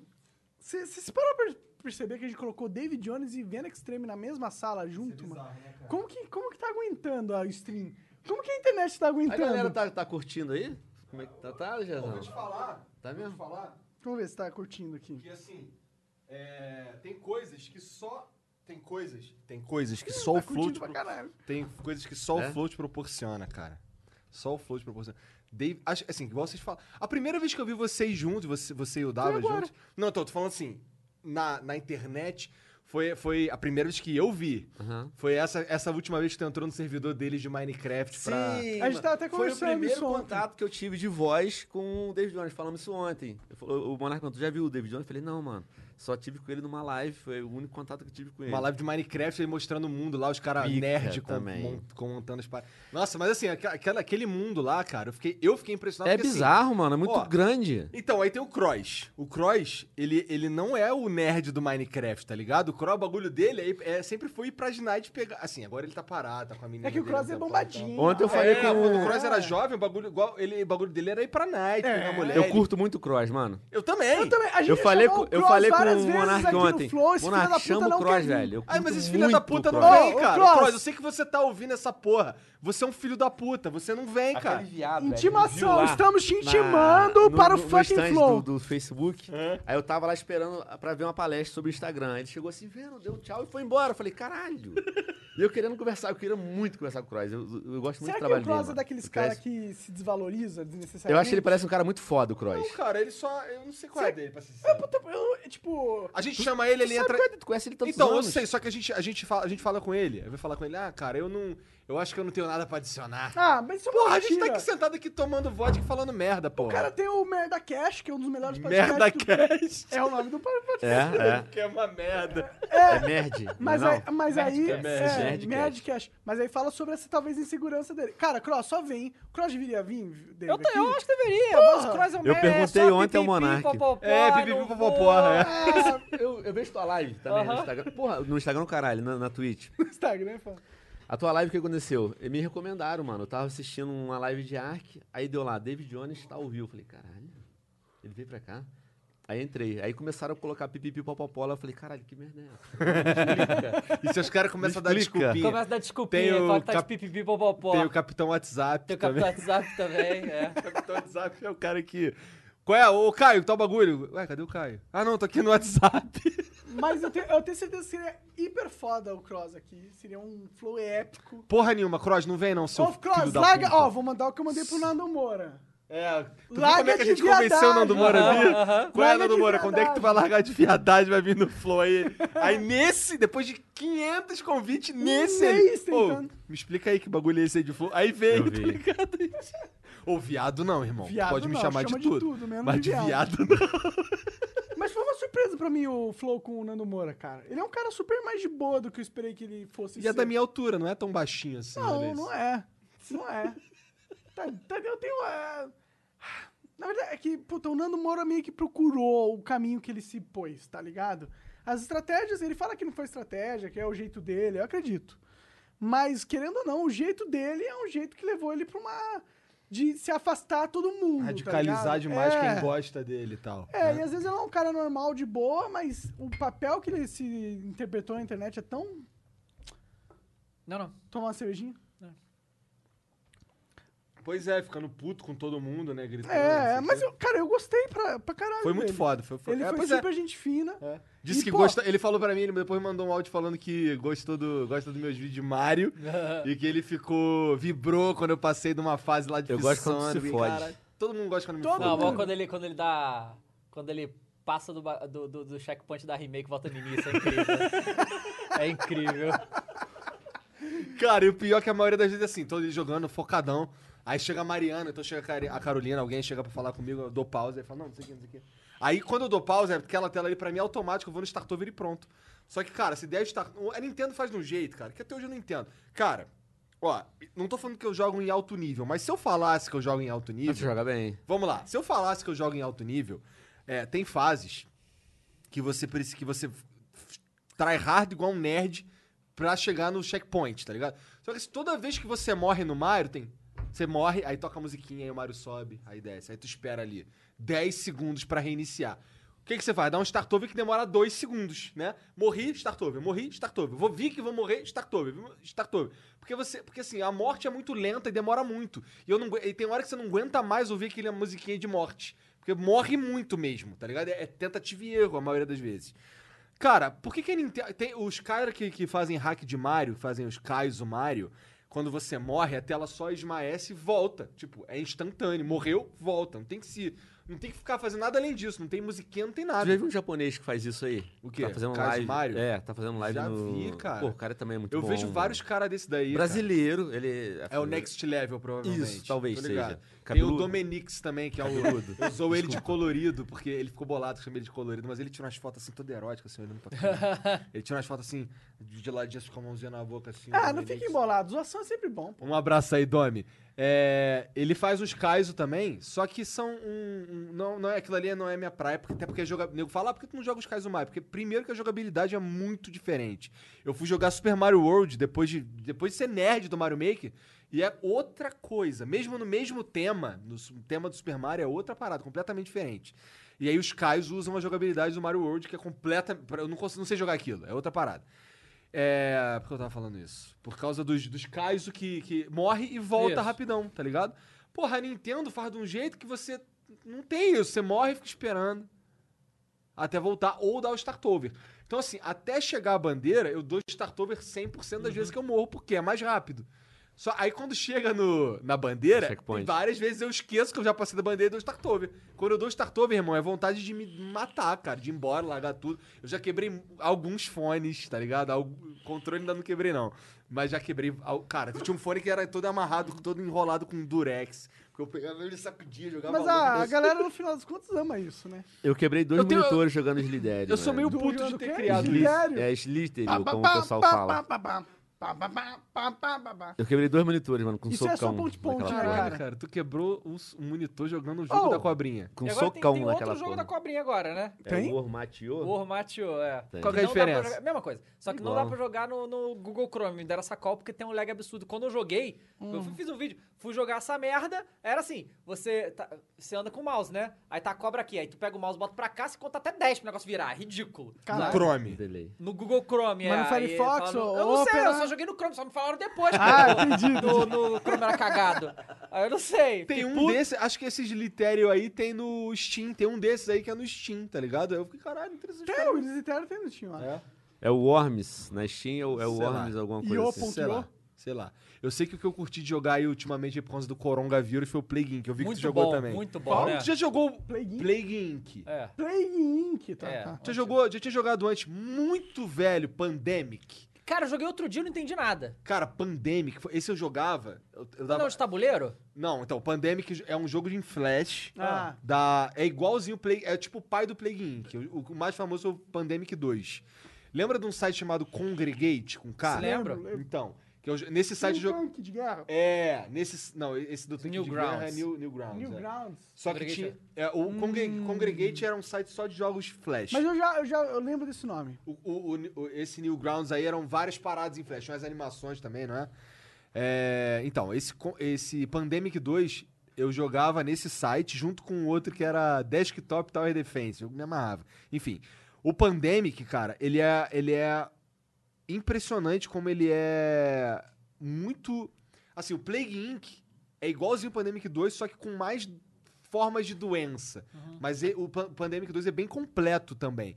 você se parou pra perceber que a gente colocou David Jones e Venom Extreme na mesma é sala junto, mano? né, Como que, como que tá aguentando a stream? Como que a internet tá A aguentando? galera tá, tá curtindo aí? Como é que tá, tá Jezão? falar, Tá mesmo? vou te falar Vamos ver se tá curtindo aqui. que assim, é, tem coisas que só. Tem coisas. Tem coisas que só o tá flow. curtindo te pra pro- caralho. Tem coisas que só É? o flow te proporciona, cara. Só o flow te proporciona. Dave, acho- assim, igual vocês falam. A primeira vez que eu vi vocês juntos, você, você e o Dava agora. juntos. Não, tô, tô falando assim, na, na internet. Foi, foi a primeira vez que eu vi. Aham. Foi essa, essa última vez que tu entrou no servidor deles de Minecraft pra. Sim, A gente tava até Foi o conversando primeiro isso ontem. contato que eu tive de voz com o David Jones. Falamos isso ontem. Eu fal- o Monarca perguntou, já viu o David Jones? Eu falei, não, mano. Só tive com ele numa live. Foi o único contato que eu tive com ele. Uma live de Minecraft aí mostrando o mundo lá, os caras Pica nerd com, também. mon- com, montando as paradas. Nossa, mas assim, aqua- aquela- aquele mundo lá, cara, eu fiquei, eu fiquei impressionado. É porque, assim, bizarro, mano. É muito ó, grande. então, aí tem o Cross. O Cross, ele, ele não é o nerd do Minecraft, tá ligado? O Cross, o bagulho dele é, é- sempre foi ir pra Night pegar. Assim, agora ele tá parado, tá com a menina. É que o dele, Cross é tá- tá- bombadinho. Ontem eu tá- falei É, É. com quando o o... Cross era jovem, o bagulho, igual, ele, o bagulho dele era ir pra Night, pegar a mulher. Eu Ele- curto muito o Cross, mano. Eu também. Eu também. A gente Eu já falei, chamou com, o eu Cross falei com várias o vezes Monark aqui no ontem. Flow, esse filho Monark, da puta chama não o Cross, quer vir. velho. Eu Ai, mas curto esse filho da muito puta o não Cross. Cross. vem, Ô, ô, cara. Cross. Cross, eu sei que você tá ouvindo essa porra. Você é um filho da puta, você não vem, cara. Aquele viado, velho, ele viu Intimação, lá estamos te na- intimando no- para o no- no fucking stand flow. Do, do Facebook. Aí eu tava lá esperando pra ver uma palestra sobre o Instagram. Ele chegou assim, vendo, deu um tchau e foi embora. Eu falei, caralho. e eu querendo conversar, eu queria muito conversar com o Cross. Eu, eu- eu gosto muito Será do que o trabalho dele. Cross é mano. daqueles O caras Cross- que se desvaloriza desnecessariamente? Eu acho que ele parece um cara muito foda, o Cross. Não, cara, ele só. Eu não sei qual é Você- dele, pra ser É, sincero. puta, eu, tipo... A gente chama ele, ele Sabe entra. qual é? Tu conhece ele tantos Então, anos. eu sei, só que a gente, a, gente fala, a gente fala com ele. Eu vou falar com ele, ah, cara, eu não. Eu acho que eu não tenho nada pra adicionar. Ah, mas isso é Porra, a gente tá mentira. aqui sentado aqui tomando vodka e falando merda, porra. O cara tem o Merda Cash, que é um dos melhores podcasts merda do- cast. É o nome do podcast. É, é. Que é uma merda. É nerd. Mas não é aí, não? mas aí Nerdcast. é, Nerdcast. Nerdcast. Mas aí fala sobre essa talvez insegurança dele. Cara, Cross, só vem. Cross deveria vir, David, Eu, tô- eu aqui? acho que deveria, mas o Cross é um Eu merda, perguntei é só ontem ao pipipi, Monark. popopó, É, não pipipi, vou- popopó, é. Eu, eu vejo tua live também no Aham. Instagram. Porra, no Instagram, caralho, na, na Twitch. Instagram, pô. A tua live, o que aconteceu? E Me recomendaram, mano. Eu tava assistindo uma live de Ark, aí deu lá, David Jones tá ao vivo. Eu Falei, caralho, ele veio pra cá? Aí entrei. Aí começaram a colocar pipipi popopola. Eu falei, caralho, que merda é essa? E se os caras começam a dar Explica. desculpinha. Começa a dar desculpinha, Tem o fala que tá cap- de pipipi, popopó. Tem o Capitão WhatsApp. Tem o também. Capitão WhatsApp também, é. Capitão WhatsApp é o cara que. Qual é? Ô, Caio, tá o bagulho? Ué, cadê o Caio? Ah, não, tô aqui no WhatsApp. Mas eu tenho, eu tenho certeza que seria hiper foda o Cross aqui. Seria um flow épico. Porra nenhuma, Cross, não vem não, seu Ô, filho Cross, da larga. puta. Ó, vou mandar o que eu mandei pro Nando Moura. É, tu viu Larga como é que a de gente convenceu o viadagem. Nando Moura ali? Aham, aham. Qual é, Larga Nando de Moura? Quando é que tu viadagem. vai largar de viadagem vai vir no flow aí? É. Aí nesse, depois de 500 convites, nesse aí. mês Ô, então. tentando. me explica aí que bagulho é esse aí de flow. Aí veio, Eu tá vi. ligado? Ô, viado não, irmão. Tu Viado Pode me não, chamar chama de de tudo. tudo, menos mas de de viado. viado não. Mas foi uma surpresa pra mim o flow com o Nando Moura, cara. Ele é um cara super mais de boa do que eu esperei que ele fosse E é ser. da minha altura, não é tão baixinho assim. olha Não, isso. não é. Não é. tá, tá- eu tenho uma... Na verdade, é que, puta, o Nando Moura meio que procurou o caminho que ele se pôs, tá ligado? As estratégias, ele fala que não foi estratégia, que é o jeito dele, eu acredito. Mas, querendo ou não, o jeito dele é um jeito que levou ele pra uma... De se afastar a todo mundo, tá Radicalizar ligado? demais É. quem gosta dele e tal. É, né? e às vezes ele é um cara normal, de boa, mas o papel que ele se interpretou na internet é tão... Não, não. Tomar uma cervejinha? Pois é, ficando puto com todo mundo, né? Gritando. não É, sei é, o mas, quê. eu, cara, eu gostei pra, pra caralho. Foi muito dele. foda, foi foda. Ele É, foi pois é. super gente fina. É. Disse E, que pô, gosta. Ele falou pra mim, ele depois mandou um áudio falando que gostou do, gosta dos meus vídeos de Mario e que ele ficou. vibrou quando eu passei de uma fase lá de Eu gosto quando se fode. Todo mundo gosta quando me Todo fode. mundo. Não, bom, quando ele, quando ele dá. Quando ele passa do, ba- do, do, do checkpoint da remake e volta no início, é incrível. é incrível. Cara, e o pior é que a maioria das vezes é assim, tô ali jogando, focadão. Aí chega a Mariana, então chega a Cari- a Carolina, alguém chega pra falar comigo, eu dou pausa, aí fala, não, não sei o que, não sei o que. Aí quando eu dou pausa, aquela tela ali pra mim é automático, eu vou no start over e pronto. Só que, cara, se der start. A Nintendo faz de um jeito, cara, que até hoje eu não entendo. Cara, ó, não tô falando que eu jogo em alto nível, mas se eu falasse que eu jogo em alto nível. Ah, Você joga bem. Vamos lá. Se eu falasse que eu jogo em alto nível, é, tem fases que você preci- que você f- f- try hard igual um nerd pra chegar no checkpoint, tá ligado? Só que se toda vez que você morre no Mario, tem você morre, aí toca a musiquinha, aí o Mario sobe, aí desce. Aí tu espera ali 10 segundos pra reiniciar. O que, que você faz? Dá um start over que demora 2 segundos, né? Morri, start over. Morri, start over. Vou vir que vou morrer, start over. vi- Start over. Porque, você, porque assim, a morte é muito lenta e demora muito. E, eu não, agu- e tem hora que você não aguenta mais ouvir aquela musiquinha de morte. Porque morre muito mesmo, tá ligado? É, é tentativa e erro a maioria das vezes. Cara, por que, que a Nintendo. Tem os caras que, que fazem hack de Mario, que fazem os Kaizo Mario, quando você morre, a tela só esmaece e volta. Tipo, é instantâneo. Morreu, volta. Não tem que se. Não tem que ficar fazendo nada além disso. Não tem musiquinha, não tem Você nada. já viu um japonês que faz isso aí? O quê? Tá fazendo Caso live. Mario? É, tá fazendo live Já no... vi, cara. Pô, o cara também é muito Eu bom. vejo vários velho. caras desse daí. cara. Brasileiro, ele... É o next level, provavelmente. Isso, talvez Tô ligado. seja. Tem o Cabeludo. Domenix também, que é o. Eu usou ele de colorido, porque ele ficou bolado que eu chamei ele de colorido, mas ele tirou umas fotos assim, toda erótica, assim, olhando pra câmera. Ele tirou umas fotos assim, de de ladinho, assim, com a mãozinha na boca, assim. Ah, o não Domenix. fica embolado. Zoação é sempre bom, pô. Um abraço aí, Domi. É, ele faz os Kaizo também, só que são um. um- não, não é aquilo ali, não é minha praia, porque, até porque joga. Nego fala, ah, por que tu não joga os Kaizo Mario? Porque primeiro que a jogabilidade é muito diferente. Eu fui jogar Super Mario World depois de, depois de ser nerd do Mario Maker, e é outra coisa. Mesmo no mesmo tema, no su- tema do Super Mario é outra parada, completamente diferente. E aí os Kaizo usam a jogabilidade do Mario World, que é completa. pra- Eu não, consigo, não sei jogar aquilo, é outra parada. É. Por que eu tava falando isso? Por causa dos, dos Kaizo que, que morre e volta Isso. rapidão, tá ligado? Porra, a Nintendo faz de um jeito que você. Não tem isso. Você morre e fica esperando. Até voltar ou dar o start over. Então, assim, até chegar a bandeira, eu dou start over 100% das vezes que eu morro, porque é mais rápido. Só, aí quando chega no, na bandeira, Checkpoint. tem várias vezes eu esqueço que eu já passei da bandeira e dou start over. Quando eu dou start over, irmão, é vontade de me matar, cara, de ir embora, largar tudo. Eu já quebrei alguns fones, tá ligado? Algu- controle ainda não quebrei, não. Mas já quebrei. al- Cara, tinha um fone que era todo amarrado, todo enrolado com durex. Porque eu pegava ele sacudia, jogava Mas louco, a, a desse- galera, no final das contas, ama isso, né? Eu quebrei dois Eu tenho- monitores jogando Slidery. Eu sou meio Do puto de jogo ter que é? criado Sli- isso. Slidery. É Slidery, Pá, como o pá, pessoal pá, fala. pá, pá, pá, pá, pá, pá, pá, pá, pá. Eu quebrei dois monitores, mano, com Isso é socão. só ponte-ponte, naquela né, porra. Cara, cara, tu quebrou um s- um monitor jogando o jogo Oh. da cobrinha. Com e agora tem, socão tem naquela outro jogo porra. da cobrinha agora, né? É Tem? o Ormatio. O Ormatio, é. Tem. Qual que é a Não dá pra diferença? jogar- mesma coisa. Só que não dá Igual. pra jogar no, no Google Chrome. Me deram essa call porque tem um lag absurdo. Quando eu joguei, eu fui- fiz um vídeo, fui jogar essa merda, era assim, você, tá- você anda com o mouse, né? Aí tá a cobra aqui, aí tu pega o mouse, bota pra cá, você conta até 10 pro negócio virar. É ridículo. No Caralho. Chrome. Delay. No Google Chrome, Mas é. no Firefox aí fala ou Eu não sei, eu Opera? só joguei no Chrome, só me falaram depois. Ah, cara. entendi, entendi. No, no Chrome era cagado. Aí eu não sei. Tem fiquei um puto. desse, acho que esses litério aí tem no Steam, tem um desses aí que é no Steam, tá ligado? Aí Eu fiquei, caralho, interessante. Tem, o Desitero tem no time, ó. É, É o Worms. Na Steam é o, é o Sei lá. Worms alguma E coisa o assim. ponto- sei lá, sei lá. Eu sei que o que eu curti de jogar aí ultimamente por causa do coronavírus foi o Plague Inc, eu vi que Muito tu jogou bom, também. muito bom, Paulo, né? tu já jogou Plague Inc? Plague Inc? É. Plague Inc. Tá, É. tá. Já, jogou, já tinha jogado antes, muito velho, Pandemic. Cara, eu joguei outro dia e não entendi nada. Cara, Pandemic, foi- esse eu jogava, eu, eu dava... Não, de tabuleiro? Não, então, Pandemic é um jogo em flash. Ah. Da, é igualzinho o Plague. É tipo o pai do Plague Inc. O, o mais famoso é o Pandemic 2. Lembra de um site chamado Congregate com K? Se lembra? Então. Que eu- nesse site Tem eu um jo- tanque de guerra. É, nesse. Não, esse do Tank de Newgrounds. Guerra é New, Newgrounds. é. Newgrounds. Só que Congregate. Hum. tinha. é, o Congre- Congregate era um site só de jogos flash. Mas eu já, eu já eu lembro desse nome. O, o, o, esse Newgrounds aí eram várias paradas em Flash, tinha as animações também, não é? É, então, esse, co- esse Pandemic 2 eu jogava nesse site junto com outro que era Desktop Tower Defense, eu me amarrava. Enfim, o Pandemic, cara, ele é, ele é impressionante como ele é muito. Assim, o Plague Inc. é igualzinho o Pandemic 2, só que com mais formas de doença. Uhum. Mas e- o Pan- Pandemic 2 é bem completo também.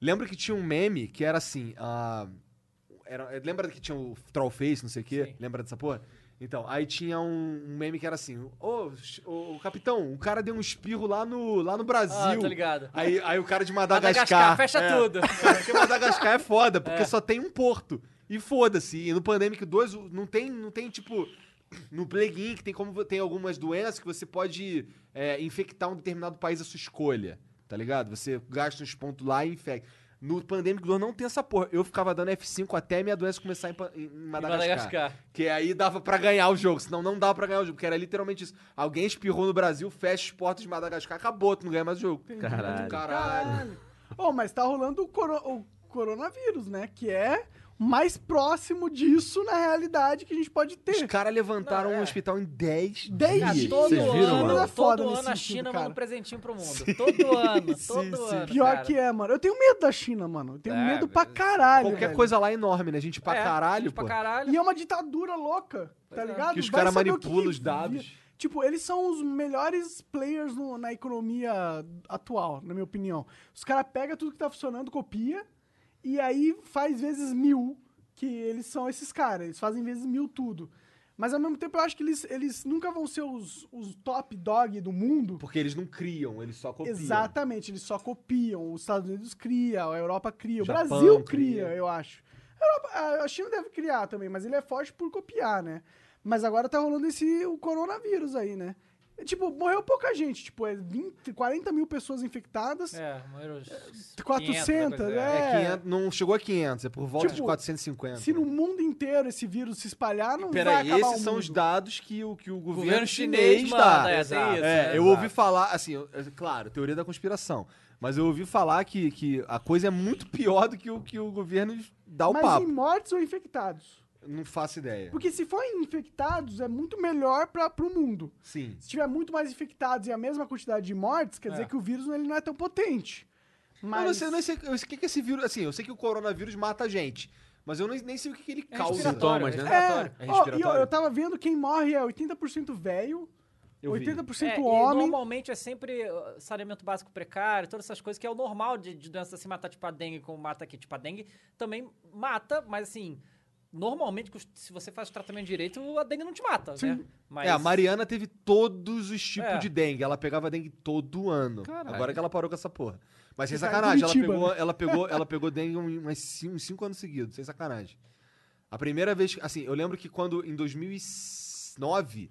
Lembro que tinha um meme que era assim. ah, era- é, lembra que tinha o Trollface, não sei o quê? Lembra dessa porra? Então, aí tinha um, um meme que era assim: Ô, ch- ô, capitão, o cara deu um espirro lá no, lá no Brasil. Ah, tô ligado. Aí, aí o cara de Madagascar, Madagascar. fecha é. tudo. Porque Madagascar é foda, porque só tem um porto. E foda-se. E no Pandemic 2 o- não tem, não tem tipo. No Plague Inc. tem, como, tem algumas doenças que você pode é, infectar um determinado país à sua escolha. Tá ligado? Você gasta uns pontos lá e infecta. No Pandemic 2 não tem essa porra. Eu ficava dando F5 até minha doença começar em, Pa- em é Madagascar. Madagascar. Que aí dava pra ganhar o jogo, senão não dava pra ganhar o jogo, porque era literalmente isso. Alguém espirrou no Brasil, fecha as portas de Madagascar, acabou, tu não ganha mais o jogo. Caralho. Caralho. Ô, mas tá rolando o, coro- o coronavírus, né? Que é mais próximo disso na realidade que a gente pode Os ter. caras levantaram Não, é. um hospital em 10 10 Cara, dias. todo Vocês viram, ano, mano? É foda todo ano nesse a sentido, China cara. manda um presentinho pro mundo. todo ano, todo sim. ano. Pior cara. que é, mano. Eu tenho medo da China, mano. Eu tenho É, medo pra velho. caralho. né? Qualquer velho. coisa lá é enorme, né? Gente pra É, caralho, gente pô. Pra caralho. E é uma ditadura louca, tá é. ligado? Que os Vai caras saber o manipulam que os dados. vi- Tipo, eles são os melhores players no- na economia atual, na minha opinião. Os caras pegam tudo que tá funcionando, copia, e aí faz vezes mil, que eles são esses caras. Eles fazem vezes mil tudo. Mas ao mesmo tempo, eu acho que eles, eles nunca vão ser os, os top dog do mundo. Porque eles não criam, eles só copiam. Exatamente, eles só copiam. Os Estados Unidos cria, a Europa cria, o Japão Brasil cria, cria. eu acho. A, Europa- ah, a- a China deve criar também, mas ele é forte por copiar, né? Mas agora tá rolando esse o coronavírus aí, né? É, tipo, morreu pouca gente, tipo, é 20, 40 mil pessoas infectadas, É, morreram uns 400, 500, coisa, né? É, 500 não chegou a 500, é por volta Tipo, de 450. Se no mundo inteiro esse vírus se espalhar, não vai Peraí, acabar esses o são mundo. os dados que o, que o governo, governo chinês, chinês dá. manda, é, tem Exato. isso, É, né? eu Exato. ouvi falar, assim, eu- é, claro, teoria da conspiração. Mas eu ouvi falar que, que a coisa é muito pior do que o que o governo dá o Mas papo. em mortes ou infectados? Não faço ideia. Porque se for em infectados, é muito melhor para pro mundo. Sim. Se tiver muito mais infectados e a mesma quantidade de mortes, quer dizer que o vírus ele não é tão potente. Mas Eu não sei, eu não sei, eu sei o que que esse vírus. Assim, eu sei que o coronavírus mata a gente. Mas eu nem, nem sei o que, que ele causa. respiratório, Sintomas, né? é, respiratório. É ó, e eu, respiratório? eu tava vendo quem morre é 80% velho, Eu vi. 80% É, e homem. normalmente é sempre uh, saneamento básico precário, todas essas coisas que é o normal de, de doença assim matar, tipo a dengue, como mata aqui. Tipo a dengue também mata, mas assim, normalmente cust- se você faz o tratamento direito, a dengue não te mata, né? Mas, É, a Mariana teve todos os tipos É. de dengue. Ela pegava dengue todo ano. Caralho. Agora é que ela parou com essa porra. Mas sem Você tá em sacanagem, ela Curitiba, pegou, ela pegou, ela pegou dengue um- umas cinco, uns cinco anos seguidos, sem sacanagem. A primeira vez, que- assim, eu lembro que quando em 2009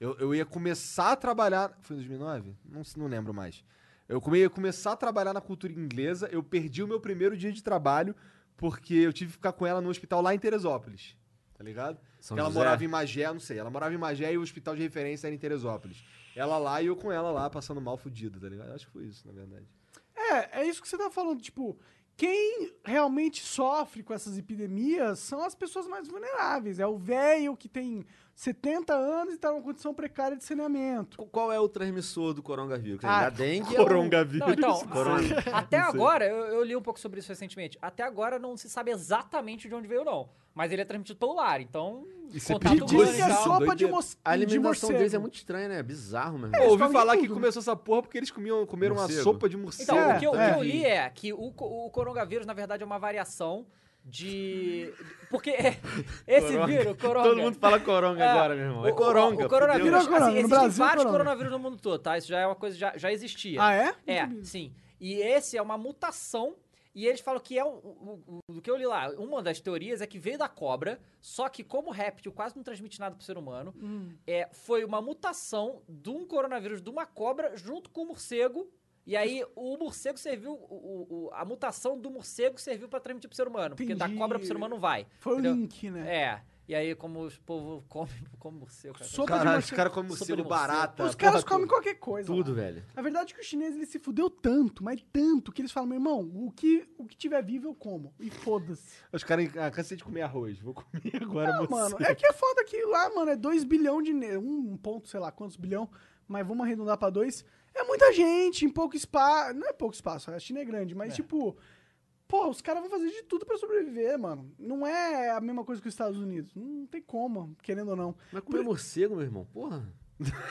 eu, eu ia começar a trabalhar, foi em 2009? Não, se- não lembro mais. Eu come- ia começar a trabalhar na cultura inglesa, eu perdi o meu primeiro dia de trabalho porque eu tive que ficar com ela no hospital lá em Teresópolis. Tá ligado? São Porque ela José? morava em Magé, eu não sei. Ela morava em Magé e o hospital de referência era em Teresópolis. Ela lá e eu com ela lá, passando mal fudido, tá ligado? Acho que foi isso, na verdade. É, é isso que você tá falando, tipo, quem realmente sofre com essas epidemias são as pessoas mais vulneráveis, é o velho que tem 70 anos e tá numa condição precária de saneamento. Qu- Qual é o transmissor do coronavírus? Quer dizer, Ah, da dengue é um Coronavírus. Não, então, Corona. a- até agora, eu, eu li um pouco sobre isso recentemente. Até agora não se sabe exatamente de onde veio, não. Mas ele é transmitido pelo ar, então. Isso é contato perigoso, Dizem humano que e é Doideira. tal. sopa de, mos... A de alimentação morcego. deles é muito estranha, né? É bizarro, meu irmão. Eu ouvi comem falar que tudo. começou essa porra porque eles comiam, comeram Morcego. uma sopa de morcego. Então, É, o, que eu, o é. que eu li é que o, co- o coronavírus, na verdade, é uma variação de. Porque é- esse Coronga. vírus, o coronga. Todo mundo fala coronga É, agora, meu irmão. É o- o- coronga. O, coronavírus, Virou assim, coronga, no existem Brasil, é vários coronga. coronavírus no mundo todo, tá? Isso já é uma coisa, já, já existia. Ah, é? É, sim. E esse é uma mutação. E eles falam que é o, o, o- o que eu li lá. Uma das teorias é que veio da cobra, só que como o réptil quase não transmite nada pro ser humano, Hum. é, foi uma mutação de um coronavírus de uma cobra junto com o morcego. E aí o morcego serviu, o- o- o- a mutação do morcego serviu pra transmitir pro ser humano, porque da Entendi. cobra pro ser humano não vai. Foi o entendeu? link, né? É. E aí, como os povo come, come morcego, cara. Sopa Caralho, os de caras comem Sopa de morcego morcego. barata. Os porra caras comem toda. qualquer coisa. Tudo, lá. velho. A verdade é que o chinês ele se fudeu tanto, mas tanto, que eles falam, meu irmão, o que, o que tiver vivo eu como. E foda-se. Os caras, ah, cansei de comer arroz. Vou comer agora Ah, morcego. mano, é que é foda que lá, mano, é 2 bilhão de. ne- Um ponto, sei lá quantos bilhão, mas vamos arredondar pra dois. É muita gente, em pouco espaço. Não é pouco espaço, a China é grande, mas tipo. Pô, os caras vão fazer de tudo pra sobreviver, mano. Não é a mesma coisa que os Estados Unidos. Não tem como, querendo ou não. Mas comer morcego, meu irmão, porra.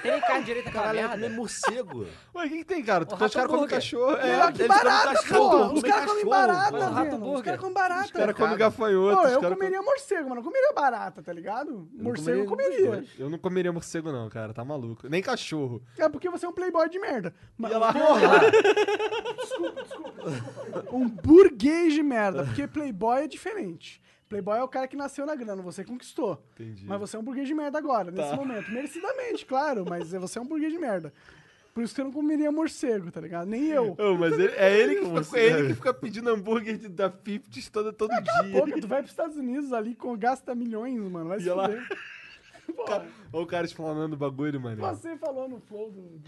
Tem carne direita aquela Caralho, é merda. comer morcego. Ué, o que, que tem, cara? Tu O os caras comem Rato-Burger. cachorro. É, Melhor que eles comem barata, cachorro, pô. Os comem caras comem cachorro, barata, porra, rato velho. Os burger. caras comem os barata. caras comem gafanhoto. Pô, os eu caras comem- comeria morcego, mano. Eu comeria barata, tá ligado? Morcego eu comeria comeria. nenhum dos dois. Eu não comeria morcego, não, cara. Tá maluco. Nem cachorro. É porque você é um playboy de merda. Mas, um burguês de merda. Porque playboy é diferente. Playboy é o cara que nasceu na grana, você conquistou. Entendi. Tá. Mas você é um burguês de merda agora, nesse momento. Merecidamente, claro, mas você é um burguês de merda. Por isso que eu não comeria morcego, tá ligado? Nem eu. Ô, mas ele- é ele que, fica, é ele que fica pedindo hambúrguer de- da Fifties todo, todo dia. Pô, que tu vai pros Estados Unidos ali, com, gasta milhões, mano. Vai se lá. fuder. Olha o cara explanando o bagulho, mano. Você falou no flow do...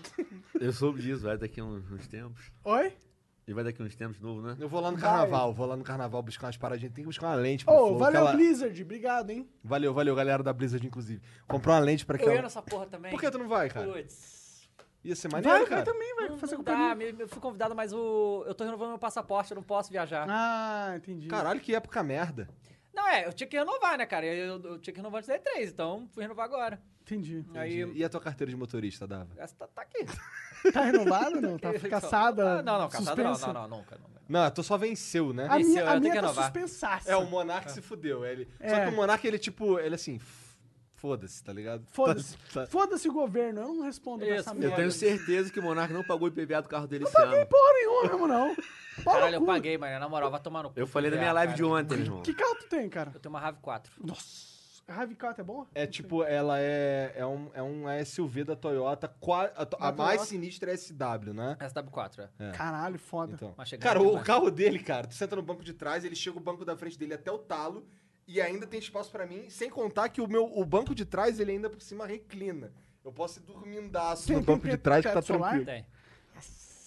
Eu soube disso, vai daqui uns, uns tempos. Oi? E vai daqui uns tempos de novo, né? Eu vou lá no carnaval, vou lá no carnaval buscar umas paradinhas. Tem que buscar uma Ô, lente pro Tipo, Flow, valeu, aquela- Blizzard. Obrigado, hein? Valeu, valeu, galera da Blizzard, inclusive. Comprou uma lente pra Eu ia aquela. nessa porra também. Por que tu não vai, cara? Puts. Ia ser maneiro, Vai, vai cara. também, vai Não, fazer não companhia. dá, me- eu fui convidado, mas o, eu tô renovando meu passaporte, eu não posso viajar. Ah, entendi. Caralho, que época merda. Não, é, eu tinha que renovar, né, cara? Eu, eu tinha que renovar antes da E3, então fui renovar agora. Entendi. É, Aí, E a tua carteira de motorista, Dava? essa tá, tá aqui. Tá renovado ou não? Tá caçada? Ah, não, não, caçada não, suspensa? não, não, nunca. nunca. Não, a tua só venceu, né? A Esse eu minha, a tenho minha que tá renovar. suspensaça. É, o Monark se fudeu. Ele... Só É. que o Monark, ele tipo, ele assim, f- foda-se, tá ligado? Foda-se. Tá- tá- Foda-se o governo, eu não respondo pra Isso, essa eu Eu merda. tenho certeza que o Monark não pagou o IPVA do carro dele esse ano. Porra nenhuma mesmo, não. Pau Caralho, no eu cu. paguei, mano. Na moral, vai tomar no cu. Eu falei na É, minha live cara. de ontem, irmão. Que carro tu tem, cara? Eu tenho uma RAV 4. Nossa. A Ravicato é boa? É tipo, ela é, é, um, é uma SUV da Toyota, qua- a, to- a Da mais Toyota? sinistra é a SW, né? SW4, é. Caralho, foda. Então. Mas chegando Cara, o demais. carro dele, cara, tu senta no banco de trás, ele chega o banco da frente dele até o talo e ainda tem espaço pra mim, sem contar que o meu o banco de trás ele ainda por cima reclina. Eu posso ir dormindaço Tem- no banco tem de trás que tá teto solar? tranquilo. Tem.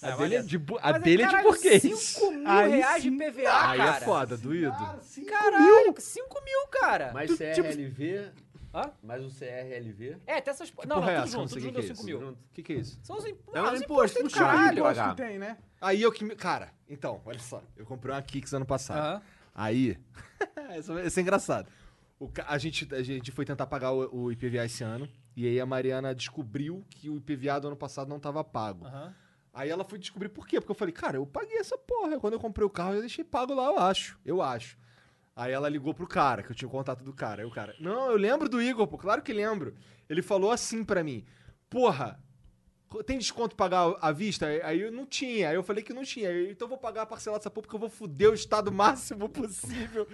A É, dele é maneiro. de, bu- a Mas, dele é de caralho, burguês. 5 mil Aí reais sim. Ah, de PVA, Aí cara. é foda, doído. Cinco mil? Caralho, 5 mil, cara. Mais CRLV, tipo Hã? mais o CRLV. É, tem essas... não, não, porra é tudo essa? Não junto, tudo sei o junto que deu que é 5 mil. isso. O Que que é isso? São os imp... É ah, um os imposto, impostos não do tinha caralho. imposto. Imposto que pagar. tem, né? Aí eu que me... Cara, então, olha só. Eu comprei uma Kicks ano passado. Aham. Aí. isso, isso é engraçado. O ca- a, gente, a gente foi tentar pagar o, o IPVA esse ano. E aí a Mariana descobriu que o IPVA do ano passado não tava pago. Aham. Aí ela foi descobrir por quê. Porque eu falei, cara, eu paguei essa porra. Quando eu comprei o carro, eu deixei pago lá, eu acho. Eu acho. Aí ela ligou pro cara, que eu tinha o contato do cara. Aí o cara, não, eu lembro do Igor, pô, claro que lembro. Ele falou assim pra mim, porra, co- tem desconto pagar à vista? Aí- Aí eu não tinha. Aí eu falei que não tinha. Aí, Então eu vou pagar a parcelada dessa porra porque eu vou fuder o estado máximo possível.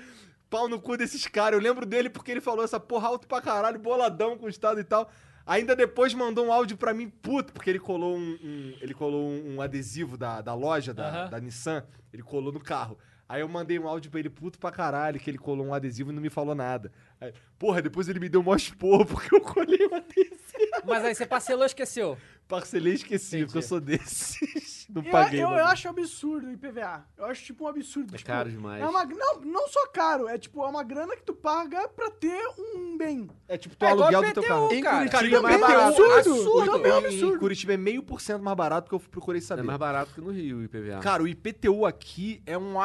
Pau no cu desses caras. Eu lembro dele porque ele falou essa porra alto pra caralho, boladão com o estado e tal. Ainda depois mandou um áudio pra mim, puto, porque ele colou um, um- ele colou um, um adesivo da, da loja da, Aham. da Nissan, ele colou no carro. Aí eu mandei um áudio pra ele, puto pra caralho, que ele colou um adesivo e não me falou nada. Aí, porra, depois ele me deu mó esporro porque eu colei o adesivo. Mas aí você parcelou e esqueceu. Parcelei e esqueci, porque eu sou desses. Não Eu, paguei. eu, não. eu acho absurdo o IPVA. Eu acho, tipo, um absurdo. É tipo, caro demais. É uma, não, não só caro, é tipo, é uma grana que tu paga pra ter um bem. É tipo tu É igual aluguel do teu PTU, carro. cara. Tipo, um Curitiba Também é absurdo, também é Em- absurdo. Em Curitiba é meio por cento mais barato que eu procurei É saber. mais barato que no Rio o IPVA. Cara, o IPTU aqui é um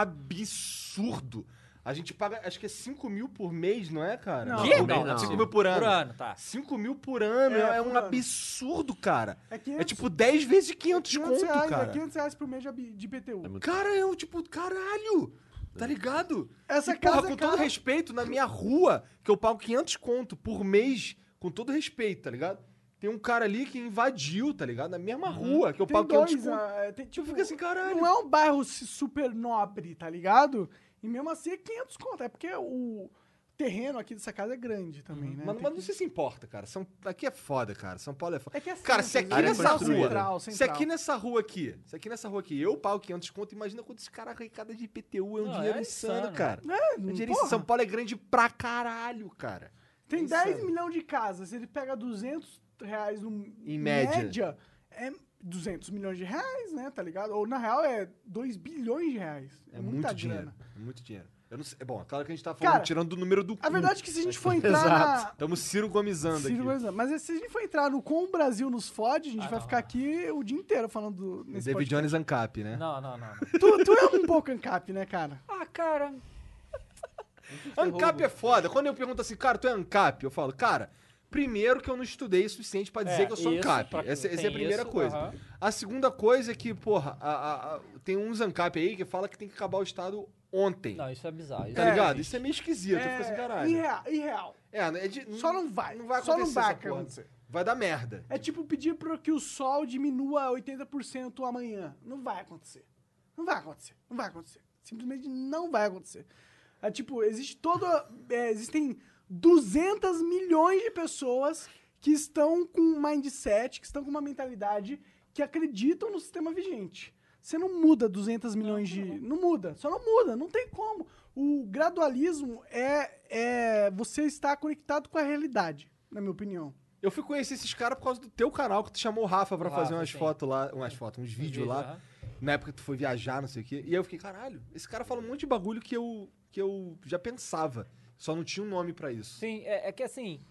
absurdo. A gente paga, acho que é 5 mil por mês, não é, cara? Não. Que? Por Não, mês, não. 5 mil por ano. Por ano, tá. 5 mil por ano, É, é, por um ano. absurdo, cara. É É, 500. tipo 10 vezes 500, 500 conto, reais, cara. é 500 reais por mês de ab- de IPTU. Cara, eu, tipo, caralho, tá É. ligado? Essa E, porra, casa é com cara. todo respeito, na minha rua, que eu pago 500 conto por mês, com todo respeito, tá ligado? Tem um cara ali que invadiu, tá ligado? Na mesma rua, que eu Uhum. Tem pago dois, 500 conto. ah, tem, tipo, fico assim, caralho. Não é um bairro si- super nobre, tá ligado? E mesmo assim é 500 conto. É porque o terreno aqui dessa casa é grande também, né? Mano, Tem Uhum. mas não que- sei se importa, cara. São... Aqui é foda, cara. São Paulo é foda. É que é cara, se centro, aqui né? nessa Área rua. construída. Central, Se central. aqui nessa rua aqui. Se aqui nessa rua aqui eu pago 500 conto, imagina quando esse cara arrecada de IPTU. É um Não, dinheiro é insano, insano. cara. É, O dinheiro em porra, São Paulo é grande pra caralho, cara. tem insano. 10 milhões de casas. Ele pega 200 reais no, em média. é 200 milhões de reais, né? Tá ligado? Ou na real é 2 bilhões de reais. É muito muita dinheiro. grana. É muito dinheiro. Eu não sei. É bom, é claro que a gente tá falando Cara, tirando do número do A verdade é que se a gente for entrar na, Exato. Estamos Ciro Gomizando Ciro aqui. Gomes- Mas se a gente for entrar no Como o Brasil nos fode, a gente Ah, vai não. ficar aqui o dia inteiro falando do, nesse David podcast. Jones Ancap, né? Não, não, não. não. Tu, tu é um pouco ancap, né, cara? Ah, cara. Ancap é foda. Quando é eu pergunto assim, cara, tu é Ancap? Eu falo, cara, Primeiro que eu não estudei o suficiente pra dizer É, que eu sou isso, ANCAP. pra- Essa, essa é tem a primeira isso, coisa. aham. A segunda coisa é que, porra, a- a- a- tem uns ANCAP aí que fala que tem que acabar o Estado ontem. Não, isso é bizarro. Isso tá é ligado? triste. Isso é meio esquisito. eu fico assim, caralho. Irreal, irreal. É, né, é de- Só não vai. Não vai Só não acontecer vai essa porra. acontecer. Vai dar merda. É tipo pedir para que o sol diminua 80% amanhã. Não vai acontecer. Não vai acontecer. Não vai acontecer. Simplesmente não vai acontecer. É tipo, existe toda. é, existem 200 milhões de pessoas que estão com um mindset, que estão com uma mentalidade que acreditam no sistema vigente. Você não muda 200 milhões de. Não muda, só não muda, não tem como. O gradualismo é, é você estar conectado com a realidade, na minha opinião. Eu fui conhecer esses caras por causa do teu canal, que tu chamou o Rafa pra Rafa, fazer umas sim. fotos lá, umas fotos, uns vídeos vídeo, lá. aham. Na época que tu foi viajar, não sei o quê. E aí eu fiquei, caralho, esse cara fala um monte de bagulho que eu, que eu já pensava. Só não tinha um nome pra isso. Sim, é, é que assim.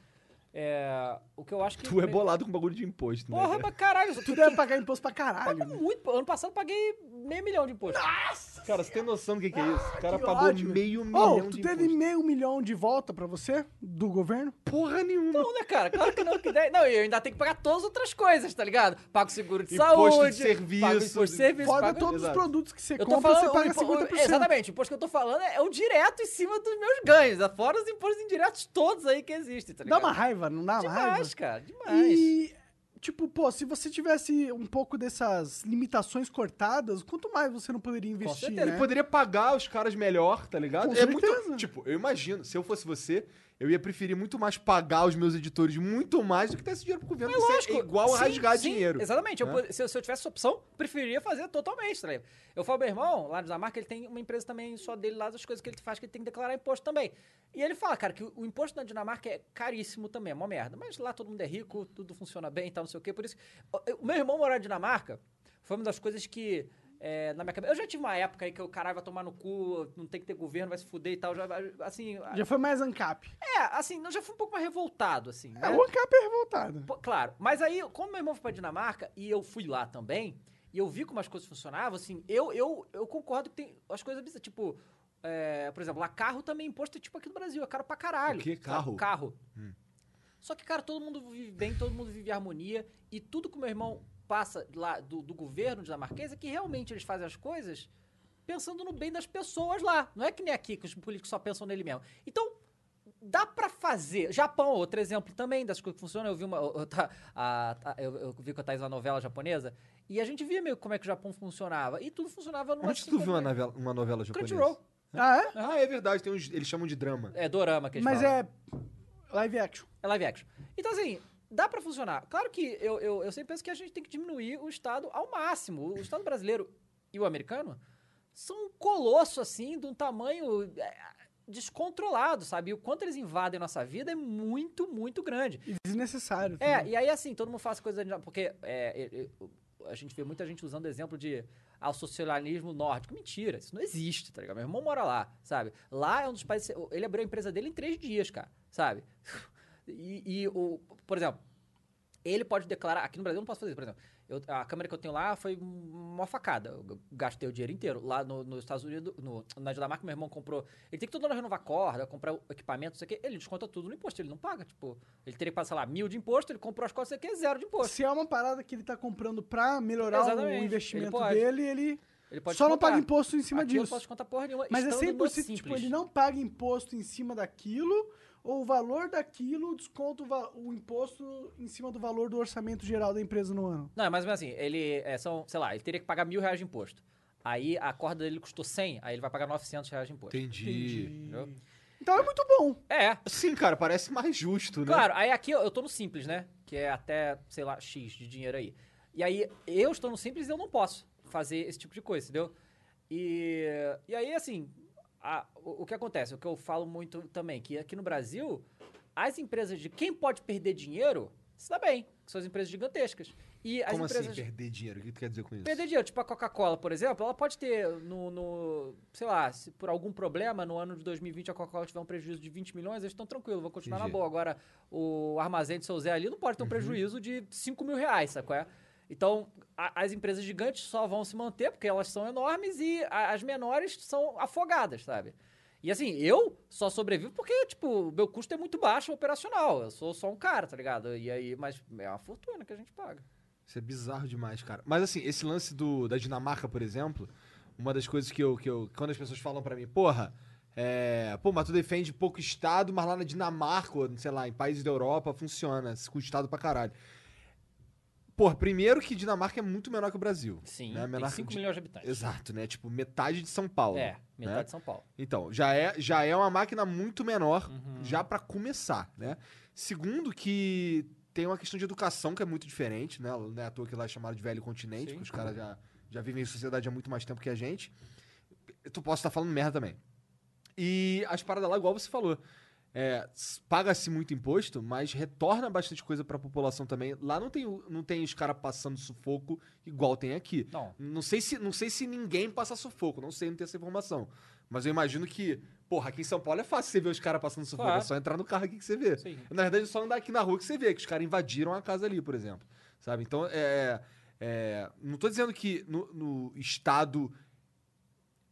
é, o que eu acho que. Tu é bolado com bagulho de imposto, né? Porra, cara? pra caralho. Tu deve pagar imposto pra caralho. né? pagar muito. pô. Ano passado eu paguei meio milhão de imposto. Ah, Cara, você tem noção do que, que é isso? O cara que pagou ódio. meio Oh, milhão tu de teve imposto. meio milhão de volta pra você do governo? Porra nenhuma. Não, né, cara? Claro que não. Que ideia. Não, e eu ainda tenho que pagar todas as outras coisas, tá ligado? Pago seguro de Imposto de saúde. serviço. Pago imposto de serviço. Fora pago... todos Exato. os produtos que você Eu tô compra, falando, você paga o impo- o- 50%. Exatamente, o imposto que eu tô falando é, é o direto em cima dos meus ganhos, né? fora os impostos indiretos todos aí que existem, Dá tá ligado? uma raiva, não dá uma Demais, raiva? cara, demais. E, tipo, pô, se você tivesse um pouco dessas limitações cortadas, quanto mais você não poderia é investir, Ele né? poderia pagar os caras melhor, tá ligado? Com é muito. certeza. Tipo, eu imagino, se eu fosse você, eu ia preferir muito mais pagar os meus editores muito mais do que dar esse dinheiro pro governo. É Isso lógico. é igual a Sim, rasgar sim, dinheiro. Exatamente. Eu né? pod- se, eu- se eu tivesse essa opção, preferia fazer totalmente, tá ligado? Eu falo, meu irmão, lá no Dinamarca, ele tem uma empresa também só dele lá, das coisas que ele faz, que ele tem que declarar imposto também. E ele fala, cara, que o, o imposto na Dinamarca é caríssimo também, é uma merda. Mas lá todo mundo é rico, tudo funciona bem e tal, não sei o quê. Por isso. o- eu- O meu irmão morar na Dinamarca foi uma das coisas que. é, na minha cabeça. Eu já tive uma época aí que o caralho vai tomar no cu, não tem que ter governo, vai se fuder e tal. Já, assim, Já foi mais ANCAP. é, assim, eu já fui um pouco mais revoltado, assim. É, né? o ANCAP é revoltado. Pô, claro, mas aí, como meu irmão foi pra Dinamarca e eu fui lá também, e eu vi como as coisas funcionavam, assim, eu, eu, eu concordo que tem as coisas bizarras. Tipo, é, por exemplo, lá carro também é imposto é tipo aqui no Brasil, é caro pra caralho. O quê? sabe? Carro? Carro. Hum. Só que, cara, todo mundo vive bem, todo mundo vive em harmonia, e tudo que meu irmão passa lá do, do governo dinamarquês é que realmente eles fazem as coisas pensando no bem das pessoas lá. Não é que nem aqui, que os políticos só pensam nele mesmo. Então, dá pra fazer. Japão, outro exemplo também das coisas que funcionam. Eu vi uma. Eu, tá- a- tá- eu- eu vi com a Thaís uma novela japonesa e a gente via meio como é que o Japão funcionava. E tudo funcionava numa. Onde que tu viu uma sincronia. novela, uma novela japonesa? Crunchyroll. Ah, é? Ah, é verdade. Tem uns, eles chamam de drama. É dorama que eles Mas falam. é live action. É live action. Então, assim, dá pra funcionar. Claro que eu, eu, eu sempre penso que a gente tem que diminuir o Estado ao máximo. O Estado brasileiro e o americano são um colosso, assim, de um tamanho é, descontrolado, sabe? E o quanto eles invadem nossa vida é muito, muito grande. E desnecessário. É, também. e aí assim, todo mundo faz coisa. de- Porque é, é, é, a gente vê muita gente usando o exemplo de ah, o socialismo nórdico. Mentira, isso não existe, tá ligado? Meu irmão mora lá, sabe? Lá é um dos países. Ele abriu a empresa dele em três dias, cara, sabe? E, e o, por exemplo, ele pode declarar. Aqui no Brasil eu não posso fazer isso, por exemplo. eu- a câmera que eu tenho lá foi uma facada. Eu gastei o dinheiro inteiro. Lá no- nos Estados Unidos, no, na Dinamarca, meu irmão comprou. Ele tem que toda hora renovar corda, comprar o equipamento, não sei o quê. Ele desconta tudo no imposto, ele não paga. Tipo, ele teria que passar lá mil de imposto, ele comprou as cordas, não sei o quê, zero de imposto. Se é uma parada que ele tá comprando pra melhorar Exatamente, o ele investimento pode. dele, ele Ele pode só não descontar. paga imposto em cima Aqui Eu não disso. posso descontar porra nenhuma. Mas é estando no 100%, tipo, simples. ele não paga imposto em cima daquilo, ou o valor daquilo desconta o, va- o imposto em cima do valor do orçamento geral da empresa no ano. Não, é mais ou menos assim. Ele é, são, sei lá, ele teria que pagar mil reais de imposto. Aí a corda dele custou 100, aí ele vai pagar 900 reais de imposto. Entendi. Então é muito bom. É, Sim, cara, parece mais justo, né? Claro, aí aqui eu, eu tô no simples, né? Que é até, sei lá, X de dinheiro aí. E aí eu estou no simples e eu não posso fazer esse tipo de coisa, entendeu? E, e aí, assim, a- o, o que acontece? O que eu falo muito também, que aqui no Brasil, as empresas de quem pode perder dinheiro se dá bem, que são as empresas gigantescas. E as Como empresas. assim, perder dinheiro? O que tu quer dizer com isso? Perder dinheiro, tipo a Coca-Cola, por exemplo, ela pode ter no, no- sei lá, se por algum problema no ano de 2020 a Coca-Cola tiver um prejuízo de 20 milhões, eles estão tranquilos, vão continuar Entendi. Uhum. na boa. Agora, o armazém de seu Zé ali não pode ter um prejuízo de 5 mil reais, sabe qual é? Então, a- as empresas gigantes só vão se manter porque elas são enormes e a- as menores são afogadas, sabe? E assim, eu só sobrevivo porque, tipo, o meu custo é muito baixo operacional. Eu sou só um cara, tá ligado? E aí, mas é uma fortuna que a gente paga. Isso é bizarro demais, cara. Mas assim, esse lance do, da Dinamarca, por exemplo, uma das coisas que eu. Que eu quando as pessoas falam pra mim, porra, é, pô, mas tu defende pouco Estado, mas lá na Dinamarca, ou, sei lá, em países da Europa, funciona, com Estado pra caralho. Porra, primeiro que Dinamarca é muito menor que o Brasil. Sim, né? tem menor 5 que- milhões de habitantes. Exato, né? Tipo, metade de São Paulo. É, metade né? de São Paulo. Então, já é, já é uma máquina muito menor, já pra começar, né? Segundo que tem uma questão de educação que é muito diferente, né? Não é à toa que lá é chamado de velho continente, porque os caras já, já vivem em sociedade há muito mais tempo que a gente. Tu posso estar falando merda também. E as paradas lá, igual você falou, é, s- paga-se muito imposto, mas retorna bastante coisa pra população também. Lá não tem, o- não tem os caras passando sufoco igual tem aqui. Não. Não sei se, não sei se ninguém passa sufoco, não sei, não tenho essa informação. Mas eu imagino que, porra, aqui em São Paulo é fácil você ver os caras passando sufoco, Claro. é só entrar no carro aqui que você vê. Sim. Na verdade, é só andar aqui na rua que você vê que os caras invadiram a casa ali, por exemplo. Sabe? Então, é. é, não tô dizendo que no, no Estado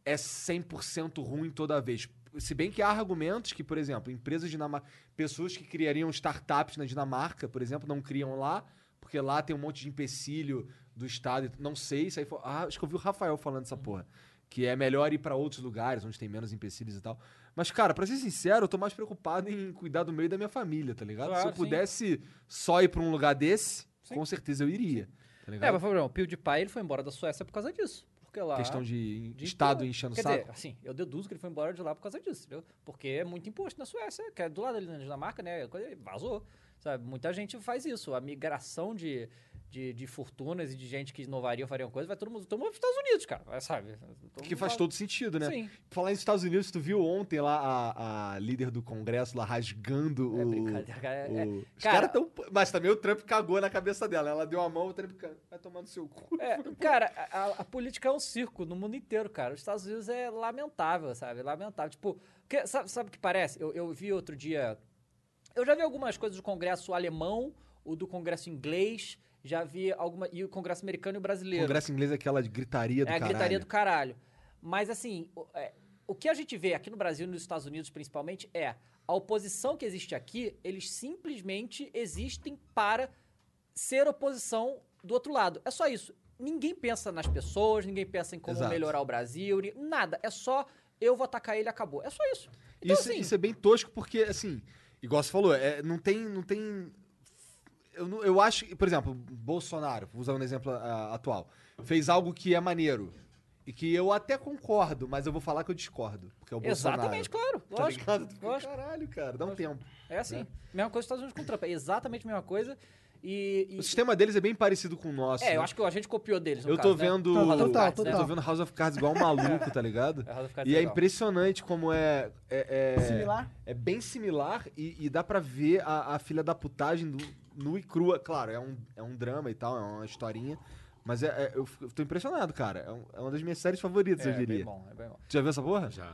é 100% ruim toda vez. Se bem que há argumentos que, por exemplo, empresas dinamarca. Pessoas que criariam startups na Dinamarca, por exemplo, não criam lá, porque lá tem um monte de empecilho do Estado. e Não sei, isso aí foi. Ah, acho que eu vi o Rafael falando essa porra. Que é melhor ir pra outros lugares onde tem menos empecilhos e tal. Mas, cara, pra ser sincero, eu tô mais preocupado em cuidar do meio da minha família, tá ligado? Se Claro, eu sim. pudesse só ir pra um lugar desse, com certeza eu iria. É, Tá ligado? mas foi o PewDiePie ele foi embora da Suécia por causa disso. Porque lá. Questão de, de Estado impo- enchendo o Quer saco. dizer, assim, eu deduzo que ele foi embora de lá por causa disso, entendeu? Porque é muito imposto na Suécia, que é do lado ali na Dinamarca, né? Quando ele Vazou. Sabe? Muita gente faz isso. A migração de, de, de fortunas e de gente que inovariam, fariam coisa, vai todo mundo. Todo mundo pros Estados Unidos, cara. vai, Sabe? Todo Que mundo faz vai- todo sentido, né? Sim. Falar nos Estados Unidos, tu viu ontem lá a, a líder do Congresso lá rasgando É o. brincadeira, cara. É- o- é- Os cara- caras tão. Mas também o Trump cagou na cabeça dela. Ela deu a mão, o Trump ca- vai tomar no seu cu. É, cara, a, a- a política é um circo no mundo inteiro, cara. Os Estados Unidos é lamentável, sabe? Lamentável. Tipo, que- sabe, sabe o que parece? Eu, eu vi outro dia. Eu já vi algumas coisas do Congresso alemão, o do Congresso inglês, já vi alguma. E o Congresso americano e o O brasileiro. Congresso inglês é aquela de gritaria do é a caralho. gritaria do caralho. Mas assim, o, é, o que a gente vê aqui no Brasil e nos Estados Unidos principalmente é a oposição que existe aqui, eles simplesmente existem para ser oposição do outro lado. É só isso. Ninguém pensa nas pessoas, ninguém pensa em como Exato. melhorar o Brasil, ni- nada. É só eu vou atacar ele e acabou. É só isso. Então, isso, assim, isso é bem tosco, porque, assim, igual você falou, é, não tem. Não tem eu, não- eu acho que, por exemplo, Bolsonaro, vou usar um exemplo ah, atual, fez algo que é maneiro. E que eu até concordo, mas eu vou falar que eu discordo. Porque é o Bolsonaro. exatamente, claro. Tá Lógico. ligado? Tu fica, lógico. Caralho, cara, dá um tempo. É assim. Mesma coisa dos Estados Unidos com o Trump. É exatamente a mesma coisa. E, e- O sistema deles é bem parecido com o nosso. É, né? eu acho que a gente copiou deles. no Eu caso, tô né? vendo. House of Total, Cards, né? Eu tô vendo House of Cards igual um maluco, tá ligado? É, House of Cards E é legal. impressionante como é. É, é- Similar? é bem similar e, e dá pra ver a, a filha da putagem do, nua e crua. Claro, é um, é um drama e tal, é uma historinha. Mas é, é- eu, fico- eu tô impressionado, cara. É, um- é uma das minhas séries favoritas, É, eu diria. bem bom, é bem bom. Tu já viu essa porra? Já.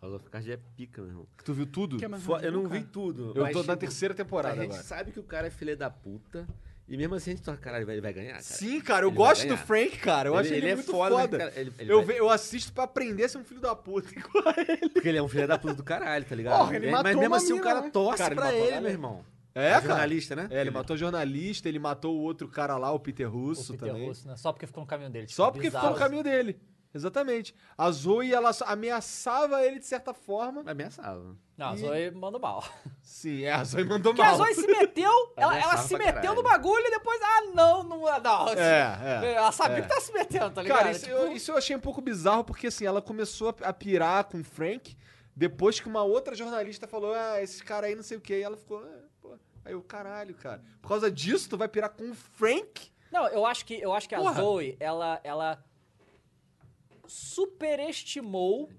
House of Cards é pica, meu irmão. Que tu viu tudo? Que é mais Fo- eu não cara. vi tudo. Eu mas, tô na tipo, terceira temporada A gente agora. sabe que o cara é filho da puta. E mesmo assim a gente fala, caralho, ele vai ganhar, cara. Sim, cara, eu Ele vai gosto do ganhar. Frank, cara. Eu Ele- acho ele, ele é muito foda. foda, mas, cara, ele- ele eu, vai- ve- eu assisto pra aprender a ser um filho da puta igual a ele. Porque ele é um filho da puta do caralho, tá ligado? Porra, ele Mas- matou Mas mesmo uma assim o mina, cara né? torce Cara, ele pra matou a ele, galera. meu irmão. É, cara. jornalista, né? É, ele matou o jornalista, ele matou o outro cara lá, o Peter Russo O Peter também. Russo, né? Só porque ficou no caminho dele. Só tipo, porque bizarro. ficou um no caminho dele. Exatamente. A Zoe, ela só ameaçava ele de certa forma. Ameaçava. Não, a Zoe mandou mal. Sim, é, a Zoe mandou Porque a mal. É, né? Zoe se meteu, ela, ela Ameaçava se pra meteu no caralho. bagulho e depois, ah, não, não, não. É, é. Ela sabia é. que tá se metendo, tá ligado? Cara, isso, Tipo, eu, isso eu achei um pouco bizarro, porque assim, ela começou a, a pirar com o Frank depois que uma outra jornalista falou, ah, esse cara aí não sei o que. E ela ficou, ah, pô. Aí eu, caralho, cara. Por causa disso, tu vai pirar com o Frank? Não, eu acho que, eu acho que a Porra. Zoe, ela, ela superestimou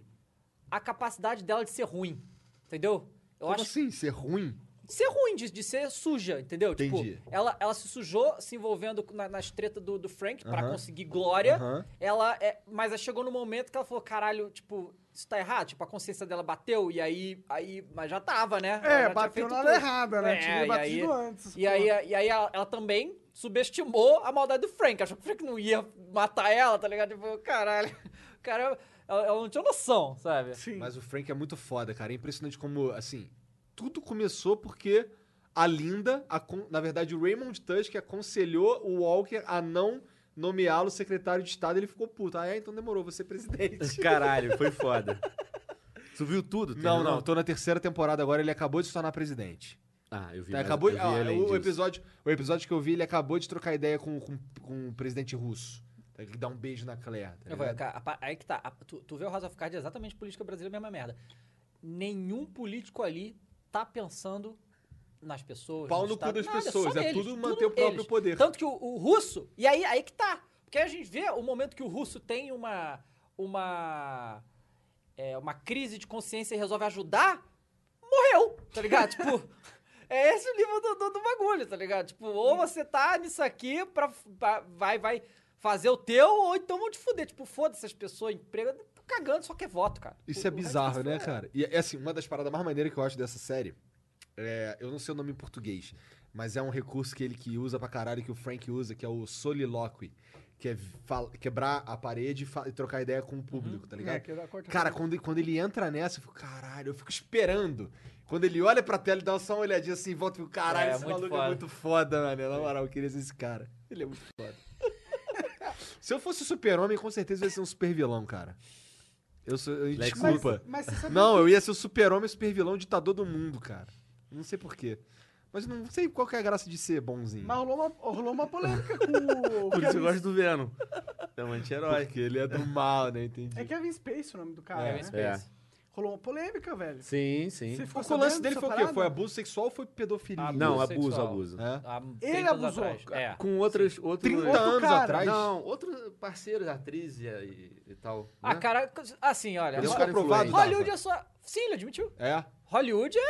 a capacidade dela de ser ruim, entendeu? Eu Como acho assim, ser ruim? de ser ruim, de, de ser suja, entendeu? Entendi. Tipo, ela, ela se sujou se envolvendo na- nas tretas do, do Frank pra Aham. conseguir glória. Aham. Ela é, mas aí chegou no momento que ela falou, caralho, tipo, isso tá errado, tipo, a consciência dela bateu e aí, aí mas já tava, né? Ela já É, tinha bateu feito na tudo. hora errada, né? É, Tinha e batido aí- antes. E aí, e aí ela, ela também subestimou a maldade do Frank. Achou que o Frank não ia matar ela, tá ligado? Tipo, caralho. Cara, Ela, ela não tinha noção, sabe? Sim. Mas o Frank é muito foda, cara. É impressionante como, assim, tudo começou porque a Linda, acon- na verdade, o Raymond Tusk aconselhou o Walker a não nomeá-lo secretário de Estado. Ele ficou puto. Ah, é? Então demorou, você presidente. Caralho, foi foda. Tu viu tudo? Não, terminou? não, tô na terceira temporada agora, ele acabou de se tornar presidente. Ah, eu vi. Ele mais- acabou, eu vi ah, além o, disso. episódio, o episódio que eu vi, ele acabou de trocar ideia com, com, com o presidente russo. Tem que dar um beijo na Claire. tá Eu falei, ligado? cara, a pa- aí que tá. a- tu, tu vê o House of Cards é exatamente política brasileira, mesma merda. Nenhum político ali tá pensando nas pessoas. Pau no no cu Estado, das nada, pessoas, só é neles, tudo manter o próprio eles. poder. Tanto que o, o russo. E aí, aí que tá. Porque a gente vê o momento que o russo tem uma. Uma. é, uma crise de consciência e resolve ajudar. Morreu, tá ligado? tipo. É esse o nível do, do- do bagulho, tá ligado? Tipo, ou você tá nisso aqui pra, pra- vai, vai fazer o teu, ou então vão te fuder. Tipo, foda-se as pessoas, emprego, tô cagando, só quer voto, cara. Isso O- é o resto bizarro, disso né, é- cara? E é assim, uma das paradas mais maneiras que eu acho dessa série. é, eu não sei o nome em português, mas é um recurso que ele que usa pra caralho, que o Frank usa, que é o soliloquy. Que é fal- quebrar a parede e, fa- e trocar ideia com o Uhum. público, tá ligado? É, que dá- corta- Cara, quando, quando ele entra nessa, eu fico, caralho, eu fico esperando. Quando ele olha pra tela e dá só uma olhadinha assim em volta, eu fico, caralho, É, esse muito maluco é foda. muito foda, mano. É. Na moral, eu queria ser esse cara. Ele é muito foda. Se eu fosse super-homem, com certeza eu ia ser um super-vilão, cara. Eu sou. eu- Lex desculpa. Mas você sabe Não, eu ia ser o super-homem, super-vilão, ditador do mundo, cara. Não sei porquê. Mas não sei qual que é a graça de ser bonzinho. Mas rolou uma, rolou uma polêmica com o Por isso eu Kevin, gosto do Venom. É um anti-herói. Porque ele é do mal, né? Entendi. É Kevin Space o nome do cara, né? É. Rolou uma polêmica, velho. Sim, sim. Você ficou o lance sabendo dele dessa foi o quê? parada? Foi abuso sexual ou foi pedofilia? Abuso Não, abuso, sexual. abuso. É? Há Ele 30 anos abusou, atrás. cara. É. Com outras. outros 30 Outro anos cara. atrás? Não, outros parceiros, atrizes e, e tal. Ah, né? cara, assim, olha. Isso Ho- foi cara aprovado, influente. Hollywood é Dafa? só. Sim, ele admitiu. É. Hollywood é.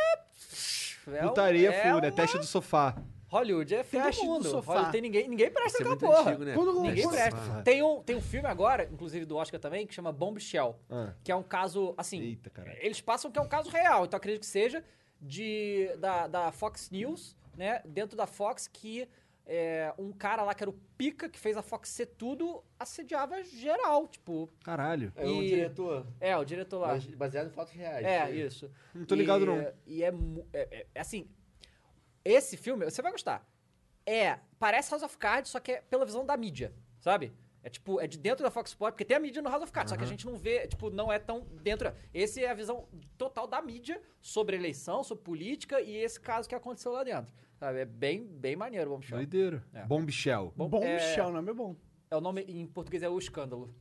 é um- Putaria é full, né? uma- Teste do sofá. Hollywood é fim Teste do do mundo. sofá. Hollywood tem ninguém, ninguém presta Isso é aquela muito porra. antigo, né? Quando- Ninguém quando- presta. Tem um, tem um filme agora, inclusive do Oscar também, que chama Bombshell. Ah. Que é um caso, assim. Eita, caralho. Eles passam que é um caso real, então acredito que seja, de, da, da Fox News, né? Dentro da Fox, que é, um cara lá que era o Pica, que fez a Fox ser tudo, assediava geral. Tipo, Caralho. É um E- diretor. é, o diretor lá. mas Baseado em fatos reais. É, isso. Não tô ligado, e, não. E é, mu- é- é- assim. Esse filme, você vai gostar. É. Parece House of Cards, só que é pela visão da mídia, sabe? É tipo, é de dentro da Fox Sports, porque tem a mídia no House of Cards, só que a gente não vê, tipo, não é tão dentro. Esse é a visão total da mídia sobre eleição, sobre política e esse caso que aconteceu lá dentro. Sabe? É bem, bem maneiro, vamos chamar. Doideiro. né? É. Bomb Shell. Bom, Bom, é- Michel, o nome é bom. É o nome em português é o escândalo.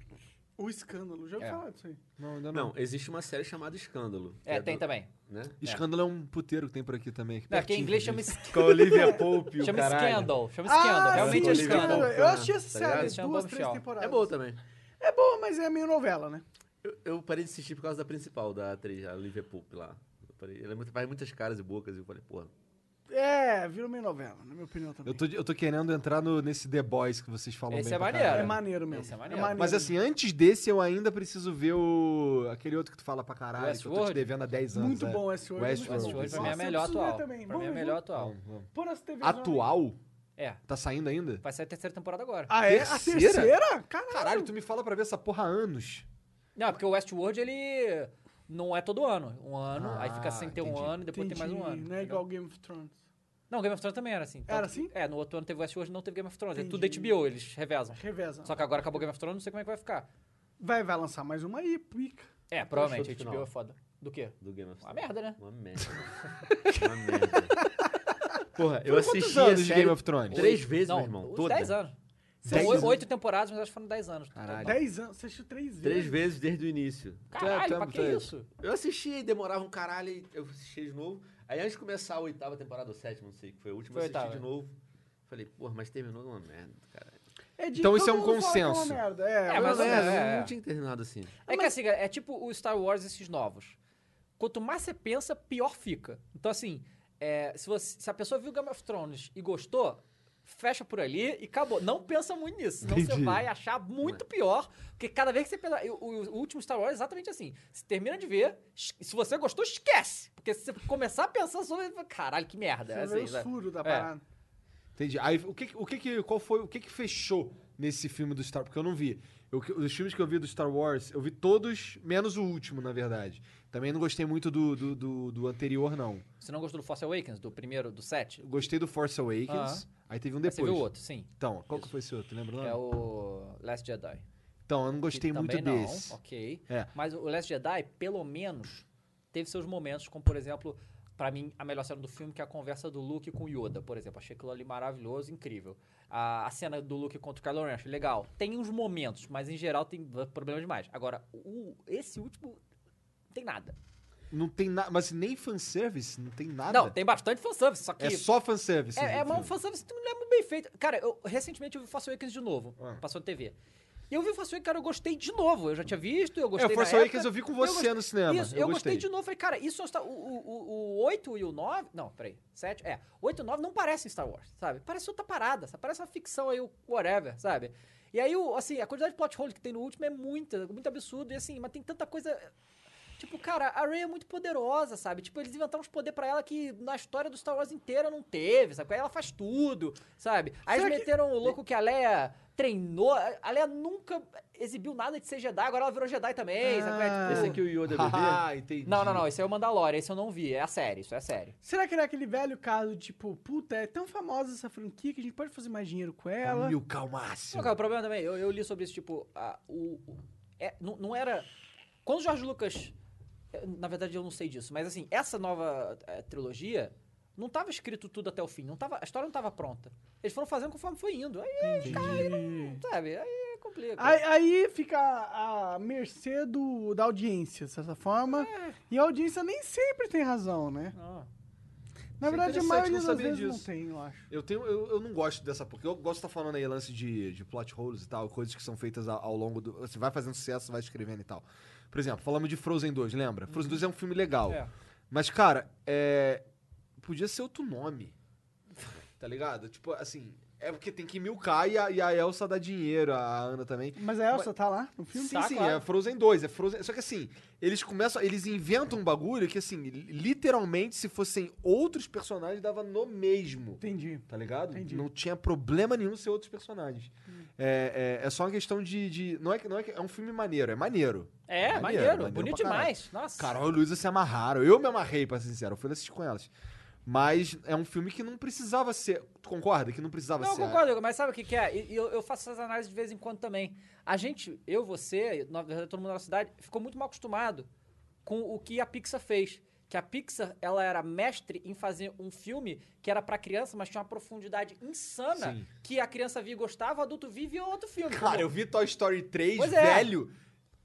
O escândalo, já ouvi É. falar disso aí. Não, ainda não. Não, existe uma série chamada Escândalo. que É, tem do- também. Né? Escândalo é um puteiro que tem por aqui também. aqui Não, porque em pertinho, inglês chama, né? es- Com a Olivia Pope e o chama caralho. scandal. Chama scandal. Ah, Realmente sim, é Olivia escândalo. Pope. Eu assisti essa Tá série ligado? um duas, Chama três Bombshell. temporadas. É bom também. É boa, mas é meio novela, né? Eu, eu parei de assistir por causa da principal, da atriz, a Olivia Pope lá. Eu parei- Ela é muito- faz muitas caras e bocas e eu falei, porra. É, virou meio novela, na minha opinião também. Eu tô, eu tô querendo entrar no, nesse The Boys que vocês falam Esse bem é pra maneiro. caralho. É maneiro mesmo. Esse é maneiro. Mas assim, antes desse, eu ainda preciso ver o. aquele outro que tu fala pra caralho, que eu tô te Westworld? devendo há 10 anos. muito é. bom esse hoje. Westworld. muito bom. Westworld pra mim é a Nossa, eu melhor preciso ver atual. Pra Também. mim é a Vamos, melhor atual. Vamos, vamos. Pôr as TVs Atual? É. Tá saindo ainda? Vai sair a terceira temporada agora. Ah, é? A Terceira? terceira? Caralho. Caralho, tu me fala pra ver essa porra há anos. Não, é porque o Westworld, ele não é todo ano. Um ano, aí Ah, fica sem ter um entendi. ano, depois tem mais um Não é ano. entendeu? igual Game of Thrones. Não, Game of Thrones também era assim. Tanto Era que- assim? É, no outro ano teve Westworld, não teve Game of Thrones. É Entendi. tudo HBO, eles revezam. Reveza. Só que agora acabou Game of Thrones, não sei como é que vai ficar. Vai, vai lançar mais uma aí, pica. É, achou provavelmente, do HBO final? é foda. Do quê? Do Game of Uma Thrones. merda, né? Uma merda. Uma merda. Porra, eu Foram quantos assisti a anos de série Game of Thrones? Três vezes, não, meu irmão. uns Toda. 10 anos. São Dez oi- anos? oito temporadas, mas acho que foram 10 anos. Caralho. Dez anos. Você assistiu três vezes. Três vezes desde o início. Caralho, Tá, tá, pra que tá. isso? Eu assisti, demorava um caralho, e eu assisti de novo. Aí antes de começar a oitava temporada, ou sétima, não sei, que foi a última, Foi eu assisti oitava. de novo. Falei, porra, mas terminou uma merda, caralho. É de- Então isso é todo um mundo fala que é uma consenso. merda, É, É, Foi mas... mas- uma ou merda, menos, não- é. não tinha terminado assim. É que assim, é tipo o Star Wars esses novos. Quanto mais você pensa, pior fica. Então assim, é, se, você- se a pessoa viu Game of Thrones e gostou, fecha por ali e acabou. Não pensa muito nisso, senão Entendi. você vai achar É. muito pior, porque cada vez que você pensa... O, o- o último Star Wars é exatamente assim. Se termina de ver, es- se você gostou, esquece. Porque se você começar a pensar sobre... Caralho, que merda. Você é vê assim, os sabe? furos da É. parada. Entendi. Aí, o que, o que que, qual foi, o que que fechou nesse filme do Star Porque eu não vi. Eu, os filmes que eu vi do Star Wars, eu vi todos, menos o último, na verdade. Também não gostei muito do, do, do- do anterior, não. Você não gostou do Force Awakens, do primeiro, do 7? Eu gostei do Force Awakens, aí teve um depois. Ah. Você viu o outro, sim. Então, qual que foi esse outro? Lembra o nome? É o Last Jedi. Então, eu Ah. não gostei que muito também não, desse. Ok. É. Mas o Last Jedi, pelo menos, teve seus momentos, como por exemplo, pra mim, a melhor cena do filme, que é a conversa do Luke com o Yoda, por exemplo. Achei aquilo ali maravilhoso, incrível. A, a cena do Luke contra o Kylo Ren, achei legal. Tem uns momentos, mas em geral tem problemas demais. Agora, o- esse último. não Tem nada. Não tem nada, mas nem fanservice, não tem nada. Não, tem bastante fanservice, só que. É só fanservice. É, é uma no filme. fanservice que não é muito bem feito. Cara, eu recentemente eu vi Force Awakens de novo. Ah. Passou na TV. E eu vi o Force Awakens, cara, eu gostei de novo. Eu já tinha visto, eu gostei É, o Force na Awakens época. eu vi com você gostei- no cinema, Isso, eu eu, gostei. gostei de novo. Falei, cara, isso é um Star... o, o, o, o 8 e o 9... Não, peraí. 7, é. O 8 e o 9 não parecem Star Wars, sabe? Parece outra parada, sabe? Parece uma ficção aí, o whatever, sabe? E aí, o- assim, a quantidade de plot hole que tem no último é muita, muito absurdo. E assim, mas tem tanta coisa... Tipo, cara, a Rey é muito poderosa, sabe? Tipo, eles inventaram uns poderes pra ela que na história do Star Wars inteira não teve, sabe? Aí ela faz tudo, sabe? Aí eles meteram o louco que a Leia treinou. A Leia nunca exibiu nada de ser Jedi, agora ela virou Jedi também, sabe? É, tipo, Esse aqui o Yoda bebê. Ah, entendi. Não, não, não, esse é o Mandalorian, esse eu não vi, é a série, isso é a série. Será que não é aquele velho caso, tipo, puta, é tão famosa essa franquia que a gente pode fazer mais dinheiro com ela? Mil calmácio. Não, cara, é o problema também, eu, eu li sobre isso, tipo, a- o, o- é, não, não era... Quando o George Lucas... é, Na verdade, eu não sei disso, mas assim, essa nova é, trilogia não tava escrito tudo até o fim, não tava, a história não tava pronta. Eles foram fazendo conforme foi indo, aí, aí, cara, aí não, sabe, aí é complica. Aí, aí fica a mercê do, da audiência, de certa forma. E a audiência nem sempre tem razão, né? É. Não. é Na verdade, a interessante, maioria não das sabia vezes não disso. tem, eu acho. Eu, tenho, eu, eu não gosto dessa, porque eu gosto de estar falando aí lance de, de plot holes e tal, coisas que são feitas ao, ao longo do. Você vai fazendo sucesso, vai escrevendo e tal. Por exemplo, falamos de Frozen 2, lembra? Frozen 2 é um filme legal. Uhum. É. Mas, cara, é. Podia ser outro nome. Tá ligado? Tipo, assim. É porque tem que milcar e a, e a Elsa dá dinheiro, a Ana também. Mas a Elsa tá lá no filme? Sim, Tá, sim, claro. é Frozen 2, é Frozen. Só que assim, eles começam, eles inventam um bagulho que assim, literalmente se fossem outros personagens dava no mesmo. Entendi. Tá ligado? Entendi. Hum. Não tinha problema nenhum ser outros personagens. É, é, é só uma questão de. de- não, é que, não é que. É um filme maneiro, é maneiro. É, maneiro, maneiro bonito pra caralho. demais, nossa. Carol e Luísa se amarraram. Eu me amarrei, pra ser sincero. Eu fui assistir com elas. Mas é um filme que não precisava ser. Tu concorda? Que não precisava Não, ser. eu concordo, Igor, mas sabe o que, que é? E e eu, eu faço essas análises de vez em quando também. A gente, eu, você, na verdade, todo mundo na nossa cidade, ficou muito mal acostumado com o que a Pixar fez. Que a Pixar, ela era mestre em fazer um filme que era pra criança, mas tinha uma profundidade insana Sim. que a criança via e gostava, o adulto via e via outro filme. Cara, entendeu? eu vi Toy Story 3 Pois é. velho.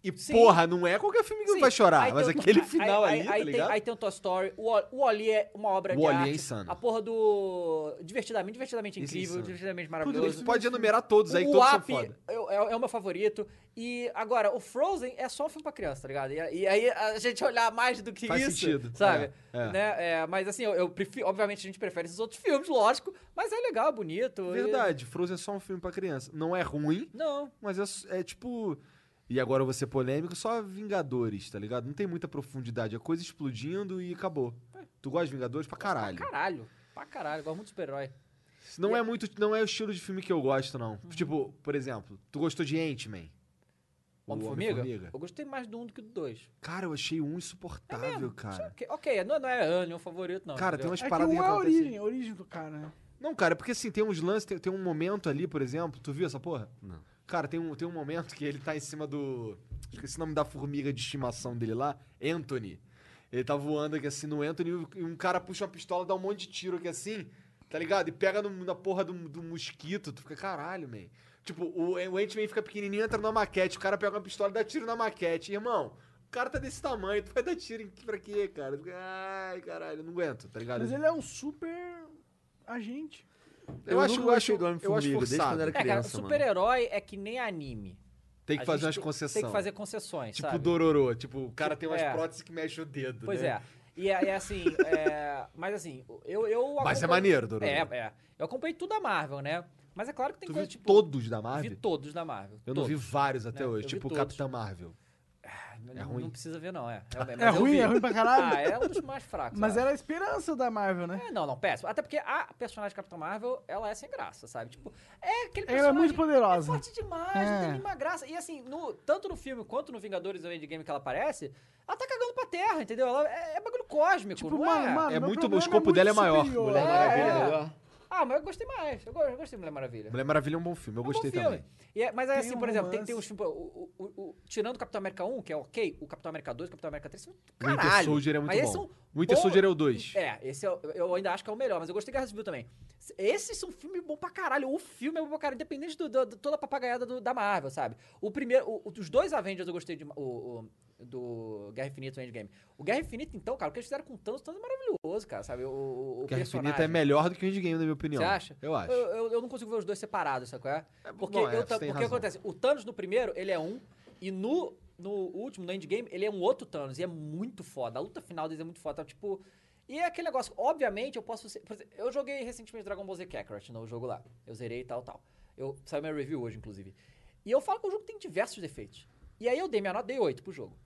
E Sim. porra, não é qualquer filme que Sim, não vai chorar. aí Mas tem o- aquele aí- final aí, ali, aí tá tem, ligado? Aí tem o Toy Story, o, Wall- o Wally é uma obra de O Wall-E é arte. insano. A porra do Divertidamente, Divertidamente Isso é Incrível, insano. Divertidamente Puta, Maravilhoso. tu pode enumerar todos aí, que o todos Up são foda. é, é- é o meu favorito. E agora, o Frozen é só um filme pra criança, tá ligado? E, e aí a gente olhar mais do que Faz isso. sentido, Sabe? é, é. Né? É, mas assim, eu, eu prefiro. Obviamente a gente prefere esses outros filmes, lógico. Mas é legal, é bonito. e- Verdade, Frozen é só um filme pra criança. Não é ruim, Não. mas é, é tipo. E agora eu vou ser polêmico, só Vingadores, tá ligado? Não tem muita profundidade, é coisa explodindo e acabou. É. Tu gosta de Vingadores pra caralho. Caralho. Pra caralho. Gosto muito de super-herói. Não é muito, não é o estilo de filme que eu gosto não. Tipo, por exemplo, tu gostou de Ant-Man? O Homem-Formiga? Homem-Formiga? eu gostei mais do um do que do dois. Cara, eu achei um insuportável, cara. Ok, ok, não, não é Anne, o favorito, não. Cara, tem entendeu? umas É que paradas um que é a acontecem. origem, a origem do cara, né? Não, cara, porque assim, tem uns lances, tem, tem um momento ali, por exemplo, tu viu essa porra? Não. Cara, tem um, tem um momento que ele tá em cima do. Esqueci o nome da formiga de estimação dele lá, Anthony. Ele tá voando aqui assim no Anthony e um cara puxa uma pistola, dá um monte de tiro aqui assim, tá ligado? E pega no- na porra do, do mosquito, tu fica, caralho, man. Tipo, o, o Ant-Man fica pequenininho, entra numa maquete, o cara pega uma pistola e dá tiro na maquete. Irmão, o cara tá desse tamanho, tu vai dar tiro em, pra quê, cara? Tu fica, Ai, caralho, eu não aguento, tá ligado? Mas ele é um super agente. Eu, acho, eu nunca acho, gostei do eu acho Homem-Formiga, desde forçado. quando eu era É, cara, criança, mano. super-herói é que nem anime. Tem que A fazer gente umas te- concessões. Tem que fazer concessões, Tipo sabe? Dororô. Tipo, o cara tem umas É. próteses que mexe o dedo. Pois né? é. E é, é assim, é, mas assim, eu. eu Mas é acompanho- maneiro, Dororo. É, é. Eu acompanhei tudo da Marvel, né? Mas é claro que tem Tu viu coisa tipo. todos da Marvel? Vi todos da Marvel. Eu não vi todos. vários até É, eu hoje. vi Tipo todos. Capitã Marvel. É ruim. Não precisa ver, não, é. Realmente, É mas eu ruim, vi. é ruim pra caralho. Ah, é um dos mais fracos. Mas eu era a esperança da Marvel, né? É, não, não, péssimo. Até porque a personagem Capitão Marvel, ela é sem graça, sabe? Tipo, é aquele Ela é personagem... muito poderosa. É forte demais, não tem nenhuma graça. E assim, no, tanto no filme quanto no Vingadores do Endgame que ela aparece, ela tá cagando pra terra, entendeu? Ela é, é bagulho cósmico, Tipo, não mano, é? mano, É meu muito- o problema escopo muito dela é maior. superior. Mulher É, Maravilha é. né? é melhor. Ah, mas eu gostei mais. Eu go- eu gostei de Mulher Maravilha. Mulher Maravilha é um bom filme, eu É um bom gostei filme. também. E é- mas aí, Tem assim, um por exemplo, tem, romance. tem os filmes. o- o- o- o- tirando o Capitão América 1, que é ok, o Capitão América 2, o Capitão América 3 são do Winter caralho. Soldier é muito mas esses bom. são Winter bons- Soldier é o dois. É, esse é o- eu ainda acho que é o melhor, mas eu gostei de Guerra Civil também. Esses são filmes bons pra caralho. O filme é bom pra caralho, independente do, do- do- toda a papagaiada do- da Marvel, sabe? O primeiro. o- os dois Avengers eu gostei de. O, o- do Guerra Infinita e o Endgame. O Guerra Infinita, então, cara, o que eles fizeram com o Thanos, o Thanos é maravilhoso, cara, sabe? O, o, o Guerra personagem. Infinita é melhor do que o Endgame, na minha opinião. Você acha? Eu acho. Eu, eu- eu não consigo ver os dois separados, sabe qual é? Porque, bom, é, eu você ta- tem porque razão. acontece, o Thanos no primeiro, ele é um, e no, no último, no Endgame, ele é um outro Thanos, e é muito foda. A luta final deles é muito foda, tá, tipo... E é aquele negócio, obviamente, eu posso ser... por exemplo, eu joguei recentemente Dragon Ball Z Kakarot no jogo lá. Eu zerei e tal, tal. Eu, saiu minha review hoje, inclusive. E eu falo que o jogo tem diversos defeitos. E aí eu dei minha nota, dei 8 pro jogo.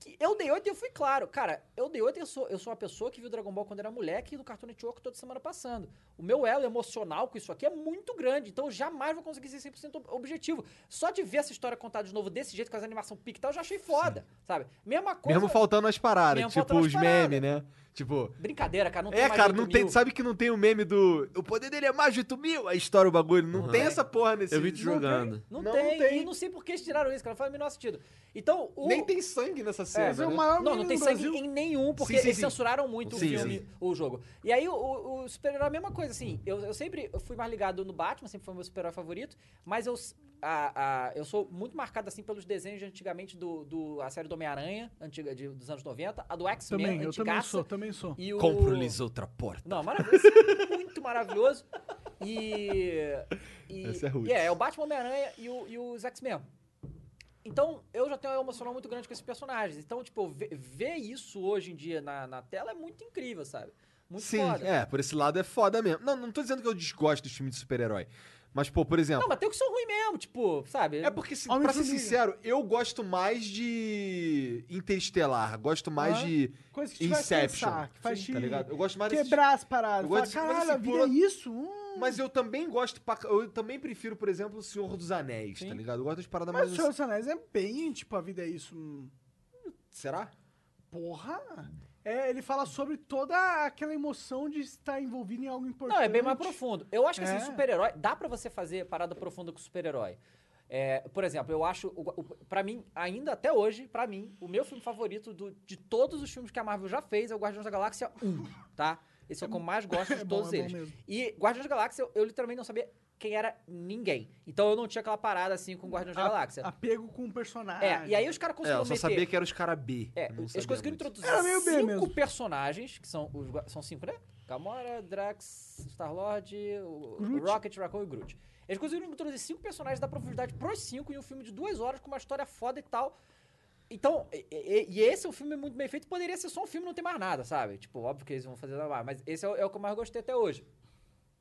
Que eu dei 8 e eu fui claro. Cara, eu dei 8 e eu sou, eu sou uma pessoa que viu Dragon Ball quando era moleque e do Cartoon Network toda semana passando. O meu elo emocional com isso aqui é muito grande, então eu jamais vou conseguir ser 100% ob- objetivo. Só de ver essa história contada de novo desse jeito, com as animação pique e tal, eu já achei foda, sabe? Mesma coisa... Mesmo faltando as paradas, Mesmo tipo faltando as os paradas. memes, né? Tipo. Brincadeira, cara, não tem É, mais cara, 8 não tem. mil. Sabe que não tem o meme do. O poder dele é mais de 8 mil? Aí estoura o bagulho. Não tem essa porra nesse. Eu vi te Não jogando. Não, Não tem, tem. e não sei por que eles tiraram isso, cara, não faz o menor sentido. Então, o... tem- Nem tem sangue nessa cena. Mas é o né? maior Não, não menino tem do sangue Brasil. em nenhum, porque Sim, sim, eles sim. censuraram muito Sim, o filme, sim. o jogo. E aí, o, o- o super-herói é a mesma coisa, assim. Eu, eu sempre fui mais ligado no Batman, sempre foi meu super-herói favorito, mas eu, s- a- a- eu sou muito marcado, assim, pelos desenhos de antigamente do, do- a série do Homem-Aranha, antiga, de- dos anos 90, a do Também, X-Men, eu também antigaça. sou, também sou. E o... Compro-lhes outra porta. Não, maravilhoso. isso é muito maravilhoso. E. e Essa é roots. e é, é o Batman Homem-Aranha e, o, e os X-Men. Então, eu já tenho um emocional muito grande com esses personagens. Então, tipo, ve- ver isso hoje em dia na, na tela é muito incrível, sabe? Muito Sim, foda. é, por esse lado é foda mesmo. Não, não tô dizendo que eu desgosto dos filmes de super-herói. Mas, pô, por exemplo. Não, mas tem o que são ruim mesmo, tipo, sabe? É porque, se, Homem pra ser Formiga. sincero, eu gosto mais de Interestelar. Gosto mais Ah, de Coisa que te faz Inception. pensar, que faz Sim, te tá ligado? Eu gosto mais desses quebrar as paradas. Eu Fala, gosto de- mas caralho, a assim, vida por- é isso? Hum. Mas eu também gosto. pra ca- Eu também prefiro, por exemplo, O Senhor dos Anéis, tá ligado? Eu gosto das paradas Mas o mais. Senhor dos Anéis é bem, tipo, a vida é isso. hum. Será? Porra! É, ele fala sobre toda aquela emoção de estar envolvido em algo importante. Não, é bem mais profundo. Eu acho que É. assim, super-herói, dá pra você fazer parada profunda com super-herói. É, por exemplo, eu acho, o- o- pra mim, ainda até hoje, pra mim, o meu filme favorito do- de todos os filmes que a Marvel já fez é o Guardiões da Galáxia 1, tá? Esse é o que eu mais gosto de bom, todos é bom eles. mesmo. E Guardiões da Galáxia, eu, eu literalmente não sabia quem era ninguém. Então eu não tinha aquela parada assim com Guardiões da Galáxia. Apego com o personagem. É, e aí os caras É, conseguiram eu só meter- sabia que eram os caras B. é, Eu não eles sabia conseguiram muito. introduzir Era meio B cinco mesmo. personagens, que são os gua- são cinco, né? Gamora, Drax, Star-Lord, o- o Groot. Rocket, Raccoon e Groot. Eles conseguiram introduzir cinco personagens da profundidade pros cinco em um filme de duas horas com uma história foda e tal. Então, e, e- e esse é um filme muito bem feito. Poderia ser só um filme, não tem mais nada, sabe? Tipo, óbvio que eles vão fazer nada mais, mas esse é o, é o que eu mais gostei até hoje.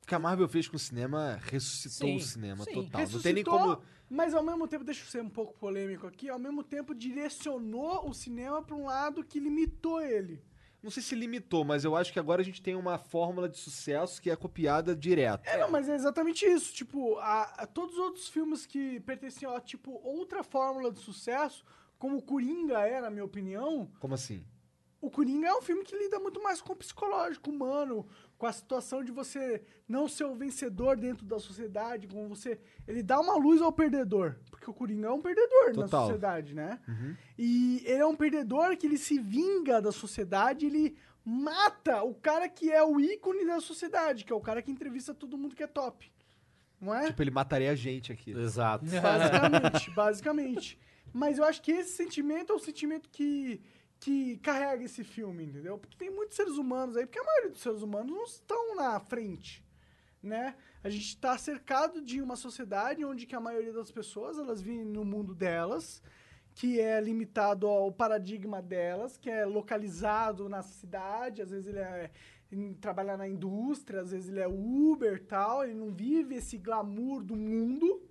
O que a Marvel fez com o cinema ressuscitou Sim, o cinema sim. total. Ressuscitou, Não tem nem como. Mas ao mesmo tempo, deixa eu ser um pouco polêmico aqui, ao mesmo tempo direcionou o cinema pra um lado que limitou ele. Não sei se limitou, mas eu acho que agora a gente tem uma fórmula de sucesso que é copiada direto. É, não, mas é exatamente isso. Tipo, a, a todos os outros filmes que pertenciam a, tipo, outra fórmula de sucesso, como o Coringa é, na minha opinião, Como assim? o Coringa é um filme que lida muito mais com o psicológico humano, com a situação de você não ser o vencedor dentro da sociedade, com você. Ele dá uma luz ao perdedor. Porque o Coringa é um perdedor na Total. sociedade, né? E ele é um perdedor que ele se vinga da sociedade, ele mata o cara que é o ícone da sociedade, que é o cara que entrevista todo mundo que é top. Não é? Tipo, ele mataria a gente aqui. Exato. Basicamente, basicamente. Mas eu acho que esse sentimento é o sentimento que, que carrega esse filme, entendeu? Porque tem muitos seres humanos aí, porque a maioria dos seres humanos não estão na frente, né? A gente está cercado de uma sociedade onde que a maioria das pessoas, elas vivem no mundo delas, que é limitado ao paradigma delas, que é localizado na cidade, às vezes ele é em- trabalha na indústria, às vezes ele é Uber tal, ele não vive esse glamour do mundo,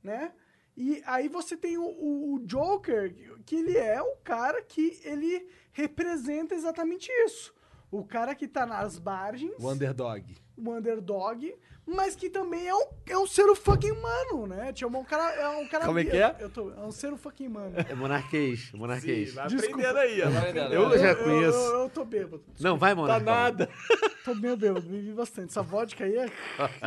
né? E aí você tem o, o- o Joker, que ele é o cara que ele representa exatamente isso. O cara que tá nas margens, O underdog. um underdog, mas que também é um, é um ser fucking humano, né? Tipo, é um cara, é um cara Como é bi- que é? Eu tô, é um ser fucking humano. É monarquês, monarquês. Sim, vai Desculpa. aprendendo aí. ó. Vai aprendendo. Eu já eu, conheço. eu- eu tô bêbado. Não, vai, Tá monarcão. nada. Tô meio bêbado, bebi bastante. Essa vodka aí é...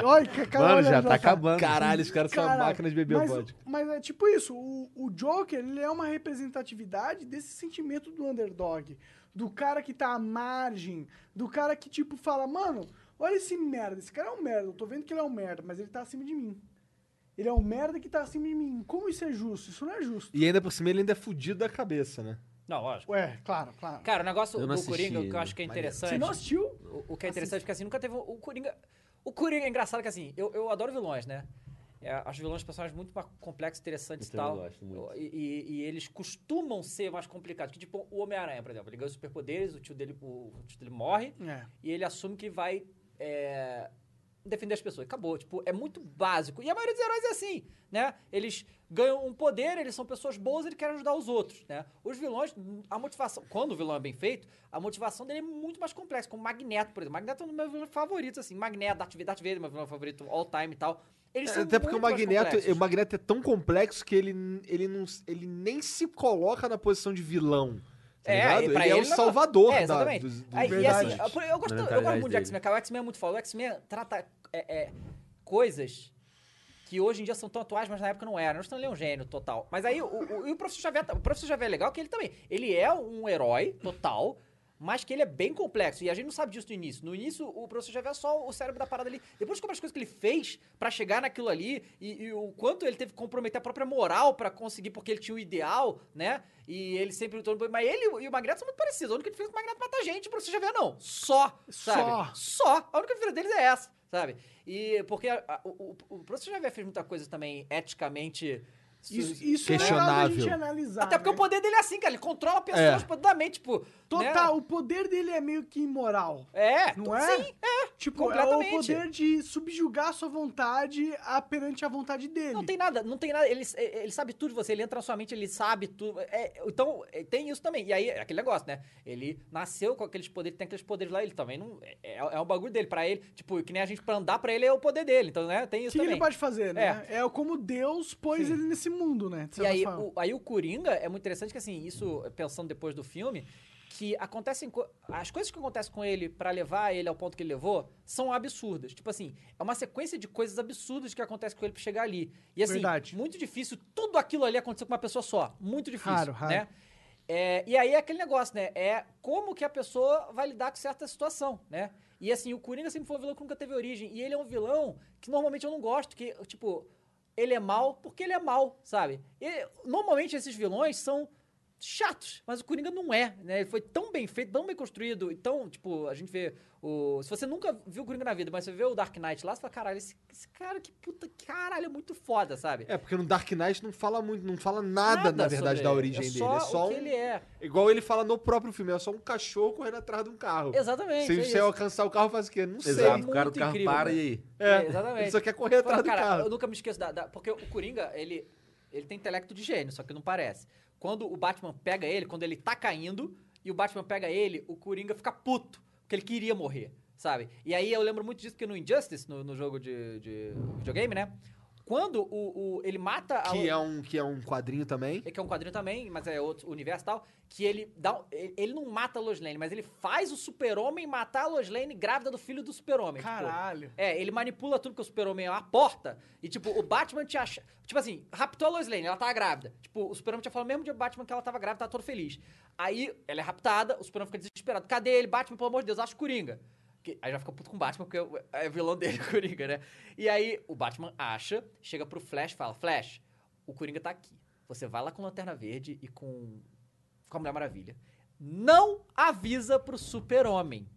Olha, que cara, Mano, olha, já tá acabando. Caralho, os caras são Caralho, máquinas de beber mas, vodka. Mas é tipo isso, o, o Joker, ele é uma representatividade desse sentimento do underdog, do cara que tá à margem, do cara que tipo fala, mano, olha esse merda, esse cara é um merda, eu tô vendo que ele é um merda, mas ele tá acima de mim. Ele é um merda que tá acima de mim. Como isso é justo? Isso não é justo. E ainda por cima ele ainda é fudido da cabeça, né? Não, lógico. Ué, claro, claro. Cara, o negócio Eu não do assisti Coringa, o que ainda. eu acho que é interessante. Você não assistiu? O, o que é interessante é que assim, nunca teve. um- O Coringa. O Coringa é engraçado que assim, eu, eu adoro vilões, né? É, acho vilões personagens muito mais complexos, interessantes e Eu também tal. gosto muito. E, e- e eles costumam ser mais complicados. Que, tipo, o Homem-Aranha, por exemplo, ele ganha os superpoderes, o tio dele, o, o tio dele morre É. e ele assume que vai é, defender as pessoas. Acabou. Tipo, é muito básico. E a maioria dos heróis é assim, né? Eles ganham um poder, eles são pessoas boas, eles querem ajudar os outros, né? Os vilões, a motivação... Quando o vilão é bem feito, a motivação dele é muito mais complexa. Como Magneto, por exemplo. Magneto é um dos meus vilões favoritos, assim. Magneto, Darth Vader, Darth Vader é meu vilão favorito all time e tal. Eles são É, Até porque o muito mais Magneto, complexos. o Magneto é tão complexo que ele, ele, não, ele nem se coloca na posição de vilão. Tá É, ligado? e pra ele é o ele não- salvador é, da- exatamente. dos, dos Aí, e assim, verdades. eu, eu gosto, Na eu gosto mentalidade muito de dele. X-Men, cara. O X-Men é muito foda. O X-Men trata é, é, coisas que hoje em dia são tão atuais, mas na época não eram. O Stanley é um gênio total. Mas aí o, o, e o Professor Xavier, tá- o Professor Xavier é legal que ele também, ele é um herói total, mas que ele é bem complexo. E a gente não sabe disso no início. No início, o Professor Xavier é só o cérebro da parada ali. Depois descobre as coisas que ele fez pra chegar naquilo ali e, e o quanto ele teve que comprometer a própria moral pra conseguir, porque ele tinha o ideal, né? E ele sempre lutou. Mas ele e o Magneto são muito parecidos. A única diferença é que o Magneto mata gente, o Professor Xavier não. Só, sabe? Só. Só. A única diferença deles é essa, sabe? E porque a- a- o, o, o professor Xavier fez muita coisa também eticamente. su- Isso, isso é legal da Questionável. gente analisar. Até porque né? o poder dele é assim, cara. Ele controla pessoas É. poderosamente, tipo. Total, Né? o poder dele é meio que imoral. É, Não tu- é? Sim, é. Tipo, completamente. é o poder de subjugar sua vontade a, perante a vontade dele. Não tem nada, não tem nada. Ele, é, ele sabe tudo de você, ele entra na sua mente, ele sabe tudo. É, então, é, tem isso também. E aí, é aquele negócio, né? Ele nasceu com aqueles poderes, tem aqueles poderes lá, ele também não. É, é, é um bagulho dele. Pra ele, tipo, que nem a gente pra andar pra ele é o poder dele. Então, né? Tem o isso que que também. ele pode fazer, né? É, como Deus pôs ele nesse mundo, né? De E certa aí forma. o, aí o Coringa é muito interessante que, assim, isso pensando depois do filme, que acontecem. co- As coisas que acontecem com ele pra levar ele ao ponto que ele levou são absurdas. Tipo assim, é uma sequência de coisas absurdas que acontecem com ele pra chegar ali. E assim, Verdade. muito difícil tudo aquilo ali acontecer com uma pessoa só. Muito difícil. Raro, raro. Né? É, e aí é aquele negócio, né? É como que a pessoa vai lidar com certa situação, né? E assim, o Coringa sempre foi um vilão que nunca teve origem. E ele é um vilão que normalmente eu não gosto, que, tipo, ele é mal porque ele é mal, sabe? E, normalmente esses vilões são chatos, mas o Coringa não é, né? Ele foi tão bem feito, tão bem construído, e tão, tipo, a gente vê o... Se você nunca viu o Coringa na vida, mas você vê o Dark Knight lá, você fala, caralho, esse, esse cara que puta, caralho, é muito foda, sabe? É, porque no Dark Knight não fala muito, não fala nada, na verdade, sobre da ele. origem É dele. só é só o que um- ele é. Igual ele fala no próprio filme, é só um cachorro correndo atrás de um carro. Exatamente, Se é você isso. alcançar o carro, faz o quê? Não Exato, sei. o cara do muito carro incrível, para né? e aí. É, exatamente. ele só quer correr atrás Pô, do cara, carro. Eu nunca me esqueço da, da- Porque o Coringa, ele, ele tem intelecto de gênio, só que não parece. Quando o Batman pega ele, quando ele tá caindo, e o Batman pega ele, o Coringa fica puto, porque ele queria morrer, sabe? E aí eu lembro muito disso, porque no Injustice, no, no jogo de, de videogame, né? Quando o, o- ele mata a. Que é, um, que é um quadrinho também. É que é um quadrinho também, mas é outro universo e tal, que ele dá, um- ele ele não mata a Lois Lane, mas ele faz o Super-Homem matar a Lois Lane grávida do filho do Super-Homem. tipo. Caralho. é, ele manipula tudo que o Super-Homem é uma porta, e tipo, o Batman te acha, tipo assim, raptou a Lois Lane, ela tava grávida. Tipo, o Super-Homem tinha falado mesmo dia do Batman que ela tava grávida, tava todo feliz. Aí ela é raptada, o Super-Homem fica desesperado. Cadê ele? Batman, pelo amor de Deus, acha o Coringa. Que- aí já fica puto com o Batman, porque é vilão dele, o Coringa, né? E aí o Batman acha, chega pro Flash e fala: Flash, o Coringa tá aqui. Você vai lá com Lanterna Verde e com, com a Mulher Maravilha. Não avisa pro Super-Homem.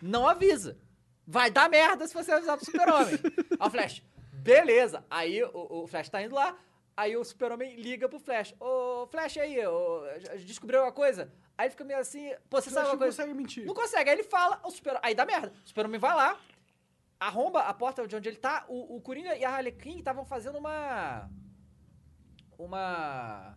Não avisa. Vai dar merda se você avisar pro Super-Homem. Aí o Flash, beleza. Aí o, o Flash tá indo lá, aí o Super-Homem liga pro Flash. Ô, Flash, aí, ô, j- descobriu alguma coisa? Aí ele fica meio assim, pô, você Flash sabe não alguma coisa? consegue mentir. Não consegue. Aí ele fala, o super aí dá merda. O Super-Homem vai lá, arromba a porta de onde ele tá. O, o Coringa e a Harley Quinn estavam fazendo uma uma,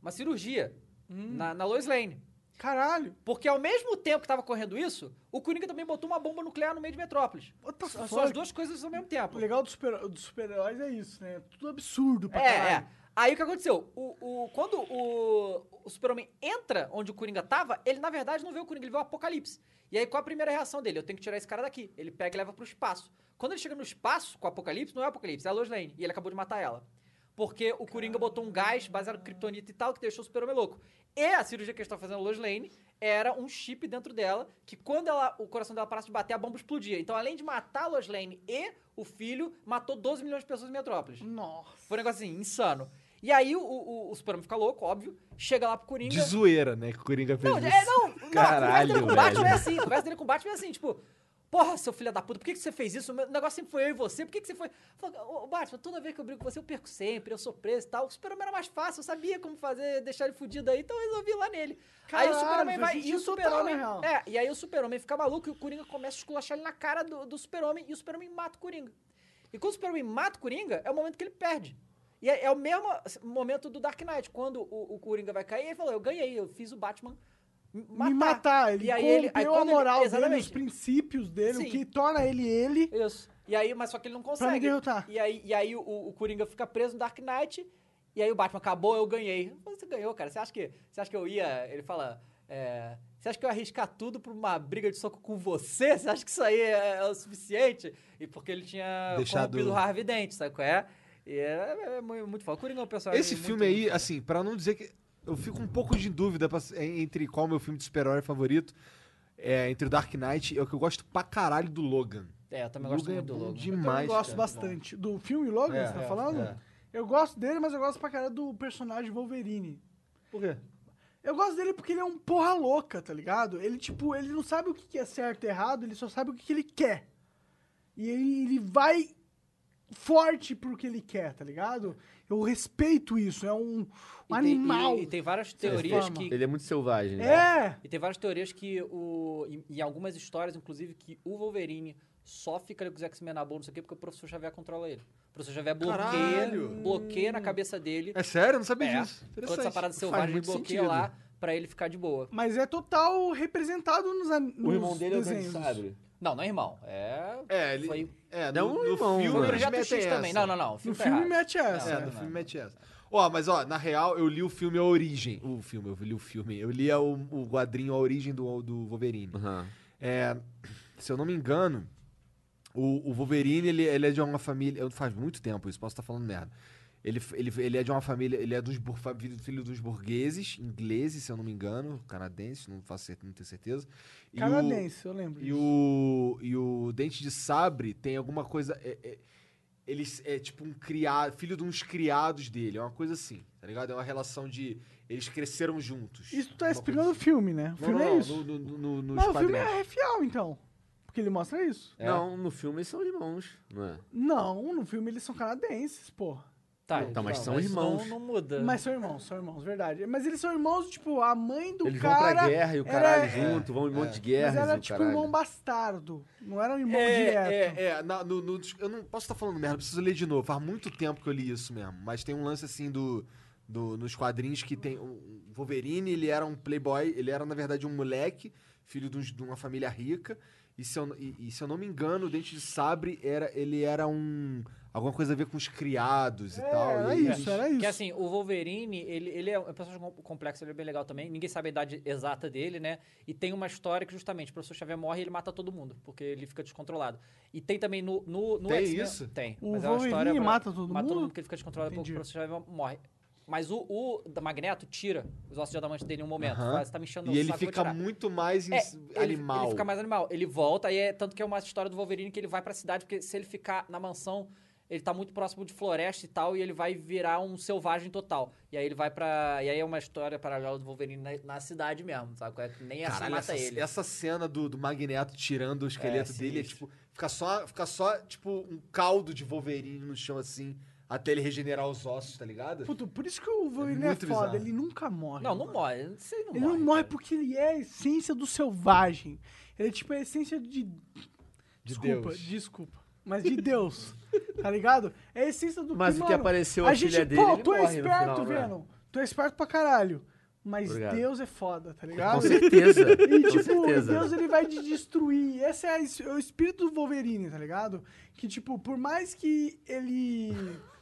uma cirurgia na, na Lois Lane. Hum. Caralho. Porque ao mesmo tempo que tava correndo isso, o Coringa também botou uma bomba nuclear no meio de Metrópolis. What the São fuck? são as duas coisas ao mesmo tempo. O legal dos super- dos super-heróis é isso, né? Tudo absurdo pra É, caralho. é. Aí o que aconteceu? O, o- quando o, o Super-Homem entra onde o Coringa tava, ele na verdade não vê o Coringa, ele vê o Apocalipse. E aí qual a primeira reação dele? Eu tenho que tirar esse cara daqui. Ele pega e leva pro espaço. Quando ele chega no espaço com o Apocalipse, não é o Apocalipse, é a Lois Lane. E ele acabou de matar ela. Porque o Coringa botou um gás baseado em kryptonita e tal, que deixou o Super-Homem louco. E a cirurgia que eles estavam fazendo na Lois Lane era um chip dentro dela, que quando ela, o coração dela parasse de bater, a bomba explodia. Então, além de matar a Lois Lane e o filho, matou 12 milhões de pessoas em Metrópolis. Nossa. Foi um negócio assim, insano. E aí o, o, o Superman fica louco, óbvio, chega lá pro Coringa. De zoeira, né? Que o Coringa fez Não, isso. é, não, não, a conversa Caralho, dele com o Batman velho. é assim, a conversa dele com o Batman é assim, tipo, porra, seu filho da puta, por que, que você fez isso? O meu negócio sempre foi eu e você, por que, que você foi? Fala, Ô, Batman, toda vez que eu brigo com você, eu perco sempre, eu sou preso e tal. O Superman era mais fácil, eu sabia como fazer, deixar ele fudido aí, então eu resolvi ir lá nele. aí o Caralho, Superman faz vai e sentido o total, Super-Homem. na real. É, e aí o Super-Homem fica maluco e o Coringa começa a esculachar ele na cara do, do Super-Homem e o Super-Homem mata o Coringa. E quando o Superman mata o Coringa, é o momento que ele perde. E é, é o mesmo momento do Dark Knight, quando o, o Coringa vai cair, ele falou: Eu ganhei, eu fiz o Batman m- matar. Me matar. Ele e aí corrompeu ele, aí a quando moral dele, ele, os exatamente, princípios dele, o Sim. que torna ele ele. Isso. E aí, mas só que ele não consegue. me derrotar. E aí, e aí o, o Coringa fica preso no Dark Knight. E aí o Batman acabou, eu ganhei. Você ganhou, cara. Você acha que, você acha que eu ia. Ele fala. é, você acha que eu ia arriscar tudo pra uma briga de soco com você? Você acha que isso aí é, é o suficiente? E porque ele tinha Deixado- corrompido o Harvey Dent, sabe qual é? E é, é, é mu- muito foda. O Coringa é um personagem. Esse muito- filme aí, assim, pra não dizer que. Eu fico um pouco de dúvida pra- en- entre qual é o meu filme de super-herói favorito. É, entre o Dark Knight é o que eu gosto pra caralho do Logan. É, eu também Logan gosto é muito do bom Logan. demais, eu gosto cara. bastante. Do filme Logan, É, você tá é, falando? é. Eu gosto dele, mas eu gosto pra caralho do personagem Wolverine. Por quê? Eu gosto dele porque ele é um porra louca, tá ligado? Ele, tipo, ele não sabe o que que é certo e errado, ele só sabe o que que ele quer. E ele, ele vai forte pro que ele quer, tá ligado? Eu respeito isso, é um, um E tem- e- animal. E, tem várias teorias fama. que, Ele é muito selvagem. né? É! E tem várias teorias que o. Em, em algumas histórias, inclusive, que o Wolverine só fica ali com os X-Men na boa, não sei o quê, porque o professor Xavier controla ele. O professor Xavier bloqueia, Caralho! bloqueia na cabeça dele. É sério? Eu não sabia É, disso. toda essa parada Faz selvagem ele muito bloqueia sentido. lá pra ele ficar de boa. Mas é total representado nos, an- nos O irmão dele é o Grande desenhos. Sabre. Não, não é irmão. É. É, ele. Foi- É, Dá no, um no irmão, filme mano. eles Projeto metem X essa. também. Não, não, não. O No filme, tá filme errado. mete essa. É, Não, no não. filme mete essa. Ó, mas ó, na real, eu li o filme A Origem. O filme, eu li o filme. Eu li a- o, o quadrinho A Origem do, do Wolverine. Aham. É, se eu não me engano, o, o Wolverine, ele, ele é de uma família... eu- Faz muito tempo isso, posso estar falando merda. Ele, f- ele, ele é de uma família... Ele é dos, bur- fa- filho filho dos burgueses, ingleses, se eu não me engano. Canadenses, não, faço, cer- não tenho certeza. E o- Canadense, eu lembro. e o, e o Dente de Sabre tem alguma coisa. É, é- eles é tipo um criado, filho de uns criados dele, é uma coisa assim, tá ligado? É uma relação de. Eles cresceram juntos. Isso tu tá Uma explicando o coisa filme, né? O assim. filme não, não, é não, isso. No, no, no, nos Mas o filme quadrinhos. é refial, então. Porque ele mostra isso. Não, no filme eles são irmãos, não é? Não, no filme eles são canadenses, porra. Tá, Então, mas não, são isso irmãos. Não, não muda. Mas são irmãos, são irmãos, verdade. Mas eles são irmãos, tipo, a mãe do Eles cara. vão pra guerra e o era- é, caralho junto, vão em um monte de guerra. Mas era tipo caralho. irmão bastardo. Não era um irmão direto. É, é, é, na- no- no- eu não posso estar falando merda, eu preciso ler de novo. Faz muito tempo que eu li isso mesmo. Mas tem um lance assim do. do- nos quadrinhos que tem. O o Wolverine, ele era um playboy, ele era, na verdade, um moleque, filho de, uns- de uma família rica. E se, eu, n- e- e se eu não me engano, o Dente de Sabre era, ele era um. alguma coisa a ver com os criados e tal. É, era e isso, era isso. Que assim, o Wolverine, ele, ele é um personagem com- complexo, ele é bem legal também. Ninguém sabe a idade exata dele, né? E tem uma história que justamente o professor Xavier morre e ele mata todo mundo, porque ele fica descontrolado. E tem também no. no, no Tem X-Men- isso? Tem. O mas é uma Wolverine história. mata todo Mata todo mundo? mundo porque ele fica descontrolado porque Entendi. o professor Xavier morre. Mas o, o da Magneto tira os ossos de adamante dele em um momento. Aham. Fala, "Você tá me enchendo o E ele saco, vou fica tirar." muito mais É, ins- ele, animal. ele fica mais animal. Ele volta, e é tanto que é uma história do Wolverine que ele vai pra cidade, porque se ele ficar na mansão, ele tá muito próximo de floresta e tal, e ele vai virar um selvagem total. E aí ele vai pra. E aí é uma história paralela do Wolverine na, na cidade mesmo, sabe? qual é? Nem essa Caralho, mata essa, ele. essa cena do, do Magneto tirando o esqueleto É, dele é sinistro. tipo. Fica só, fica só, tipo, um caldo de Wolverine no chão assim, até ele regenerar os ossos, tá ligado? Puto, por isso que o Wolverine é, muito foda, bizarro. ele nunca morre. Não, não mano. morre. Você não Ele não né? morre porque ele é a essência do selvagem. Ele é tipo a essência de. De desculpa, Deus. desculpa. mas de Deus. Tá ligado? É a essência do Mas o que mano, apareceu a a gente, filha dele, Pô, ele tu é morre no esperto, final, né? Venom. Tu é esperto pra caralho. Mas Obrigado. Deus é foda, tá Com ligado? certeza. E, com tipo, certeza. Deus ele vai te destruir. Esse é a es- o espírito do Wolverine, tá ligado? Que, tipo, por mais que ele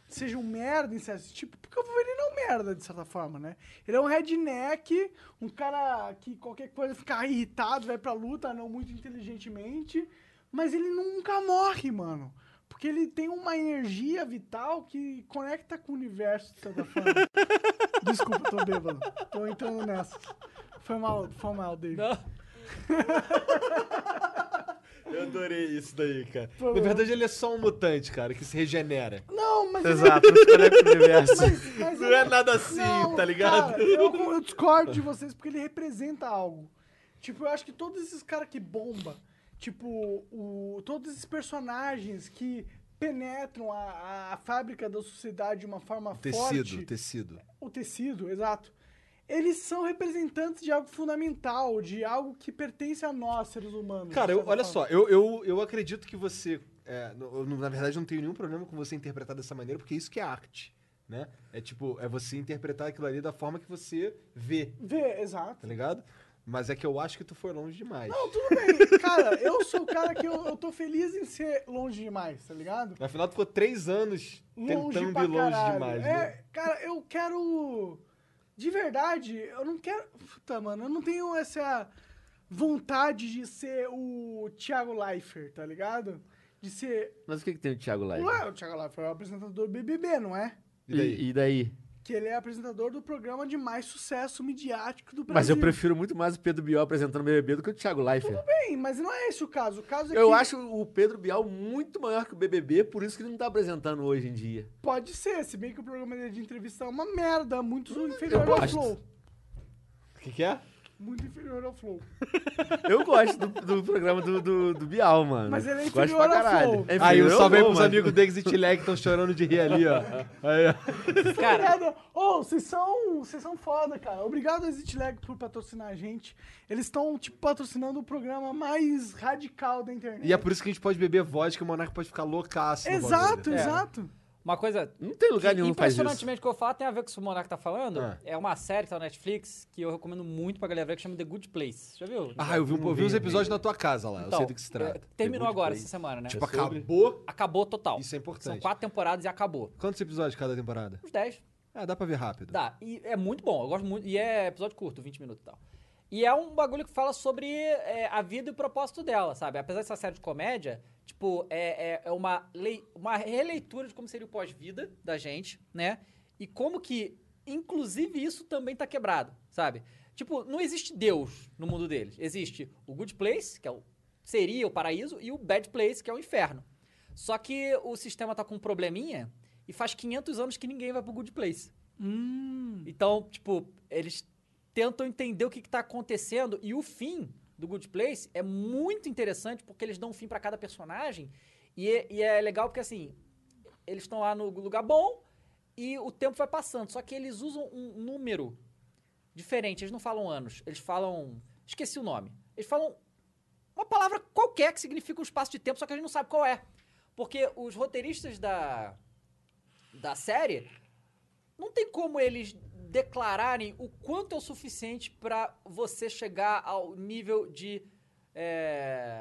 seja um merda em certo tipo, porque o Wolverine é um merda, de certa forma, né? Ele é um redneck, um cara que qualquer coisa fica irritado, vai pra luta, não muito inteligentemente, mas ele nunca morre, mano. Porque ele tem uma energia vital que conecta com o universo, de certa forma. Desculpa, tô bêbado. Tô entrando nessa. Foi mal, foi mal, David. Eu adorei isso daí, cara. Na verdade, ele é só um mutante, cara, que se regenera. Não, mas é ele- Exato, se conecta com o universo. mas Não ele- é nada assim, Não, tá ligado? cara, eu, eu discordo de vocês porque ele representa algo. Tipo, eu acho que todos esses caras que bomba, tipo, o, todos esses personagens que penetram a, a fábrica da sociedade de uma forma forte. Tecido, tecido. o tecido, exato. Eles são representantes de algo fundamental, de algo que pertence a nós, seres humanos. Cara, eu- sabe? olha só, eu, eu, eu acredito que você. é, no- eu não- na verdade, eu não tenho nenhum problema com você interpretar dessa maneira, porque isso que é arte. Né? É tipo, é você interpretar aquilo ali da forma que você vê, Vê, exato. tá ligado? Mas é que eu acho que tu foi longe demais. Não, tudo bem. Cara, eu sou o cara que eu, eu tô feliz em ser longe demais, tá ligado? Afinal, tu ficou três anos Longe tentando pra ir longe caralho. demais, É, né? cara, eu quero... De verdade, eu não quero... Puta, mano, eu não tenho essa vontade de ser o Thiago Leifert, tá ligado? De ser... Mas o que, que tem o Thiago lá? Não é o Thiago Leifert, é o apresentador do BBB, não é? E daí? E, e daí? Que ele é apresentador do programa de mais sucesso midiático do Brasil. Mas eu prefiro muito mais o Pedro Bial apresentando o BBB do que o Thiago Leifert. Bem, mas não é esse o caso. O caso é Eu que... acho o Pedro Bial muito maior que o BBB, por isso que ele não tá apresentando hoje em dia. Pode ser, se bem que o programa dele de entrevista é uma merda, muito inferior ao gosto. Flow. O que, que é? Muito inferior ao Flow. Eu gosto do, do programa do, do, do Bial, mano. Mas ele é gosto inferior pra ao caralho. Flow. É inferior Aí eu ao salvei Flow, pros mas- amigos Degs e Tilek que estão chorando de rir ali, ó. Aí, ó. Cara, Obrigado. tá Ô, vocês são, vocês são foda, cara. Obrigado a ExitLag por patrocinar a gente. Eles estão, tipo, patrocinando o programa mais radical da internet. E é por isso que a gente pode beber vodka e o Monark pode ficar loucaço. no Exato, bagulho. É. exato. uma coisa Não tem lugar que nenhum que faz isso. impressionantemente que eu falo tem a ver com o que o Monark tá falando. Ah. É uma série que tá na Netflix que eu recomendo muito pra galera ver que chama The Good Place. Já viu? Ah, eu vi, um, eu vi uns episódios na tua casa lá. eu sei do que se trata. é, Terminou Tem agora muito essa semana, né? pra- Tipo, acabou. Acabou total. Isso é importante. São quatro temporadas e acabou. Quantos episódios cada temporada? Uns dez. Ah, dá pra ver rápido. Dá. E é muito bom. Eu gosto muito. E é episódio curto, 20 minutos e tal. E é um bagulho que fala sobre é, a vida e o propósito dela, sabe? Apesar dessa série de comédia, tipo, é, é, é uma, lei, uma releitura de como seria o pós-vida da gente, né? E como que, inclusive, isso também tá quebrado, sabe? Tipo, não existe Deus no mundo deles. Existe o Good Place, que é o, seria o paraíso, e o Bad Place, que é o inferno. Só que o sistema tá com um probleminha e faz 500 anos que ninguém vai pro Good Place. Então, tipo, eles tentam entender o que, que tá acontecendo e o fim do Good Place é muito interessante porque eles dão um fim pra cada personagem e é, e é legal porque, assim, eles estão lá no lugar bom e o tempo vai passando, só que eles usam um número diferente, eles não falam anos, eles falam... esqueci o nome. Eles falam uma palavra qualquer que significa um espaço de tempo, só que a gente não sabe qual é. Porque os roteiristas da, da série não tem como eles declararem o quanto é o suficiente pra você chegar ao nível de. É,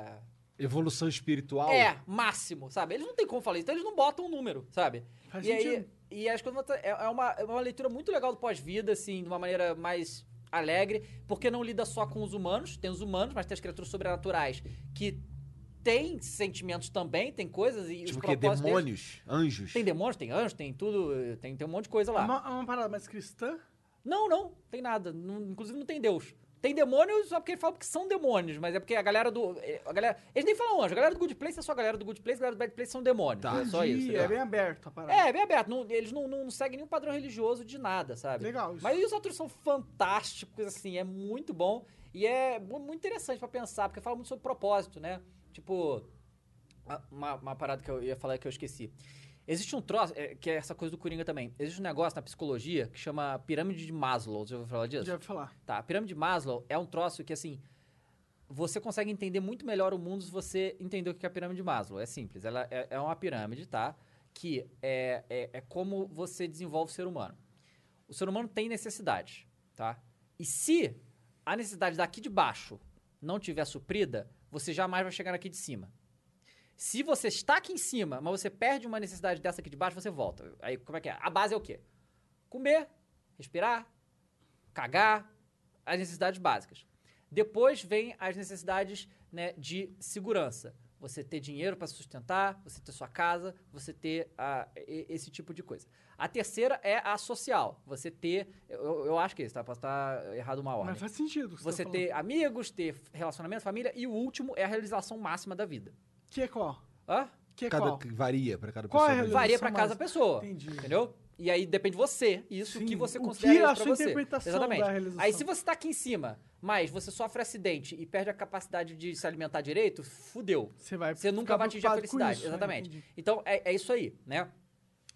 Evolução espiritual. é, máximo, sabe? Eles não tem como falar isso, então eles não botam um número, sabe? Faz e aí, sentido. e acho que é é uma, é uma leitura muito legal do pós-vida, assim, de uma maneira mais alegre, porque não lida só com os humanos, tem os humanos, mas tem as criaturas sobrenaturais que têm sentimentos também, tem coisas e Tipo os o quê? propósitos deles- Demônios? Anjos? Tem demônios, tem anjos, tem tudo, tem, tem um monte de coisa É lá. uma, é uma parada mais cristã? Não, não, tem nada. Não- inclusive não tem Deus. Tem demônios só porque eles falam que são demônios, mas é porque a galera do. eh, A galera, eles nem falam anjo. A galera do Good Place é só a galera do Good Place, a galera do Bad Place são demônios. Tá. É só isso. Ih, é entendeu? bem aberto a parada. É, é bem aberto. não- eles não, não, não seguem nenhum padrão religioso de nada, sabe? Legal isso. Mas os outros são fantásticos, assim, é muito bom. E é mu- muito interessante pra pensar, porque fala muito sobre propósito, né? Tipo, a- uma, uma parada que eu ia falar que eu esqueci. Existe um troço, é, que é essa coisa do Coringa também. Existe um negócio na psicologia que chama pirâmide de Maslow. Você já ouviu falar disso? Já vou falar. Tá, a pirâmide de Maslow é um troço que, assim, você consegue entender muito melhor o mundo se você entender o que é a pirâmide de Maslow. É simples, ela é, é uma pirâmide, tá? Que é, é, é como você desenvolve o ser humano. O ser humano tem necessidade, tá? E se a necessidade daqui de baixo não tiver suprida, você jamais vai chegar aqui de cima. Se você está aqui em cima, mas você perde uma necessidade dessa aqui de baixo, você volta. Aí como é que é? A base é o quê? Comer, respirar, cagar, as necessidades básicas. Depois vem as necessidades né, de segurança. Você ter dinheiro para sustentar, você ter sua casa, você ter ah, e- esse tipo de coisa. A terceira é a social. Você ter. Eu, eu acho que é isso, tá? Posso estar errado uma ordem Mas faz sentido. o que você tá ter amigos, ter relacionamento, família, e o último é a realização máxima da vida. falando. Que é qual? Hã? Que é Cada, qual? varia pra cada Qual é a pessoa. relevância? Varia pra Realização cada máxima. pessoa. Entendi. Entendeu? E aí depende de você, isso Sim, que você o que considera a isso sua pra você. interpretação Exatamente. da realização. Aí se você tá aqui em cima, mas você sofre acidente e perde a capacidade de se alimentar direito, fudeu. Você vai Você nunca ficar vai atingir a preocupado com felicidade. isso, né? Exatamente. Entendi. Então é, é isso aí, né?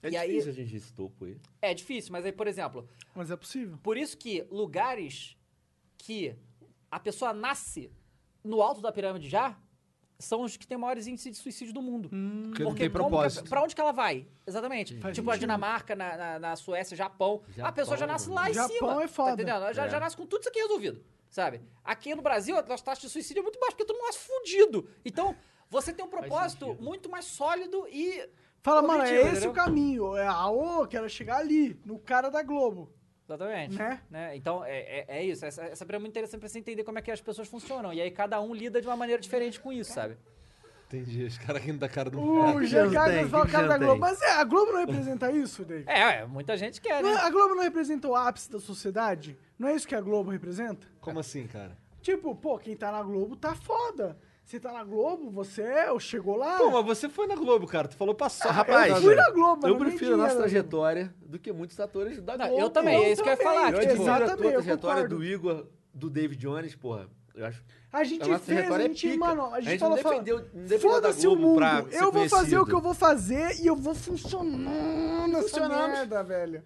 É E aí- difícil a gente ir esse topo aí. É difícil, mas aí, por exemplo, Mas é possível. Por isso que lugares que a pessoa nasce no alto da pirâmide já são os que têm maiores índices de suicídio do mundo. Porque não tem propósito. Pra onde que ela vai? Exatamente. Hum. Faz tipo a sentido. Dinamarca, na, na- na Suécia, Japão. A Japão, pessoa já nasce lá em Japão cima. é foda. Tá entendendo? Ela Já, É. já nasce com tudo isso aqui resolvido, sabe? Aqui no Brasil, a nossa taxa de suicídio é muito baixa, porque todo mundo nasce fudido. Então, você tem um propósito sentido. muito mais sólido e... Fala, mano, é objetivo, esse entendeu? o caminho. É, ah, ô, quero chegar ali, no cara da Globo. Exatamente. Né? Né? Então, é, é, é isso. Essa, essa pirâmide é muito interessante pra você entender como é que as pessoas funcionam. E aí cada um lida de uma maneira diferente com isso, sabe? Entendi, os caras rindo da cara do... O Jean tem? Cargas fala o O que cara já da tem? Globo. Mas é, a Globo não representa isso, David? É, é, muita gente quer, Não é- né? a Globo não representa o ápice da sociedade? Não é isso que a Globo representa? Como assim, cara? Tipo, pô, quem tá na Globo tá foda. Você tá na Globo, você é, ou chegou lá. Pô, mas você foi na Globo, cara. Tu falou passado. Ah, rapaz, eu fui na Globo, mas eu não prefiro ganhei a nossa dinheiro, né? trajetória do que muitos atores da Não, Globo. eu também, é isso que eu ia também, falar. Eu que, tipo, admiro a tua Exatamente, eu trajetória concordo. do Igor, do David Jones, porra. Eu acho. A gente A nossa fez, a trajetória é gente, pica. mano, a gente, A gente falou, não fala, defendeu- não defendeu foda-se da o Globo mundo, pra ser eu vou fazer conhecido." o que eu vou fazer e eu vou funcionar nessa Funcionamos. merda, velho.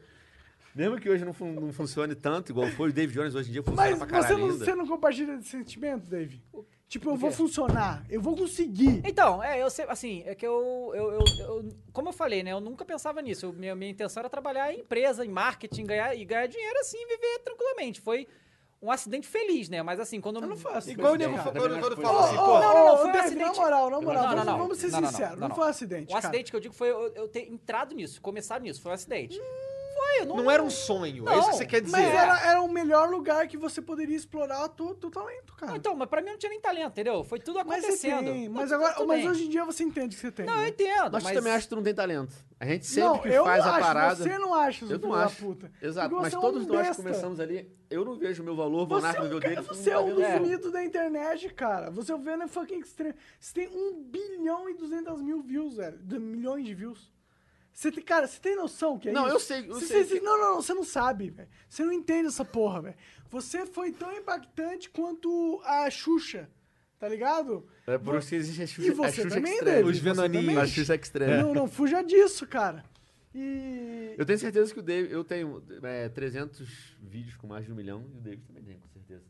Mesmo que hoje não, fun- não funcione tanto, igual foi o David Jones hoje em dia, funciona Mas pra você caralho não, ainda. você não compartilha desse sentimento, Dave? Tipo, eu o vou quê? funcionar, eu vou conseguir. Então, é, eu sei, assim, é que eu, eu, eu- eu- Como eu falei, né? Eu nunca pensava nisso. Eu- minha, minha intenção era trabalhar em empresa, em marketing, ganhar, e ganhar dinheiro assim, e viver tranquilamente. Foi um acidente feliz, né? Mas assim, quando. Eu não faço. Igual o Nego fa- quando, quando Ô, fala assim, ô, pô... não, não, ô, foi um Dave, acidente. Na moral, na moral, Não, não, vamos- não. vamos ser Não, não, não, sinceros, não, não, não. foi um acidente, O cara. acidente que eu digo foi eu, eu ter entrado nisso, começado nisso, foi um acidente. Foi, eu não. Não era um sonho, é isso que você quer dizer. Mas era, era o melhor lugar que você poderia explorar o teu, teu talento, cara. Não, então, mas pra mim não tinha nem talento, entendeu? Foi tudo mas você acontecendo. tem, Não, mas, tudo- agora, tudo mas bem. hoje em dia você entende que você tem. Não, eu né? entendo. Mas, tu também acha que tu não tem talento. A gente sempre não, que eu faz não a acho, parada. Você não acha, seu eu não filho da acho. puta. Exato, Porque mas você é um todos nós que besta. começamos ali, eu não vejo o meu valor, o Você Monarca é não um, vê o cara- dele. você é um não dos tá vendo. mitos da internet, cara. Você é o Venom fucking extremo. Você tem 1 bilhão e 200 mil views, velho. De milhões de views. Você tem, cara, você tem noção que é Não, isso? eu sei, eu Você- sei você- que- Não, não, não, você não sabe, velho. Você não entende essa porra, velho. Você foi tão impactante quanto a Xuxa, tá ligado? É por isso que existe a Xuxa, E você a Xuxa também, Extreme. David, Os você Venoninhos. também. A Xuxa Extreme. Não, não fuja disso, cara. E... Eu tenho certeza que o David. Eu tenho é, 300 vídeos com mais de um milhão e o David também tem, com certeza.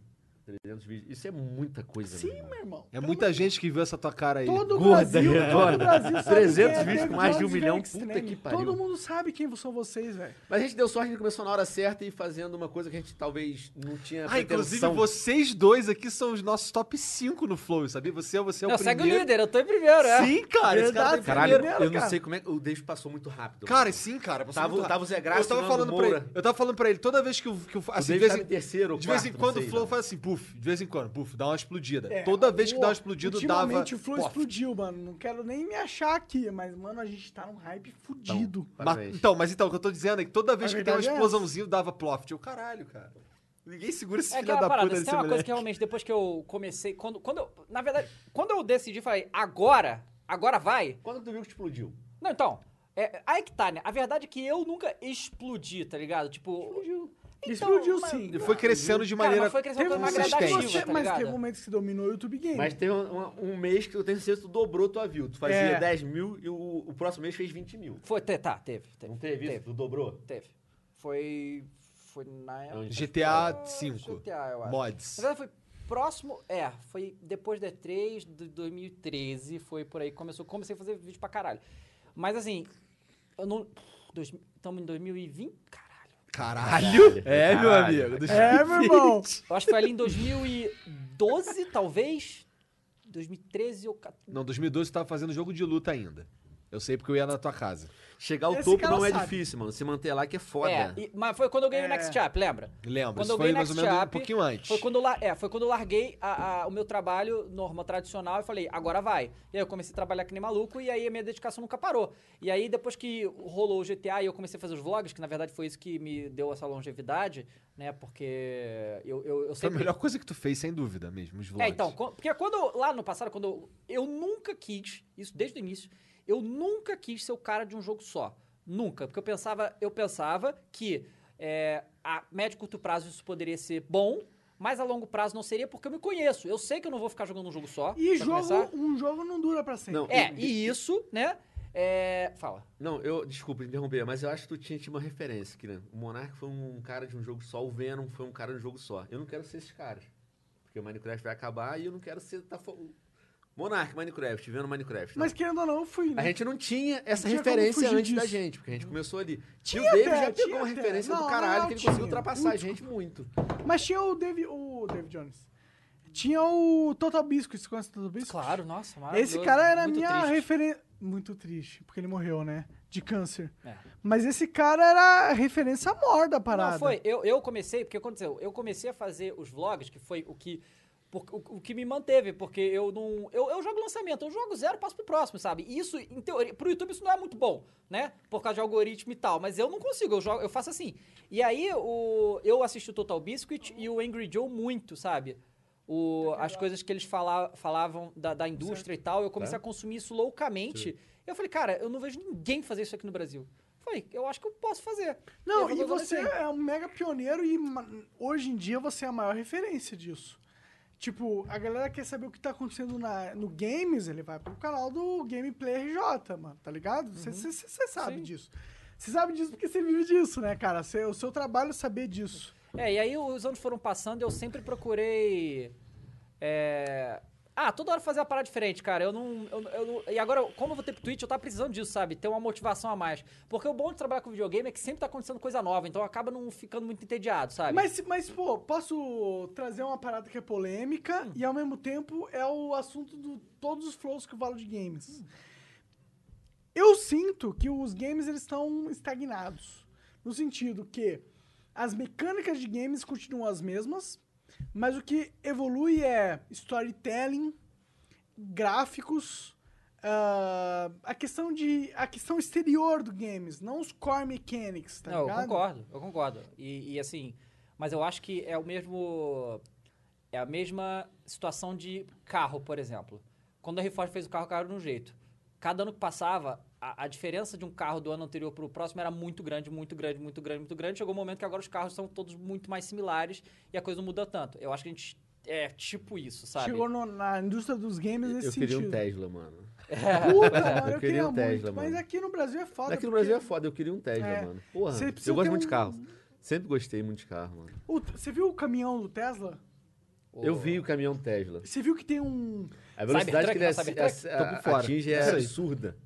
300 vídeos. Isso é muita coisa. Sim, meu irmão. meu irmão. É muita gente que viu essa tua cara aí. Todo o Gorda, Brasil, todo o gorda. Brasil sabe 300 quem é vídeos com David mais de um Jones e milhão, Eric puta Stram. que pariu. Todo mundo sabe quem são vocês, velho. Mas a gente deu sorte que começou na hora certa e fazendo uma coisa que a gente talvez não tinha. Ah, inclusive pretensão. vocês dois aqui são os nossos top 5 no Flow, sabia? Você, é você é o Não, primeiro. segue o líder, eu tô em primeiro, é. Sim, cara, esse cara tá em Verdade, Caralho, primeiro. primeiro, eu não cara. sei como é que. O David passou muito rápido. Cara, sim, cara. você Tava- muito- tava o Zé Graça, né, eu tava o Nando falando pra ele, Moura. Eu tava falando pra ele, toda vez que eu. Que eu o assim, David de vez tava em, em terceiro ou de vez em quarto, quando não sei, o né? Flow não. faz assim, puf, de vez em quando, puf, dá uma explodida. É, toda vez que o- dá uma explodida, ultimamente dava. o Flow Pô, explodiu, mano. Não quero nem me achar aqui, mas, mano, a gente tá num hype Então, fudido. Mas, Parabéns. então, mas então, o que eu tô dizendo é que toda vez A que tem uma verdade é explosãozinho, dava ploft. Eu, caralho, cara. Ninguém segura esse É filho aquela da parada, puta se desse tem uma coisa moleque. que realmente, depois que eu comecei, quando, quando eu, na verdade, quando eu decidi, falei, agora, agora vai, Quando tu viu que explodiu? não, então, é, aí que tá, né, a verdade é que eu nunca explodi, tá ligado, tipo... Explodiu. Explodiu sim. Ele foi crescendo de maneira. mas foi crescendo de forma consistente. gradativa, você- tá mas ligado? teve momentos que você dominou o YouTube Game. Mas teve um, um mês que eu tenho certeza que tu dobrou tua view. Tu fazia É. 10 mil e o, o próximo mês fez 20 mil. Foi, te- tá, teve, teve, Não teve isso? teve, Tu dobrou? teve. foi, foi na época... Não, então tá. GTA V. GTA, eu acho. Mods. é Na verdade, foi próximo. É, foi depois da E3 de 2013. Foi por aí que começou. Comecei a fazer vídeo pra caralho. Mas assim. Eu não. Estamos em 2020? Caralho. Caralho! É, meu Caralho. amigo. Deixa... É, meu irmão. Eu acho que foi ali em 2012, talvez. 2013 ou 14. Não, 2012 tu tava fazendo jogo de luta ainda. Eu sei porque eu ia na tua casa. Chegar ao Esse topo cara não é sabe. difícil, mano. Se manter lá que é foda. É, e- mas foi quando eu ganhei o Next Chap, lembra? Lembra? Quando Isso eu foi ganhei mais ou Next menos um Chap, pouquinho antes. Foi quando eu, lar- é, foi quando eu larguei a- a- o meu trabalho normal, tradicional, e falei, agora vai. E aí eu comecei a trabalhar que nem maluco, e aí a minha dedicação nunca parou. E aí, depois que rolou o GTA e eu comecei a fazer os vlogs, que na verdade foi isso que me deu essa longevidade, né? Porque eu, eu, eu Foi a sempre. melhor coisa que tu fez, sem dúvida mesmo, os vlogs. É, então, quan- porque quando eu- lá no passado, quando eu, eu nunca quis, isso desde o início, eu nunca quis ser o cara de um jogo só. Nunca. Porque eu pensava, eu pensava que é, a médio e curto prazo isso poderia ser bom, mas a longo prazo não seria, porque eu me conheço. Eu sei que eu não vou ficar jogando um jogo só. E pra jogo, começar. um jogo não dura pra sempre. Não, É, e isso, né? é, fala. Não, eu, desculpa interromper, mas eu acho que tu tinha, tinha uma referência aqui, né? O Monark foi um cara de um jogo só, o Venom foi um cara de um jogo só. Eu não quero ser esses caras. Porque o Minecraft vai acabar e eu não quero ser. Tá, fo- Monark, Minecraft, Venom, Minecraft. não. Mas querendo ou não, eu fui, né? A gente não tinha essa tinha como referência fugir antes da disso. gente, porque a gente começou ali. Tinha e o David até, já pegou tinha uma até. referência Não, do caralho não, que ele tinha. conseguiu ultrapassar a Muito. gente muito. Mas tinha o David, o David Jones. Tinha o Total Biscuit, você conhece o Total Biscuit? Claro, nossa, maravilhoso. Esse cara era a muito minha triste. referência. Muito triste, porque ele morreu, né? De câncer. É. Mas esse cara era a referência mor da parada. Não, foi. Eu, eu comecei, porque aconteceu, eu comecei a fazer os vlogs, que foi o que. por- o, o que me manteve, porque eu não. Eu, eu jogo lançamento, eu jogo zero, passo pro próximo, sabe? E Isso, em teoria, pro YouTube isso não é muito bom, né? Por causa de algoritmo e tal. Mas eu não consigo, eu, jogo, eu faço assim. E aí o, eu assisti o Total Biscuit e o Angry Joe muito, sabe? O, as coisas que eles fala, falavam da, da indústria e tal, eu comecei a consumir isso loucamente. Eu falei, cara, eu não vejo ninguém fazer isso aqui no Brasil. Falei, eu acho que eu posso fazer. Não, aí eu e vou- você é um mega pioneiro e ma- hoje em dia você é a maior referência disso. Tipo, a galera quer saber o que tá acontecendo na, no games, ele vai pro canal do Gameplay RJ, mano, tá ligado? Você Uhum. sabe disso. Você sabe disso porque você vive disso, né, cara? Cê- o seu trabalho é saber disso. É, e aí os anos foram passando e eu sempre procurei. é, Ah, toda hora fazer uma parada diferente, cara. Eu não. eu- eu não- E agora, como eu vou ter pro Twitch, eu tava precisando disso, sabe? Ter uma motivação a mais. Porque o bom de trabalhar com videogame é que sempre tá acontecendo coisa nova, então acaba não ficando muito entediado, sabe? Mas, mas, pô, posso trazer uma parada que é Hum. polêmica e ao mesmo tempo é o assunto de todos os flows que eu falo de games. Hum. Eu sinto que os games eles estão estagnados. No sentido que as mecânicas de games continuam as mesmas, mas o que evolui é storytelling, gráficos, ah, a questão de a questão exterior do games, não os core mechanics, tá não, ligado? eu concordo, eu concordo. E, e, assim, mas eu acho que é o mesmo. É a mesma situação de carro, por exemplo. Quando a Reforge fez o carro, caro de um jeito. Cada ano que passava, a, a diferença de um carro do ano anterior para o próximo era muito grande, muito grande, muito grande, muito grande. Chegou um momento que agora os carros são todos muito mais similares e a coisa não muda tanto. Eu acho que a gente é tipo isso, sabe? Chegou no- na indústria dos games nesse Eu queria sentido. um Tesla, mano. Puta, mano, eu, queria Eu queria um Tesla, muito. Mas mano. aqui no Brasil é foda. Daqui no porque Brasil é foda, eu queria um Tesla, É. mano. Porra, Você precisa eu gosto ter muito de um- carro. Sempre gostei muito de carro, mano. o- Você viu o caminhão do Tesla? Eu vi o caminhão Tesla. Você viu que tem um... A velocidade que ele Cybertruck, não, ac- Cybertruck? Tô por ac- fora. atinge é Isso aí. absurda.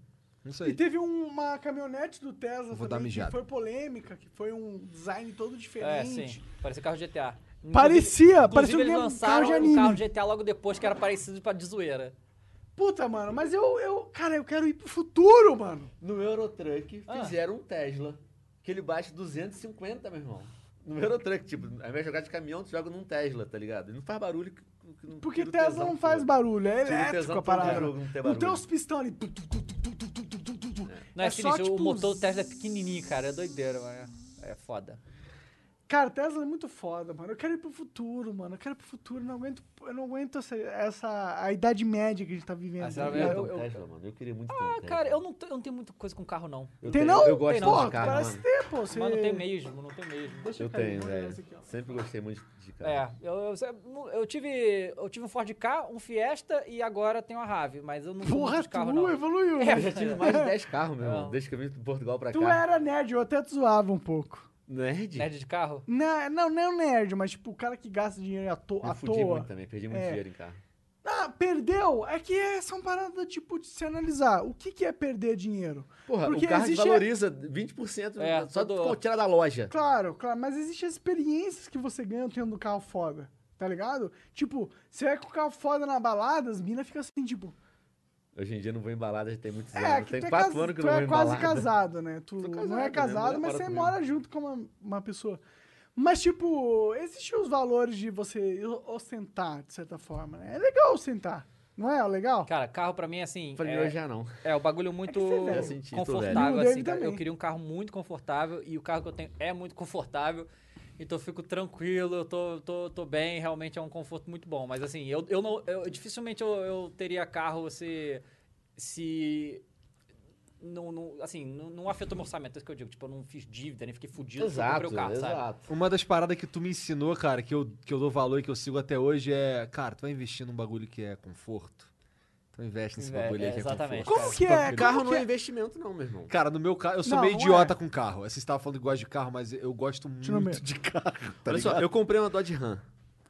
Não sei. E teve um- uma caminhonete do Tesla Vou dar também que mijada. foi polêmica, que foi um design todo É, diferente. sim. Parecia carro de GTA. Inclusive- Parecia, parecia Inclusive, um eles game- lançaram carro de um anime. carro de GTA logo depois que era parecido pra de zoeira. Puta, mano, mas eu, eu... Cara, eu quero ir pro futuro, mano. No Eurotruck fizeram um Tesla que ele bate 250, meu irmão. No Eurotruck, tipo, ao invés de jogar de caminhão, tu joga num Tesla, tá ligado? Ele não faz barulho. que- que não Porque tira o Tesla tesão não todo. faz barulho, é Tira o elétrico tesão a todo parada. do jogo, não tem Não tem barulho. os pistão ali... tu, tu, tu, tu, tu, tu, tu, tu, tu, tu. Não, é, sinistro, tipo, o motor do Tesla é pequenininho, cara, é doideira, mano. É foda. Cara, Tesla é muito foda, mano. Eu quero ir pro futuro, mano. Eu quero ir pro futuro. Eu não aguento, eu não aguento essa, essa- a idade média que a gente tá vivendo. Ah, você tá vai ver, ligado? Eu, Eu- eu- é um Tesla, mano. Eu queria muito ter um Tesla. Cara, eu não, te- eu não tenho muita coisa com carro, não. Eu Tem tenho- não? Eu gosto Tem de não. Pô, de carro, parece mano. ter, pô. Você... Mas não tem mesmo, não tem mesmo. Deixa Eu cair, tenho, vou olhar esse velho. aqui, ó. Sempre gostei muito de carro. É, eu, eu, eu tive, eu tive um Ford K, um Fiesta e agora tenho a Rave, mas eu não sou Porra, muito de tu carro, não. evoluiu. É, Eu já tive mais de 10 carros, meu Não. irmão. Desde que eu vim de Portugal pra Tu cá. é, era nerd, eu até te zoava um pouco. Nerd? Nerd de carro? Não, não, não é um nerd, mas tipo, o cara que gasta dinheiro à, to Eu à fudi toa. muito também, perdi muito É. dinheiro em carro. Ah, perdeu? É que essa é uma parada, tipo, de se analisar. O que, que é perder dinheiro? Porra, Porque o carro existe- valoriza 20% É, só todo- do tirar da loja. Claro, claro, mas existem as experiências que você ganha tendo um carro foda, tá ligado? Tipo, você vai com o carro foda na balada, as minas ficam assim, tipo... Hoje em dia eu não vou em balada, já tem muitos É, anos. que Tem tu é, 4 cas- anos que eu tu não é vou em quase balada. casado, né? Tu Sou não é casado, casado, minha mulher mas mora você comigo. mora junto com uma, uma pessoa. Mas, tipo, existem os valores de você ostentar, de certa forma. né? É legal ostentar, não é legal? Cara, carro pra mim é assim. Falei, é- hoje já não. É, o bagulho muito você é velho. Eu senti, tô confortável, velho. assim, E o Dave cara. Eu também. queria um carro muito confortável e o carro que eu tenho é muito confortável. Então eu fico tranquilo, eu tô, tô, tô bem, realmente é um conforto muito bom. Mas assim, eu, eu não. eu- dificilmente eu, eu teria carro se. se. Não, não- assim, não, não afetou meu orçamento, é isso que eu digo. Tipo, eu não fiz dívida, nem fiquei fudido porque eu comprei Exato, o carro, sabe? exato. Uma das paradas que tu me ensinou, cara, que eu, que eu dou valor e que eu sigo até hoje é, cara, tu vai investir num bagulho que é conforto. Então investe nesse Inve- bagulho aí é, que é exatamente, conforto. Como que é? Tranquilo. Carro Como não que é investimento não, meu irmão. Cara, no meu carro, eu sou Não, meio não idiota é. com carro. Vocês estavam falando que gosta de carro, mas eu gosto muito Tira o meu. de carro. Tá Olha só, ligado? eu comprei uma Dodge Ram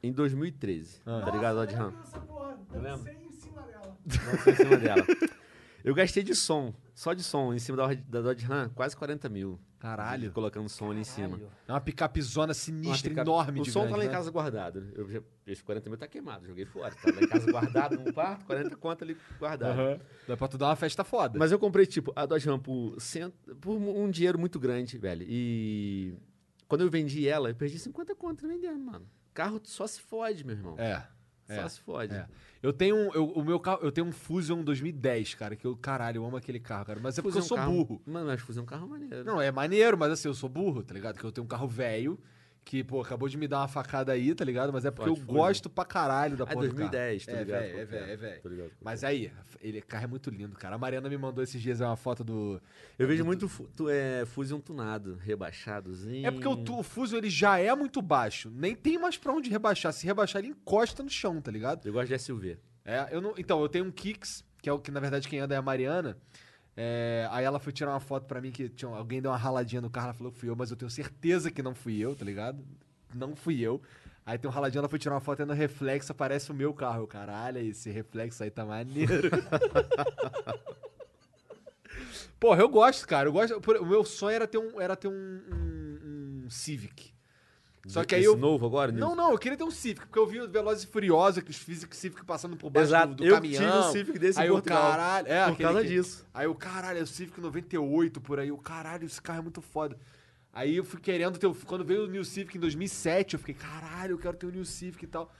em 2013. Ah. Tá ligado, Tá Dodge Ram? Essa porra, dancei em cima dela. Não foi em cima dela. Eu gastei de som, só de som, em cima da, da Dodge Ram, quase 40 mil. Caralho. Colocando som ali em cima. É uma picapezona sinistra, Uma picape- enorme um O de som grande, tá lá em né? casa guardado. né? Eu já, esse 40 mil tá queimado, joguei fora. Tá lá em casa guardado, num quarto, 40 conto ali guardado. Aham. Dá pra tu dar uma festa foda. Mas eu comprei, tipo, a Dodge Ram por, cento, por um dinheiro muito grande, velho. E quando eu vendi ela, eu perdi 50 conto é tá vendendo, mano. Carro só se fode, meu irmão. É. Só é. se fode. É. Eu tenho um, eu, o meu carro, eu tenho um Fusion 2010, cara, que eu, caralho, eu amo aquele carro, cara, mas é porque Fusão eu sou carro- burro. Mano, mas fazer um carro é maneiro. Não, é maneiro, mas assim, eu sou burro, tá ligado? Que eu tenho um carro velho que, pô, acabou de me dar uma facada aí, tá ligado? Mas é porque Ford eu Fusion. gosto pra caralho da Ah, porra do carro. 2010, tá é, ligado? velho, é velho, é Tá velho. ligado? Mas aí, ele carro é muito lindo, cara. A Mariana me mandou esses dias uma foto do Eu vejo muito fu- tu, é, Fusion tunado, rebaixadozinho. É porque o, tu- o Fuso ele já é muito baixo, nem tem mais pra onde rebaixar. Se rebaixar, ele encosta no chão, tá ligado? Eu gosto de SUV. É, eu não. Então, eu tenho um Kicks, que é o que, na verdade, quem anda é a Mariana. É, aí ela foi tirar uma foto pra mim que tinha, alguém deu uma raladinha no carro, ela falou que fui eu, mas eu tenho certeza que não fui eu, tá ligado? Não fui eu. Aí tem um raladinho, ela foi tirar uma foto e no reflexo aparece o meu carro. Eu, caralho, esse reflexo aí tá maneiro. Porra, eu gosto, cara. Eu gosto. por- O meu sonho era ter um, era ter um, um- um Civic. Só que aí Esse eu. novo agora, né? Não, não, eu queria ter um Civic, porque eu vi o Velozes e Furiosos, que os físicos Civic passando por baixo Exato, do, do eu caminhão. tive um Civic desse em aí Portugal, o caralho, é, por aquele causa que- disso. Aí o caralho, é o Civic 98 por aí, o caralho, esse carro é muito foda. Aí eu fui querendo ter, o- quando veio o New Civic em 2007, eu fiquei, caralho, eu quero ter o New Civic e tal.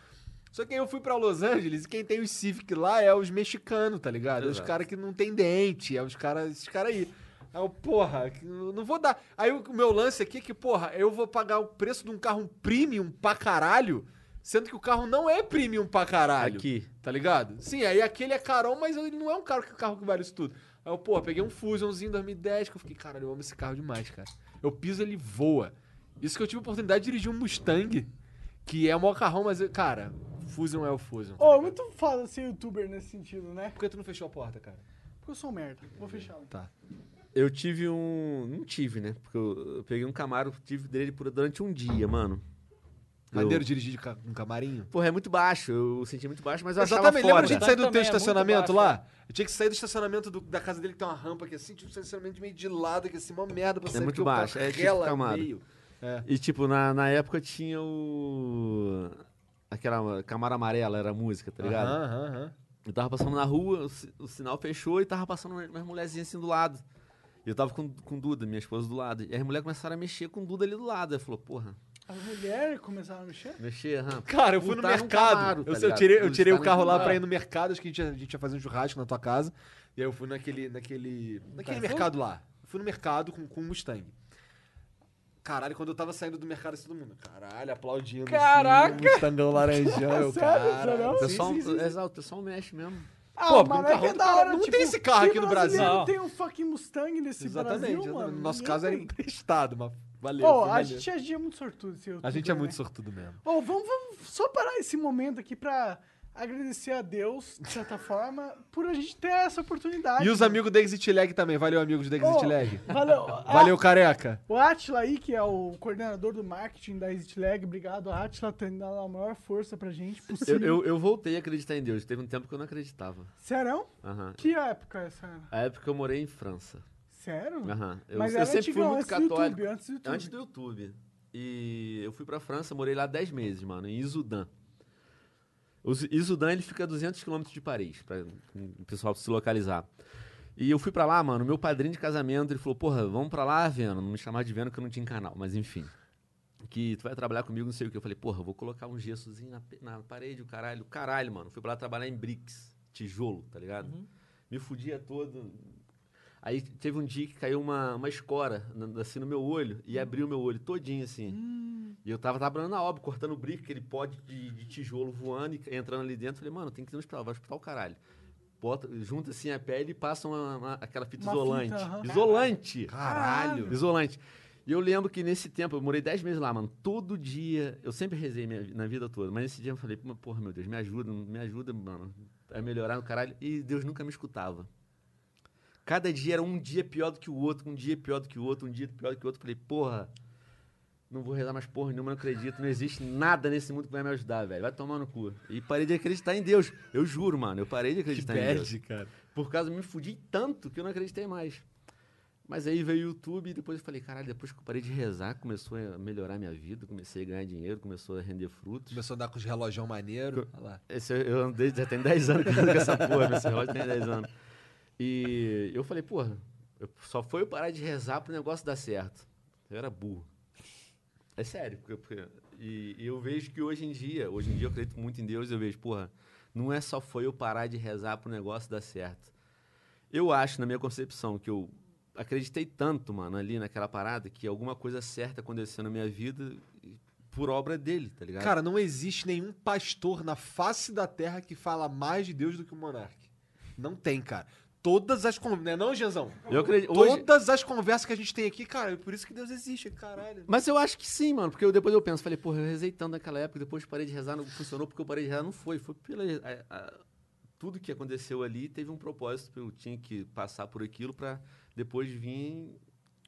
Só que aí eu fui pra Los Angeles e quem tem os Civic lá é os mexicanos, tá ligado? É os Exato. caras que não tem dente, é os caras, esses caras aí. Aí eu, porra, que eu não vou dar. Aí o meu lance aqui é que, porra, eu vou pagar o preço de um carro premium pra caralho, sendo que o carro não é premium pra caralho. Aqui. Tá ligado? Sim, aí aquele é carão, mas ele não é um carro que, carro que vale isso tudo. Aí eu, porra, peguei um Fusionzinho 2010 que eu fiquei, caralho, eu amo esse carro demais, cara. Eu piso, ele voa. Isso que eu tive a oportunidade de dirigir um Mustang, que é um carrão, mas, eu- cara, Fusion é o Fusion. tá Ô, ligado? muito foda ser youtuber nesse sentido, né? Por que tu não fechou a porta, cara? Porque eu sou um merda. Vou fechar. ela. Tá. Eu tive um. Não tive, né? Porque eu, eu peguei um Camaro, tive dele por, durante um dia, mano. Eu- Maneiro dirigir de ca- um camarinho? Porra, é muito baixo. Eu senti muito baixo, mas eu achava Exatamente, fora. lembra a gente sair do teu Também é muito baixo, estacionamento lá? Eu tinha que sair do estacionamento do- da casa dele, que tem uma rampa aqui assim, tipo, estacionamento meio de lado, que assim, mó merda pra sair. muito porque o baixo, carro é tipo rela no Camaro. meio. tá É. E tipo, na, na época tinha o. Aquela Camaro amarela era a música, tá ligado? Aham, aham, aham. Eu tava passando na rua, o, si- o sinal fechou e tava passando umas mulherzinhas assim do lado. E eu tava com, com Duda, minha esposa, do lado. E as mulheres começaram a mexer com o Duda ali do lado. Ela falou, porra, As mulheres começaram a mexer? mexer, hã? Cara, eu fui no Botar num mercado. Camaro, tá eu, sei, eu ligado? tirei, eu Botar tirei o num carro lá Camaro. pra ir no mercado, acho que a gente, ia- a gente ia fazer um churrasco na tua casa. E aí eu fui naquele. naquele. naquele mercado lá. Eu fui no mercado com, com um Mustang. Caralho, quando eu tava saindo do mercado, assim, todo mundo. Caralho, aplaudindo. assim, Caraca! Um o Mustangão laranjão, eu, Sério, cara. sério? O pessoal, exato, o pessoal mexe mesmo. Ah, Pô, o porque um mané que carro é do da cara hora, não tipo, tem esse carro que aqui no Brasil. brasileiro Não. tem um fucking Mustang nesse Exatamente. Brasil, mano. no nosso Ninguém caso é era tem. emprestado, mas valeu. Pô, foi a maneiro. gente, é a gente é muito sortudo, esse A gente é muito sortudo. sortudo mesmo. vamos, vamos só parar esse momento aqui pra agradecer a Deus, de certa forma, por a gente ter essa oportunidade. E os amigos da Exit Lag também. Valeu, amigos da Exit Lag. Valeu. é Valeu, careca. O Atila aí, que é o coordenador do marketing da Exit Lag, obrigado, Atila, tendo dado a maior força pra gente Eu, possível. eu, eu voltei a acreditar em Deus. Teve um tempo que eu não acreditava. Serão? Aham. Que época essa era? A época eu morei em França. Sério? Aham. Eu, Mas eu era sempre fui antigão, muito antes do católico. YouTube, antes do YouTube. Antes do YouTube. E eu fui pra França, morei lá 10 meses, mano, em Isudã. O Z- Isudã, ele fica a 200 quilômetros de Paris, pra o pessoal se localizar. E eu fui pra lá, mano, meu padrinho de casamento, ele falou, porra, vamos pra lá, Veno. Não me chamava de Veno, que eu não tinha canal, mas enfim. Que tu vai trabalhar comigo, não sei o que. Eu falei, porra, vou colocar um gessozinho na, pe- na parede, o caralho. Caralho, mano, fui pra lá trabalhar em bricks, tijolo, tá ligado? Uhum. Me fudia todo, Aí teve um dia que caiu uma, uma escora na- assim no meu olho Hum. e abriu meu olho todinho assim. E eu tava trabalhando na obra, cortando brick, aquele pó de, de- de tijolo voando e entrando ali dentro. Falei, mano, tem que ir no hospital, vai ao hospital, caralho. Bota, junta assim a pele e passa uma, uma- aquela fita Uma isolante. fita, aham. Isolante! Caralho. Isolante. E eu lembro que nesse tempo, eu morei 10 meses lá, mano. Todo dia, eu sempre rezei minha, vi- na vida toda, mas nesse dia eu falei, porra, meu Deus, me ajuda, me ajuda, mano, a melhorar no caralho. E Deus nunca me escutava. Cada dia era um dia pior do que o outro, um dia pior do que o outro, um dia pior do que o outro. Falei, porra, não vou rezar mais porra nenhuma, não acredito, não existe nada nesse mundo que vai me ajudar, velho. Vai tomar no cu. E parei de acreditar em Deus. Eu juro, mano, eu parei de Que acreditar em Deus. bad, cara. Por causa, me fudi tanto que eu não acreditei mais. Mas aí veio o YouTube e depois eu falei, caralho, depois que eu parei de rezar, começou a melhorar minha vida, comecei a ganhar dinheiro, começou a render frutos. Começou a andar com os relógio maneiro. Olha lá. Esse eu- eu andei, já tem 10 anos que eu ando com essa porra, meu relógio tem 10 anos. E eu falei, porra, eu- só foi eu parar de rezar pro negócio dar certo. Eu era burro. É sério. Porque, porque- e, e eu vejo que hoje em dia, hoje em dia eu acredito muito em Deus, eu vejo, porra, não é só foi eu parar de rezar pro negócio dar certo. Eu acho, na minha concepção, que eu acreditei tanto, mano, ali naquela parada, que alguma coisa certa aconteceu na minha vida e- por obra dele, tá ligado? Cara, não existe nenhum pastor na face da terra que fala mais de Deus do que o monarca. Não tem, cara. Todas as conversas. Não é não, Genzão? eu acredito. hoje- Todas as conversas que a gente tem aqui, cara, é por isso que Deus existe, caralho. Mas eu acho que sim, mano. Porque eu- depois eu penso, falei, porra, eu rezei tanto naquela época, depois parei de rezar, não funcionou porque eu parei de rezar. Não foi, foi pela. a- a- tudo que aconteceu ali teve um propósito, eu tinha que passar por aquilo pra depois vir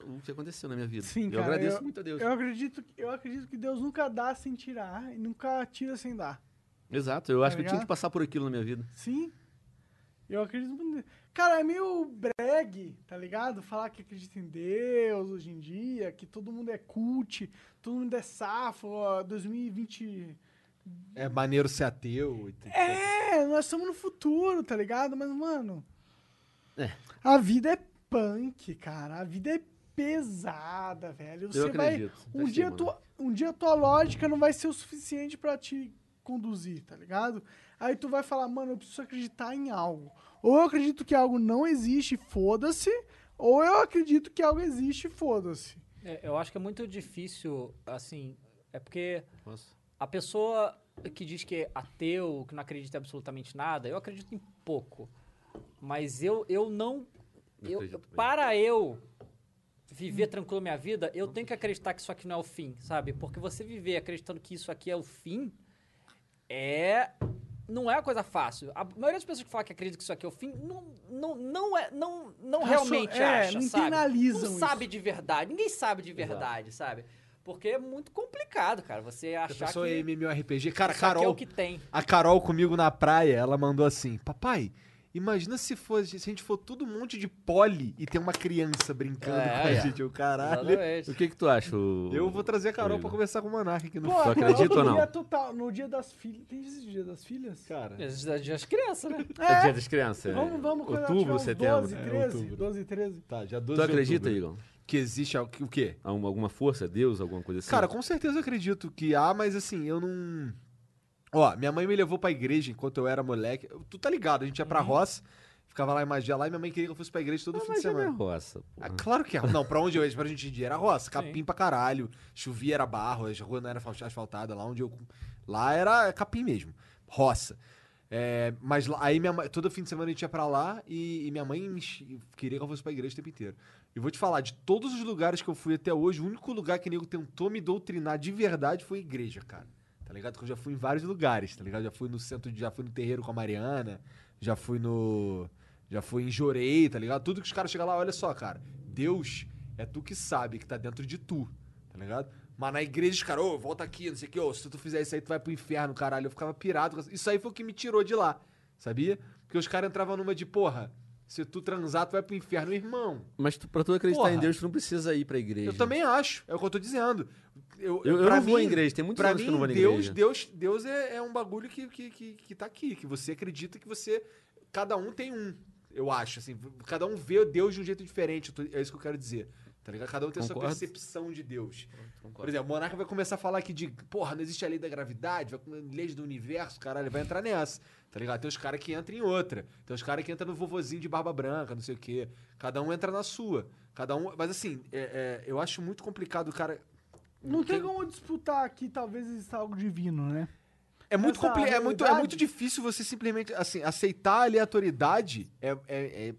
o que aconteceu na minha vida. Sim, eu cara, agradeço eu- muito a Deus. Eu acredito, eu acredito que Deus nunca dá sem tirar e nunca tira sem dar. Exato, eu acho que eu É, tinha ligado? que passar por aquilo na minha vida. Sim? Eu acredito muito. nisso. Cara, é meio breg, tá ligado? Falar que acredita em Deus hoje em dia, que todo mundo é cult, todo mundo é safo, ó, 2020. É maneiro ser ateu. e tudo. É, nós estamos no futuro, tá ligado? Mas, mano. A vida é punk, cara. A vida é pesada, velho. Você vai. acredito. Um Assim, dia, mano. tua, um dia tua lógica não vai ser o suficiente pra te conduzir, tá ligado? Aí tu vai falar, mano, eu preciso acreditar em algo. Ou eu acredito que algo não existe, foda-se. Ou eu acredito que algo existe, foda-se. É, eu acho que é muito difícil, assim, é porque Posso? a pessoa que diz que é ateu, que não acredita em absolutamente nada, eu acredito em pouco. Mas eu, eu não. Não eu- acredito mesmo. para eu viver tranquilo minha vida, eu tenho que acreditar que isso aqui não é o fim, sabe? Porque você viver acreditando que isso aqui é o fim é. Não é uma coisa fácil. A maioria das pessoas que fala que acredita que isso aqui é o fim não, não, não, é, não, não Racio- realmente é, acha, não sabe? internalizam Não isso. sabe de verdade. Ninguém sabe de verdade, sabe? Porque é muito complicado, cara, você Já achar que, pensou em MMORPG? Cara, isso aqui é Carol, o que tem. a Carol comigo na praia, ela mandou assim: Papai, imagina se, fosse, se a gente for todo um monte de pole e tem uma criança brincando É, com a é. gente. Eu, caralho. Exatamente. O que que tu acha? o- Eu vou trazer a Carol Rodrigo? pra conversar com o Monark aqui no Pô, cara, acredita ou outro não? dia total, no dia das filhas. Tem esse dia das filhas? Cara, As, as, as crianças, né? É dia das crianças. Vamos, vamos, quando ela tiver Outubro, uns setembro. 12, É, 13, outubro. 12, 13. tá, já 12 Tu de acredita, outubro. Igor? Que existe al- que- o quê? Alguma alguma força? Deus? Alguma coisa assim? Cara, com certeza eu acredito que há, mas assim, eu não. Ó, minha mãe me levou pra igreja enquanto eu era moleque. Tu tá ligado, a gente ia pra roça, ficava lá em Magia lá e minha mãe queria que eu fosse pra igreja todo fim de Uhum. Mas é minha semana. roça. Ah, porra. claro que é. Não, pra onde eu ia, pra gente ir era roça, capim pra caralho. Chovia era barro, as ruas não eram asfal- asfaltadas, lá onde eu. Lá era capim mesmo, roça. É, mas lá- aí minha mãe, todo fim de semana a gente ia pra lá e, e minha mãe me enchi- queria que eu fosse pra igreja o tempo inteiro. E vou te falar, de todos os lugares que eu fui até hoje, o único lugar que o nego tentou me doutrinar de verdade foi igreja, cara. Tá ligado? Que eu já fui em vários lugares, tá ligado? Já fui no centro, de- já fui no terreiro com a Mariana, já fui no. Já fui em Jorei, tá ligado? Tudo que os caras chegam lá, olha só, cara. Deus é tu que sabe que tá dentro de tu, tá ligado? Mas na igreja os caras, ô, volta aqui, não sei o que, ô, se tu fizer isso aí, tu vai pro inferno, caralho. Eu ficava pirado. com essa- Isso aí foi o que me tirou de lá, sabia? Porque os caras entravam numa de, porra, se tu transar, tu vai pro inferno, irmão. Mas tu, pra tu acreditar Porra. em Deus, tu não precisa ir pra igreja. Eu também acho, é o que eu tô dizendo. Eu, Eu- eu pra não vou à igreja, tem muitos pra anos que eu não vou na Deus, igreja. Deus, Deus é, é um bagulho que, que, que, que tá aqui, que você acredita que você. Cada um tem um, eu acho. assim Cada um vê Deus de um jeito diferente, eu tô- é isso que eu quero dizer. Tá ligado? Cada um tem a Concordo. sua percepção de Deus. Por exemplo, o Monarca vai começar a falar aqui de, porra, não existe a lei da gravidade, vai com leis do universo, caralho, ele vai entrar nessa. Tá ligado? Tem os caras que entram em outra. Tem os caras que entram no vovozinho de barba branca, não sei o quê. Cada um entra na sua. Cada um. Mas assim, é- é, eu acho muito complicado o cara. Não tem como disputar aqui, talvez exista algo divino, né? É muito, Essa compli- é, muito, é realidade- muito difícil você simplesmente, assim, aceitar a aleatoriedade. É. é- é-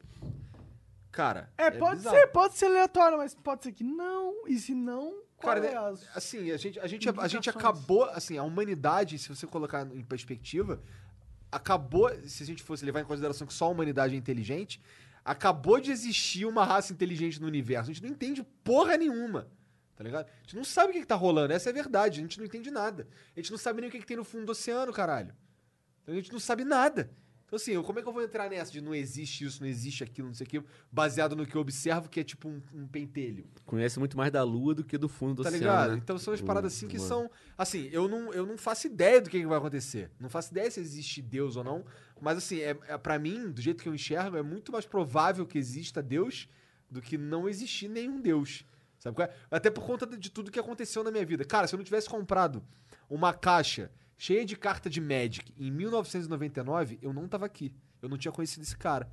Cara. É, pode bizarro. ser, pode ser aleatório, mas pode ser que não. E se não, qual Cara, é né, as- assim, a gente, a, gente, a gente Implicações. acabou, assim, a humanidade, se você colocar em perspectiva, acabou, se a gente fosse levar em consideração que só a humanidade é inteligente, acabou de existir uma raça inteligente no universo. A gente não entende porra nenhuma. Tá ligado? A gente não sabe o que, que tá rolando, essa é a verdade. A gente não entende nada. A gente não sabe nem o que, que tem no fundo do oceano, caralho. Então a gente não sabe nada. Então, assim, eu- como é que eu vou entrar nessa de não existe isso, não existe aquilo, não sei o quê, baseado no que eu observo, que é tipo um- um pentelho? Conhece muito mais da lua do que do fundo do tá oceano. ligado? né? Então são as Do- paradas assim que do- são. Assim, eu não, eu não faço ideia do que, que vai acontecer. Não faço ideia se existe Deus ou não. Mas assim, é, é, para mim, do jeito que eu enxergo, é muito mais provável que exista Deus do que não existir nenhum Deus. Sabe qual é? Até por conta de tudo que aconteceu na minha vida. Cara, se eu não tivesse comprado uma caixa cheia de carta de Magic em 1999, eu não tava aqui. Eu não tinha conhecido esse cara.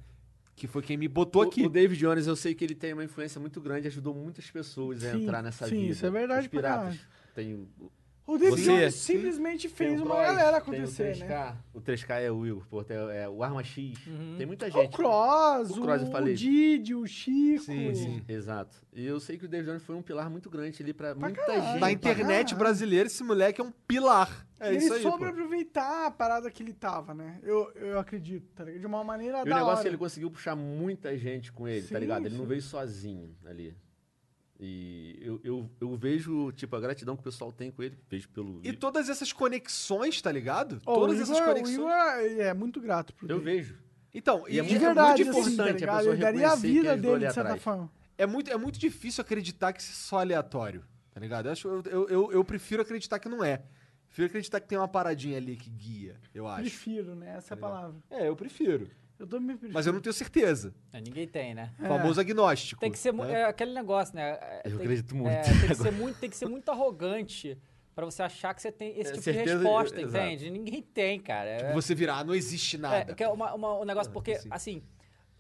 Que foi quem me botou O- aqui. O, David Jones, eu sei que ele tem uma influência muito grande, ajudou muitas pessoas a Sim, entrar nessa sim, vida. isso é verdade Os pra piratas. caralho. Tem, o- O David Você- é Jones simplesmente tem fez o uma Cross, galera tem um acontecer, o 3K, né? O 3K é o Will, pô, tem, é o Arma X. Tem muita Uhum. O gente. Cross, O Cross, eu o, o falei. Didi, o Chico. Sim, sim. Exato. E eu sei que o David Jones foi um pilar muito grande ali pra, muita gente. Na internet brasileira, esse moleque é um pilar. É ele isso aí. soube pô. aproveitar a parada que ele tava, né? Eu, eu acredito, tá ligado? De uma maneira E o da negócio é hora. que ele conseguiu puxar muita gente com ele, Sim, tá ligado? Ele não sim. veio sozinho ali. E eu, eu, eu vejo, tipo, a gratidão que o pessoal tem com ele, vejo pelo. E todas essas conexões, tá ligado? Ó, o todas Igor- essas conexões. O Igor ele é muito grato pro Eu David. vejo. Então, E é e De muito verdade, importante assim, tá a ligado? pessoa Ele daria a reconhecer que vida ajudou dele, ali de certa atrás. forma. é muito, é muito difícil acreditar que isso é só aleatório, tá ligado? Eu, acho, eu, eu, eu, eu prefiro acreditar que não é. Prefiro acreditar que tem uma paradinha ali que guia, eu acho. Prefiro, né? Tá Essa é a palavra. É, eu prefiro. Eu também prefiro. Mas eu não tenho certeza. É, ninguém tem, né? O Famoso agnóstico. Tem que ser mu- é aquele negócio, né? É, Eu tem- acredito muito. é, tem, que ser muito tem que ser muito arrogante pra você achar que você tem esse É, tipo de certeza- resposta, exato. entende? Ninguém tem, cara. É- Tipo, Você virar, "Ah, não existe nada. é, que é uma- uma- um negócio, porque, assim. assim.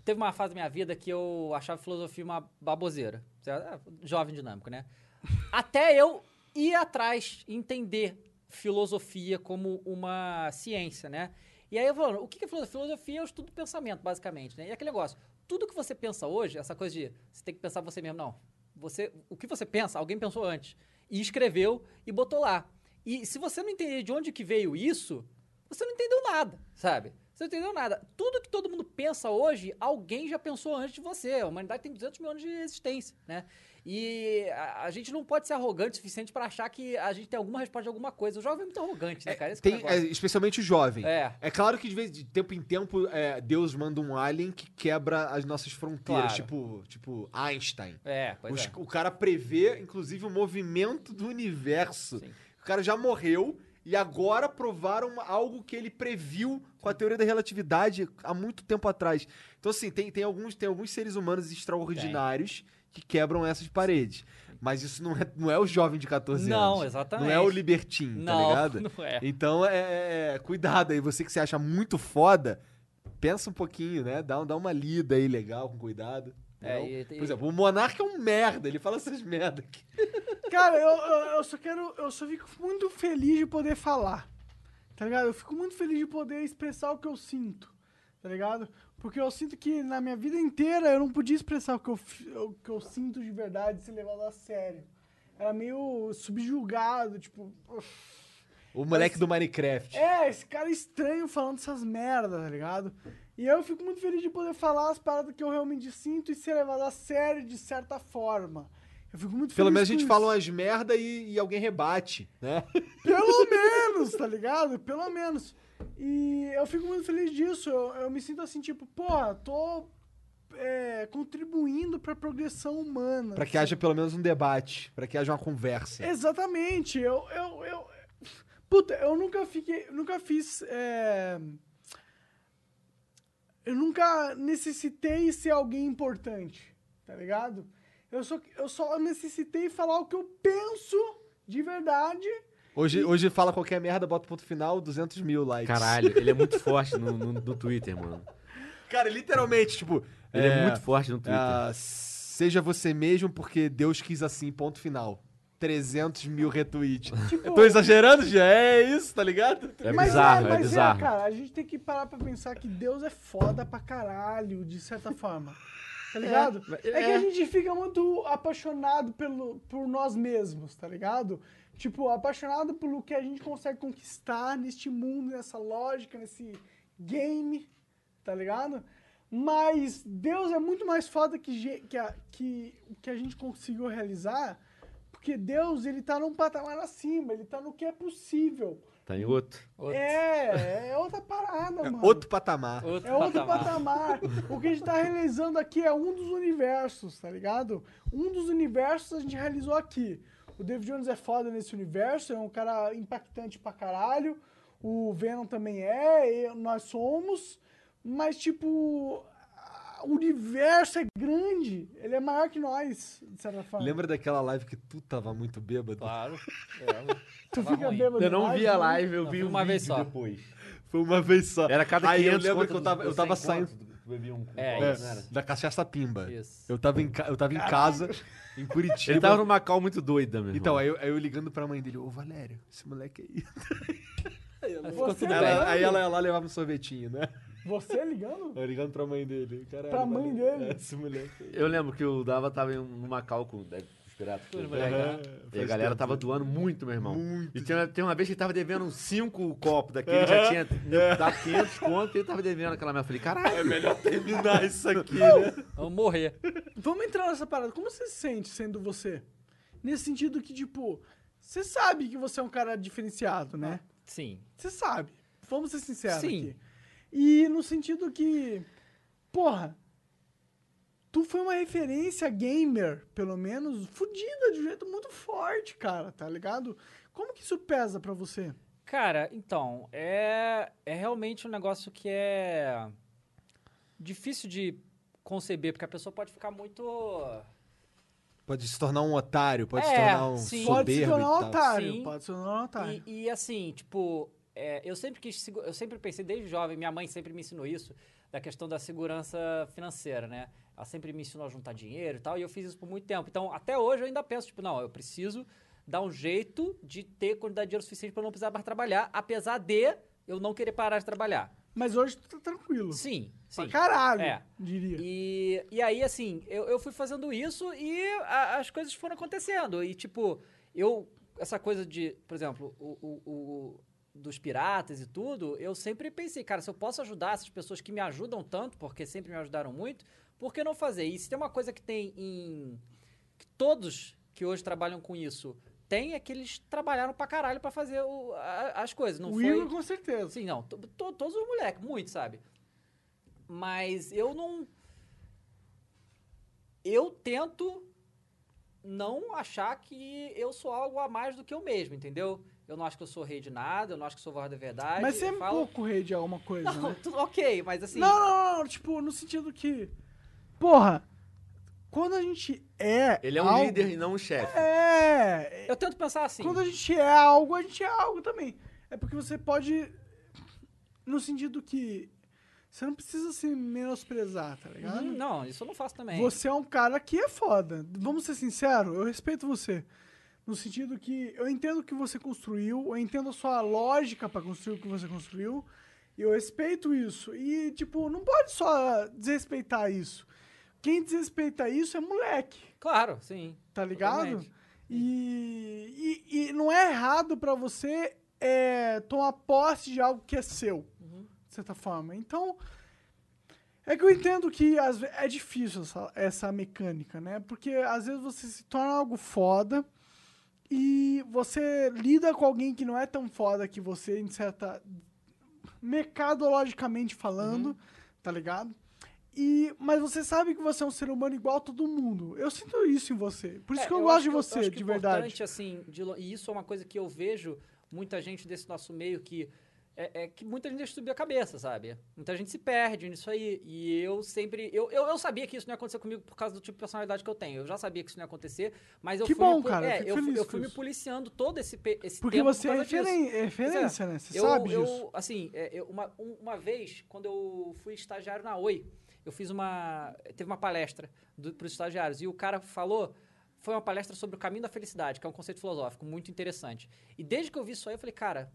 teve uma fase da minha vida que eu achava filosofia uma baboseira. certo? Ah, Jovem dinâmico, né? Até eu ir atrás e entender filosofia como uma ciência, né? E aí eu falando, o que que é filosofia? Filosofia é o estudo do pensamento, basicamente, né? E aquele negócio, tudo que você pensa hoje, essa coisa de você tem que pensar você mesmo, não. Você, o que você pensa, alguém pensou antes. E escreveu e botou lá. E se você não entender de onde que veio isso, você não entendeu nada, sabe? Você não entendeu nada. Tudo que todo mundo pensa hoje, alguém já pensou antes de você. A humanidade tem 200 milhões de existência, né? E a, a gente não pode ser arrogante o suficiente pra achar que a gente tem alguma resposta de alguma coisa. O jovem é muito arrogante, né, cara? Esse que é o Tem, é, negócio. especialmente o jovem. É. claro que de, vez, de tempo em tempo é, Deus manda um alien que quebra as nossas fronteiras, Claro. tipo, tipo Einstein. É, pois Os- é. O cara prevê, inclusive, o movimento do universo. Sim. O cara já morreu e agora provaram uma- algo que ele previu com a teoria da relatividade há muito tempo atrás. Então, assim, tem, tem, alguns, tem alguns seres humanos extraordinários que quebram essas paredes. Mas isso não é, não é o jovem de 14 Não, anos. exatamente. Não é o libertinho, tá Não, ligado? não é. Então, é, é, cuidado aí. Você que se acha muito foda, pensa um pouquinho, né? Dá, dá uma lida aí legal, com cuidado. É, Não? e- Por e- exemplo, o Monarca é um merda. Ele fala essas merda aqui. Cara, eu, eu, eu só quero. Eu só fico muito feliz de poder falar. Tá ligado? Eu fico muito feliz de poder expressar o que eu sinto. Tá ligado? Porque eu sinto que na minha vida inteira eu não podia expressar o que eu, fi- o que eu sinto de verdade e ser levado a sério. Era meio subjugado, tipo. uf. O moleque do Minecraft. É, esse cara estranho falando essas merdas, tá ligado? E eu fico muito feliz de poder falar as paradas que eu realmente sinto e ser levado a sério de certa forma. Eu fico muito Pelo feliz menos com a gente isso. fala umas merda e, e alguém rebate, né? Pelo menos, tá ligado? Pelo menos. E eu fico muito feliz disso. Eu, eu me sinto assim, tipo, porra, tô é, contribuindo pra progressão humana. Pra que haja pelo menos um debate, pra que haja uma conversa. Exatamente. Eu, eu, eu... Puta, eu nunca fiquei. Nunca fiz. é, Eu nunca necessitei ser alguém importante, tá ligado? Eu só, eu só necessitei falar o que eu penso de verdade. Hoje, hoje fala qualquer merda, bota ponto final, 200 mil likes. Caralho, ele é muito forte no, no, no Twitter, mano. Cara, literalmente, tipo... Ele é, muito forte no Twitter. ah, seja você mesmo porque Deus quis assim, ponto final. 300 mil retweets. Tipo, Eu Tô exagerando, já é isso, tá ligado? é mas é, bizarro, é, mas bizarro. é, cara, a gente tem que parar pra pensar que Deus é foda pra caralho, de certa forma. Tá ligado? É, que a gente fica muito apaixonado pelo, por nós mesmos, tá ligado? Tipo, apaixonado pelo que a gente consegue conquistar neste mundo, nessa lógica, nesse game, tá ligado? Mas Deus é muito mais foda que, ge- que, a, que, que a gente conseguiu realizar, porque Deus, ele tá num patamar acima, ele tá no que é possível. Tá em outro. É, é outra parada, mano. Outro patamar. Outro é outro patamar. patamar. O que a gente tá realizando aqui é um dos universos, tá ligado? Um dos universos a gente realizou aqui. O David Jones é foda nesse universo, é um cara impactante pra caralho. O Venom também é, e nós somos. Mas, tipo, a- o universo é grande. Ele é maior que nós, de certa forma. Lembra daquela live que tu tava muito bêbado? Claro. tu tava fica Tá ruim. bêbado Eu não demais, vi a né? live, eu Não, vi vi uma um vez vídeo só. depois. Foi uma vez só. Era cada Aí eu 500 lembro que conto eu tava, do- eu tava 100 saindo... conto do- bebia um É, copo, isso. não era? Da cachaça pimba. Isso. Eu tava em, ca- eu tava em casa, em Curitiba. Ele tava numa cal muito doida, meu irmão. Então, aí eu, aí eu ligando pra mãe dele, ô Valério, esse moleque aí. Ficou tudo Ela- bem. aí ela ia lá levava um sorvetinho, né? é Você ligando? Eu ligando pra mãe dele. Caralho, Pra mãe Valério, é, dele? Esse moleque aí. Eu lembro que o Dava tava em um Macau com né, os piratas. E a Faz galera tempo. tava doando muito, meu irmão. E tem uma, tem uma vez que ele tava devendo cinco copos daquele, já tinha dado 500 conto e ele tava devendo aquela merda. Eu falei, caralho. É melhor terminar isso aqui, né? Vamos morrer. Vamos entrar nessa parada. Como você se sente sendo você? Nesse sentido que, tipo, você sabe que você é um cara diferenciado, né? Ah, Sim. Você sabe. Vamos ser sinceros Sim. aqui. E no sentido que, porra, tu foi uma referência gamer, pelo menos, fodida de um jeito muito forte, cara, tá ligado? Como que isso pesa pra você? Cara, então, é, é realmente um negócio que é difícil de conceber, porque a pessoa pode ficar muito. Pode se tornar um otário, pode se É, tornar um sim. soberbo Pode se tornar e um tal. otário. Sim. Pode se tornar um otário. E, e, assim, tipo, é, eu sempre quis, segu- eu sempre pensei desde jovem, minha mãe sempre me ensinou isso, da questão da segurança financeira, né? Ela sempre me ensinou a juntar dinheiro e tal, e eu fiz isso por muito tempo. Então, até hoje eu ainda penso, tipo, não, eu preciso dar um jeito de ter quantidade de dinheiro suficiente para não precisar mais trabalhar, apesar de eu não querer parar de trabalhar. Mas hoje tu tá tranquilo. Sim, sim. Pra caralho, É. diria. E, e aí, assim, eu, eu fui fazendo isso e a- as coisas foram acontecendo. E, tipo, eu. Essa coisa de, por exemplo, o, o- o- dos piratas e tudo, eu sempre pensei, cara, se eu posso ajudar essas pessoas que me ajudam tanto, porque sempre me ajudaram muito, por que não fazer? E se tem uma coisa que tem em. que todos que hoje trabalham com isso tem, é que eles trabalharam pra caralho pra fazer o- a- as coisas. Não o foi. Igor, com certeza. Sim, não. to- to- todos os moleques, muito, sabe? Mas eu não. Eu tento não achar que eu sou algo a mais do que eu mesmo, entendeu? Eu não acho que eu sou rei de nada, eu não acho que sou voz da verdade. Mas você é eu falo- pouco rei de alguma coisa, Não, né? tudo ok, mas assim. Não, não, não, tipo, no sentido que. Porra, quando a gente é. Ele é um algo- líder e não um chefe. É. Eu tento pensar assim. Quando a gente é algo, a gente é algo também. É porque você pode. No sentido que. Você não precisa se menosprezar, tá ligado? Uhum, não, isso eu não faço também. Você é um cara que é foda. Vamos ser sinceros, eu respeito você. No sentido que eu entendo o que você construiu, eu entendo a sua lógica pra construir o que você construiu, e eu respeito isso. E, tipo, não pode só desrespeitar isso. Quem desrespeita isso é moleque, Claro, sim. tá ligado? Totalmente. E, e, e não é errado pra você é, tomar posse de algo que é seu, de certa forma. Então, é que eu entendo que às ve- é difícil essa, essa mecânica, né? Porque às vezes você se torna algo foda e você lida com alguém que não é tão foda que você, em certa. mercadologicamente Uhum. falando, tá ligado? E, mas você sabe que você é um ser humano igual a todo mundo. Eu sinto isso em você. Por isso É, que eu, gosto acho de eu- eu você, acho que de o verdade. importante, assim, de lo- e isso é uma coisa que eu vejo muita gente desse nosso meio que. É, é que muita gente subiu a cabeça, sabe? Muita gente se perde nisso aí. E eu sempre. Eu, eu, eu sabia que isso não ia acontecer comigo por causa do tipo de personalidade que eu tenho. Eu já sabia que isso não ia acontecer, mas eu Que fui. me bom, pu- cara, eu É, fico eu, fui- feliz eu com fui me isso. policiando todo esse, pe- esse Porque tempo. por você é causa disso. referen- é Pois é. referência, né? Você eu, sabe eu, disso. Assim, é, eu- uma, um- uma vez, quando eu fui estagiário na Oi, eu fiz uma. Teve uma palestra para os estagiários e o cara falou. Foi uma palestra sobre o caminho da felicidade, que é um conceito filosófico muito interessante. E desde que eu vi isso aí, eu falei, cara,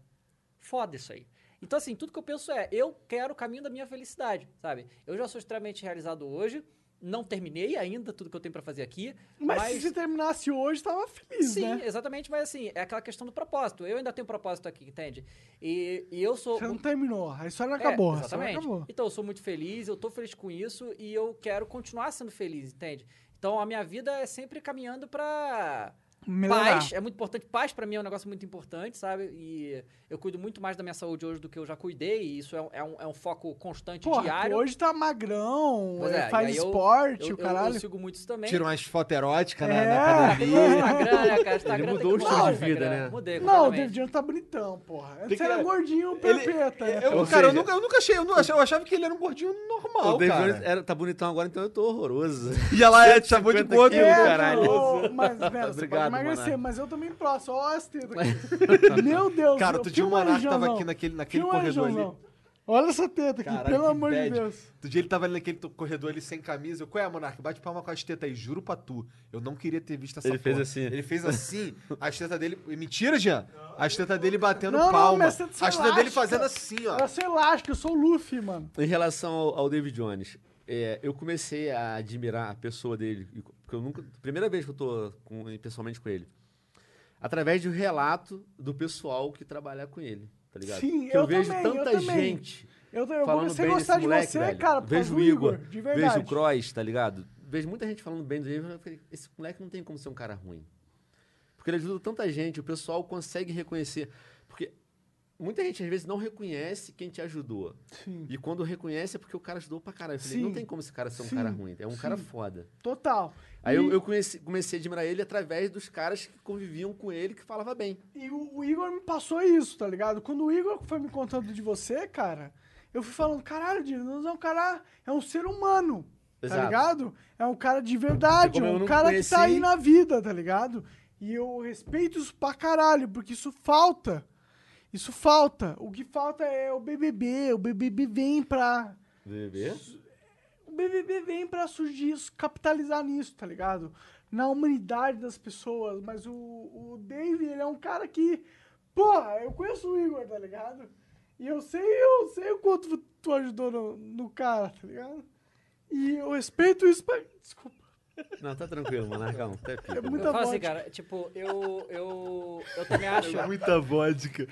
foda isso aí. Então, assim, tudo que eu penso é, eu quero o caminho da minha felicidade, sabe? Eu já sou extremamente realizado hoje, não terminei ainda tudo que eu tenho para fazer aqui. Mas, se você terminasse hoje, tava feliz, Sim, né? exatamente, mas assim, é aquela questão do propósito. Eu ainda tenho um propósito aqui, entende? E, e eu sou. um Você não muito- terminou. A história não É, acabou. a história exatamente. não acabou. Então, eu sou muito feliz, eu tô feliz com isso e eu quero continuar sendo feliz, entende? Então, a minha vida é sempre caminhando pra Melhorar. paz. É muito importante. Paz pra mim é um negócio muito importante, sabe? E eu cuido muito mais da minha saúde hoje do que eu já cuidei e isso é um, é um, é um foco constante Porra, diário. tu hoje tá magrão, Pois é, é, e faz aí eu- esporte, eu, o caralho. Eu, eu sigo muito isso também. Tira umas fotos eróticas na, É. na academia. né? Instagram, né, cara? Instagram mudou tem o que estilo mudar de vida, Instagram. né? Mudei não, o completamente. David Jones tá bonitão, porra. Antes que- é- era gordinho, Ele- perpeta. né? eu, Ou cara, eu seja- nunca, eu nunca achei, eu, não achava, eu achava que ele era um gordinho normal, o David cara. Jones era- tá bonitão agora, então eu tô horroroso. E ela é, te chamou de 150 gordo. quilos, É, caralho. ô, mas, velho, você pode Obrigado, emagrecer, Monark. mas eu também posso. Ó, as tetas aqui. Meu Deus, Cara, eu- um outro dia o filma aí, Monark tava Joãozão. aqui naquele, naquele Filma aí, corredor ali. Joãozão. Olha essa teta aqui, Caralho, pelo que amor de bad. Deus. Outro dia ele tava ali naquele to- corredor ali sem camisa. Eu, Qual é, Monark? Bate palma com as tetas aí, juro pra tu. Eu não queria ter visto essa Ele fez porra. assim. Ele fez assim, as tetas dele. Mentira, Jean! As tetas dele batendo Não, não, palma. mas As teta tetas são dele elásticas. fazendo assim, ó. Eu sou elástico, eu sou o Luffy, mano. Em relação ao, ao David Jones, é, eu comecei a admirar a pessoa dele, e co- porque eu nunca, primeira vez que eu tô com- pessoalmente com ele, através de um relato do pessoal que trabalha com ele, tá ligado? Sim, que eu, eu vejo também, eu tanta também. gente Eu, eu falando comecei a bem gostar desse de moleque, você, velho. cara, por vejo causa o do Igor, Igor, de verdade. vejo o Cross, tá ligado? Vejo muita gente falando bem do Igor, eu falei, esse moleque não tem como ser um cara ruim. Porque ele ajuda tanta gente, o pessoal consegue reconhecer, porque muita gente às vezes não reconhece quem te ajudou. Sim, E quando reconhece é porque o cara ajudou pra caralho. Eu falei, Sim. não tem como esse cara ser um Sim. cara ruim, é um cara Sim. foda. total. Aí e, eu, eu conheci- comecei a admirar ele através dos caras que conviviam com ele, que falava bem. e o, o Igor me passou isso, tá ligado? Quando o Igor foi me contando de você, cara, eu fui falando, caralho, Dino, nós é um cara, é um ser humano, tá Exato. ligado? É um cara de Porque verdade, como eu um não cara que tá aí conheci- na vida, tá ligado? E eu respeito isso pra caralho, porque isso falta. Isso falta. O que falta é o BBB, o BBB vem pra Bebê? o BBB vem pra surgir isso, capitalizar nisso, tá ligado? Na humanidade das pessoas, mas o, o Dave, ele é um cara que, porra, eu conheço o Igor, tá ligado? E eu sei, eu sei o quanto tu ajudou no, no cara, tá ligado? E eu respeito isso pra... Desculpa, Não, tá tranquilo, Monarcão. Até é pica. muita Eu falo assim, voz. cara, tipo, eu, eu, eu também acho. É Muita vodka.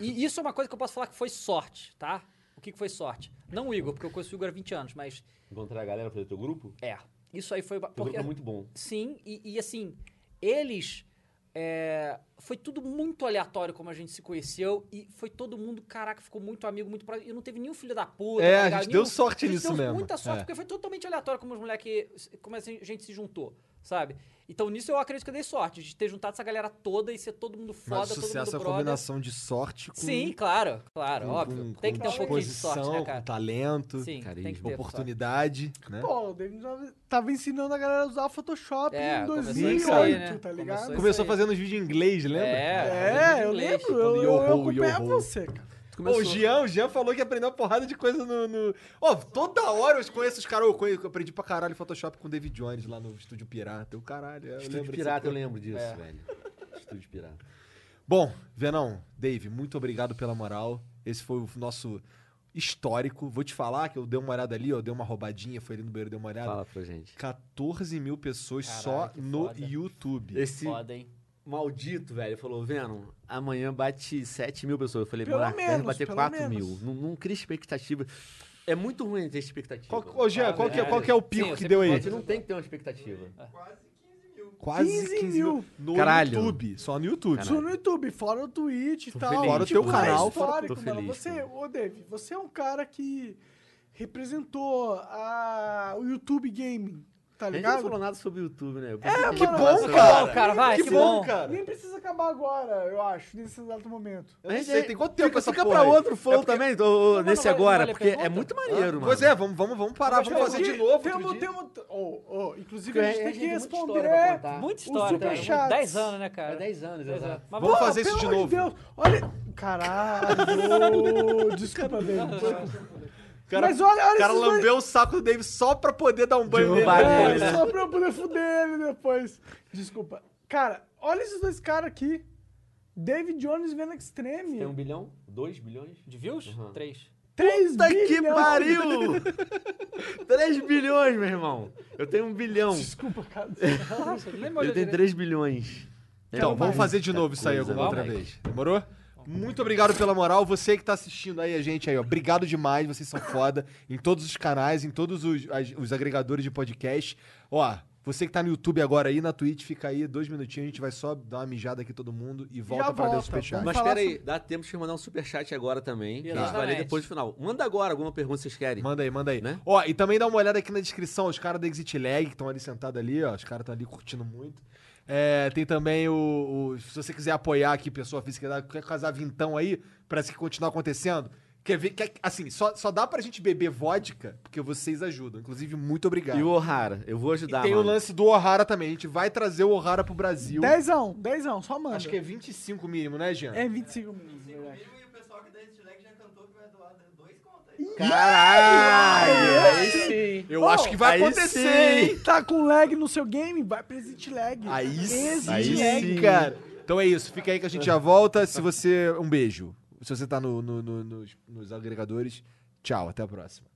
E isso é uma coisa que eu posso falar que foi sorte, tá? O que que foi sorte? Não o Igor, porque eu conheço o Igor há 20 anos, mas Encontrar a galera fazer teu grupo? é. Isso aí foi. ba- Teu Porque, grupo é muito bom. Sim, e, e assim, eles. é, foi tudo muito aleatório como a gente se conheceu e foi todo mundo, caraca, ficou muito amigo, muito próximo. E não teve nenhum filho da puta. É, tá a ligado? gente deu Nenhum- sorte a gente nisso deu mesmo. muita sorte, É. porque foi totalmente aleatório como os moleques. Como a gente se juntou, sabe? Então nisso eu acredito que eu dei sorte de ter juntado essa galera toda e ser todo mundo foda, Mas o todo mundo sucesso é a brother. combinação de sorte com... Sim, claro, claro, com- óbvio. com- tem com que ter um pouquinho de sorte, disposição, né, com cara? talento, Sim, tem que ter. oportunidade, né? Pô, o David já tava ensinando a galera a usar Photoshop É, em começou isso aí, 2008, né? tá ligado? Começou Começou aí. fazendo os vídeos em inglês, sorte. lembra? É, É, eu inglês. lembro, eu, eu, Yo ho, eu yo acompanhava ho. você, cara. Tu Pô, começou- o Jean, o Jean falou que aprendeu uma porrada de coisa no. no- Ó, toda hora eu conheço os caras. Eu, conheço- eu aprendi pra caralho Photoshop com o David Jones lá no Estúdio Pirata. Eu, caralho, é, eu Estúdio lembro Pirata, dessa eu coisa. lembro disso, velho. Estúdio Pirata. Bom, Venão, Dave, muito obrigado pela moral. Esse foi o nosso histórico. Vou te falar que eu dei uma olhada ali, ó, dei uma roubadinha, foi ali no banheiro, dei uma olhada. Fala pra gente. 14 mil pessoas Caralho, só que no foda. YouTube. Esse Foda, hein? maldito, velho, falou, Venom, amanhã bate 7 mil pessoas. Eu falei, Pelo moleque, deve menos, bater pelo 4 mil. menos. Não, não cria expectativa. É muito ruim ter expectativa. Qual, ô, Jean, qual que, é- velho. qual que é o pico que deu aí? Você não tem que ter uma expectativa. É. Quase 15 mil. No Caralho. YouTube. Só no YouTube. Isso no YouTube, fora o Twitch e tal. feliz. Fora o teu é canal, fora- histórico, tô mano. feliz, Você, cara. ô Dave, você é um cara que representou a- o YouTube Gaming, tá A gente não ligado? É, falou nada sobre o YouTube, né? Eu pensei que Que a gente bom, ia falar cara. sobre- Bom, cara, vai, que, que bom, bom. cara. Nem precisa acabar agora, eu acho, nesse exato momento. Eu não sei, tem quanto tempo fica, essa fica porra pra aí? outro flow É porque- também, ô, ô, mas nesse não vale- agora, vale a porque é pergunta? muito maneiro, mano. Pois é, vamos, vamos, vamos parar, Mas vamos tem fazer que- de novo. Temos, outro dia. temos- ô, ô, inclusive, a Porque gente tem que tem muita história responder. pra contar. Muita Os história, cara. superchats. 10 anos, né, cara? É 10 anos, exato. Mas Vamos vamos fazer isso de Pelo amor novo. Deus, olha. Caralho! Desculpa, Dave. Cara- Mas olha, olha O cara esses dois- lambeu o saco do Davis só pra poder dar um banho nele. roubar É. ele. É, só pra eu poder fuder ele depois. Desculpa. Cara, olha esses dois caras aqui. David Jones vendo Extreme. Tem um bilhão? Dois bilhões? De views? 3. 3 Puta que pariu! 3 bilhões, meu irmão. Eu tenho um bilhão. Desculpa, cara. Ele tem 3 bilhões. Então, vamos fazer de novo isso aí alguma outra vez. Demorou? Muito obrigado pela moral. Você que tá assistindo aí a gente aí, ó. Obrigado demais, vocês são foda. Em todos os canais, em todos os, as- os agregadores de podcast. Ó, você que tá no YouTube agora aí, na Twitch, fica aí dois minutinhos, a gente vai só dar uma mijada aqui todo mundo e volta pra volta, Deus Superchat. vamos Mas falar pera aí, dá tempo de mandar um superchat agora também. Que a gente vai ler Exatamente. depois do final. Manda agora alguma pergunta que vocês querem. Manda aí, manda aí. Né? Ó, e também dá uma olhada aqui na descrição, os caras da Exit Lag que estão ali sentados ali, ó. Os caras estão ali curtindo muito. É, tem também o, o- Se você quiser apoiar aqui, pessoa física, dá- quer casar vintão aí, pra que continuar acontecendo. Quer ver? Quer, assim, só, só dá pra gente beber vodka, porque vocês ajudam. Inclusive, muito obrigado. E o O'Hara, eu vou E ajudar, tem mano. o lance do O'Hara também. A gente vai trazer o O'Hara pro Brasil. 10 a 1, 10 a 1, só manda. Acho que é 25 mínimo, né, Jean? É 25 minutos. moleque. Caralho! Aí sim. Eu Bom, acho que vai aí acontecer, sim. hein? Tá com lag no seu game? Vai pra Exit Lag. Aí sim, Aí sim. cara. Então é isso, fica aí que a gente já volta. Se você. Um beijo. Se você tá no- no- no- nos- nos agregadores, tchau, até a próxima.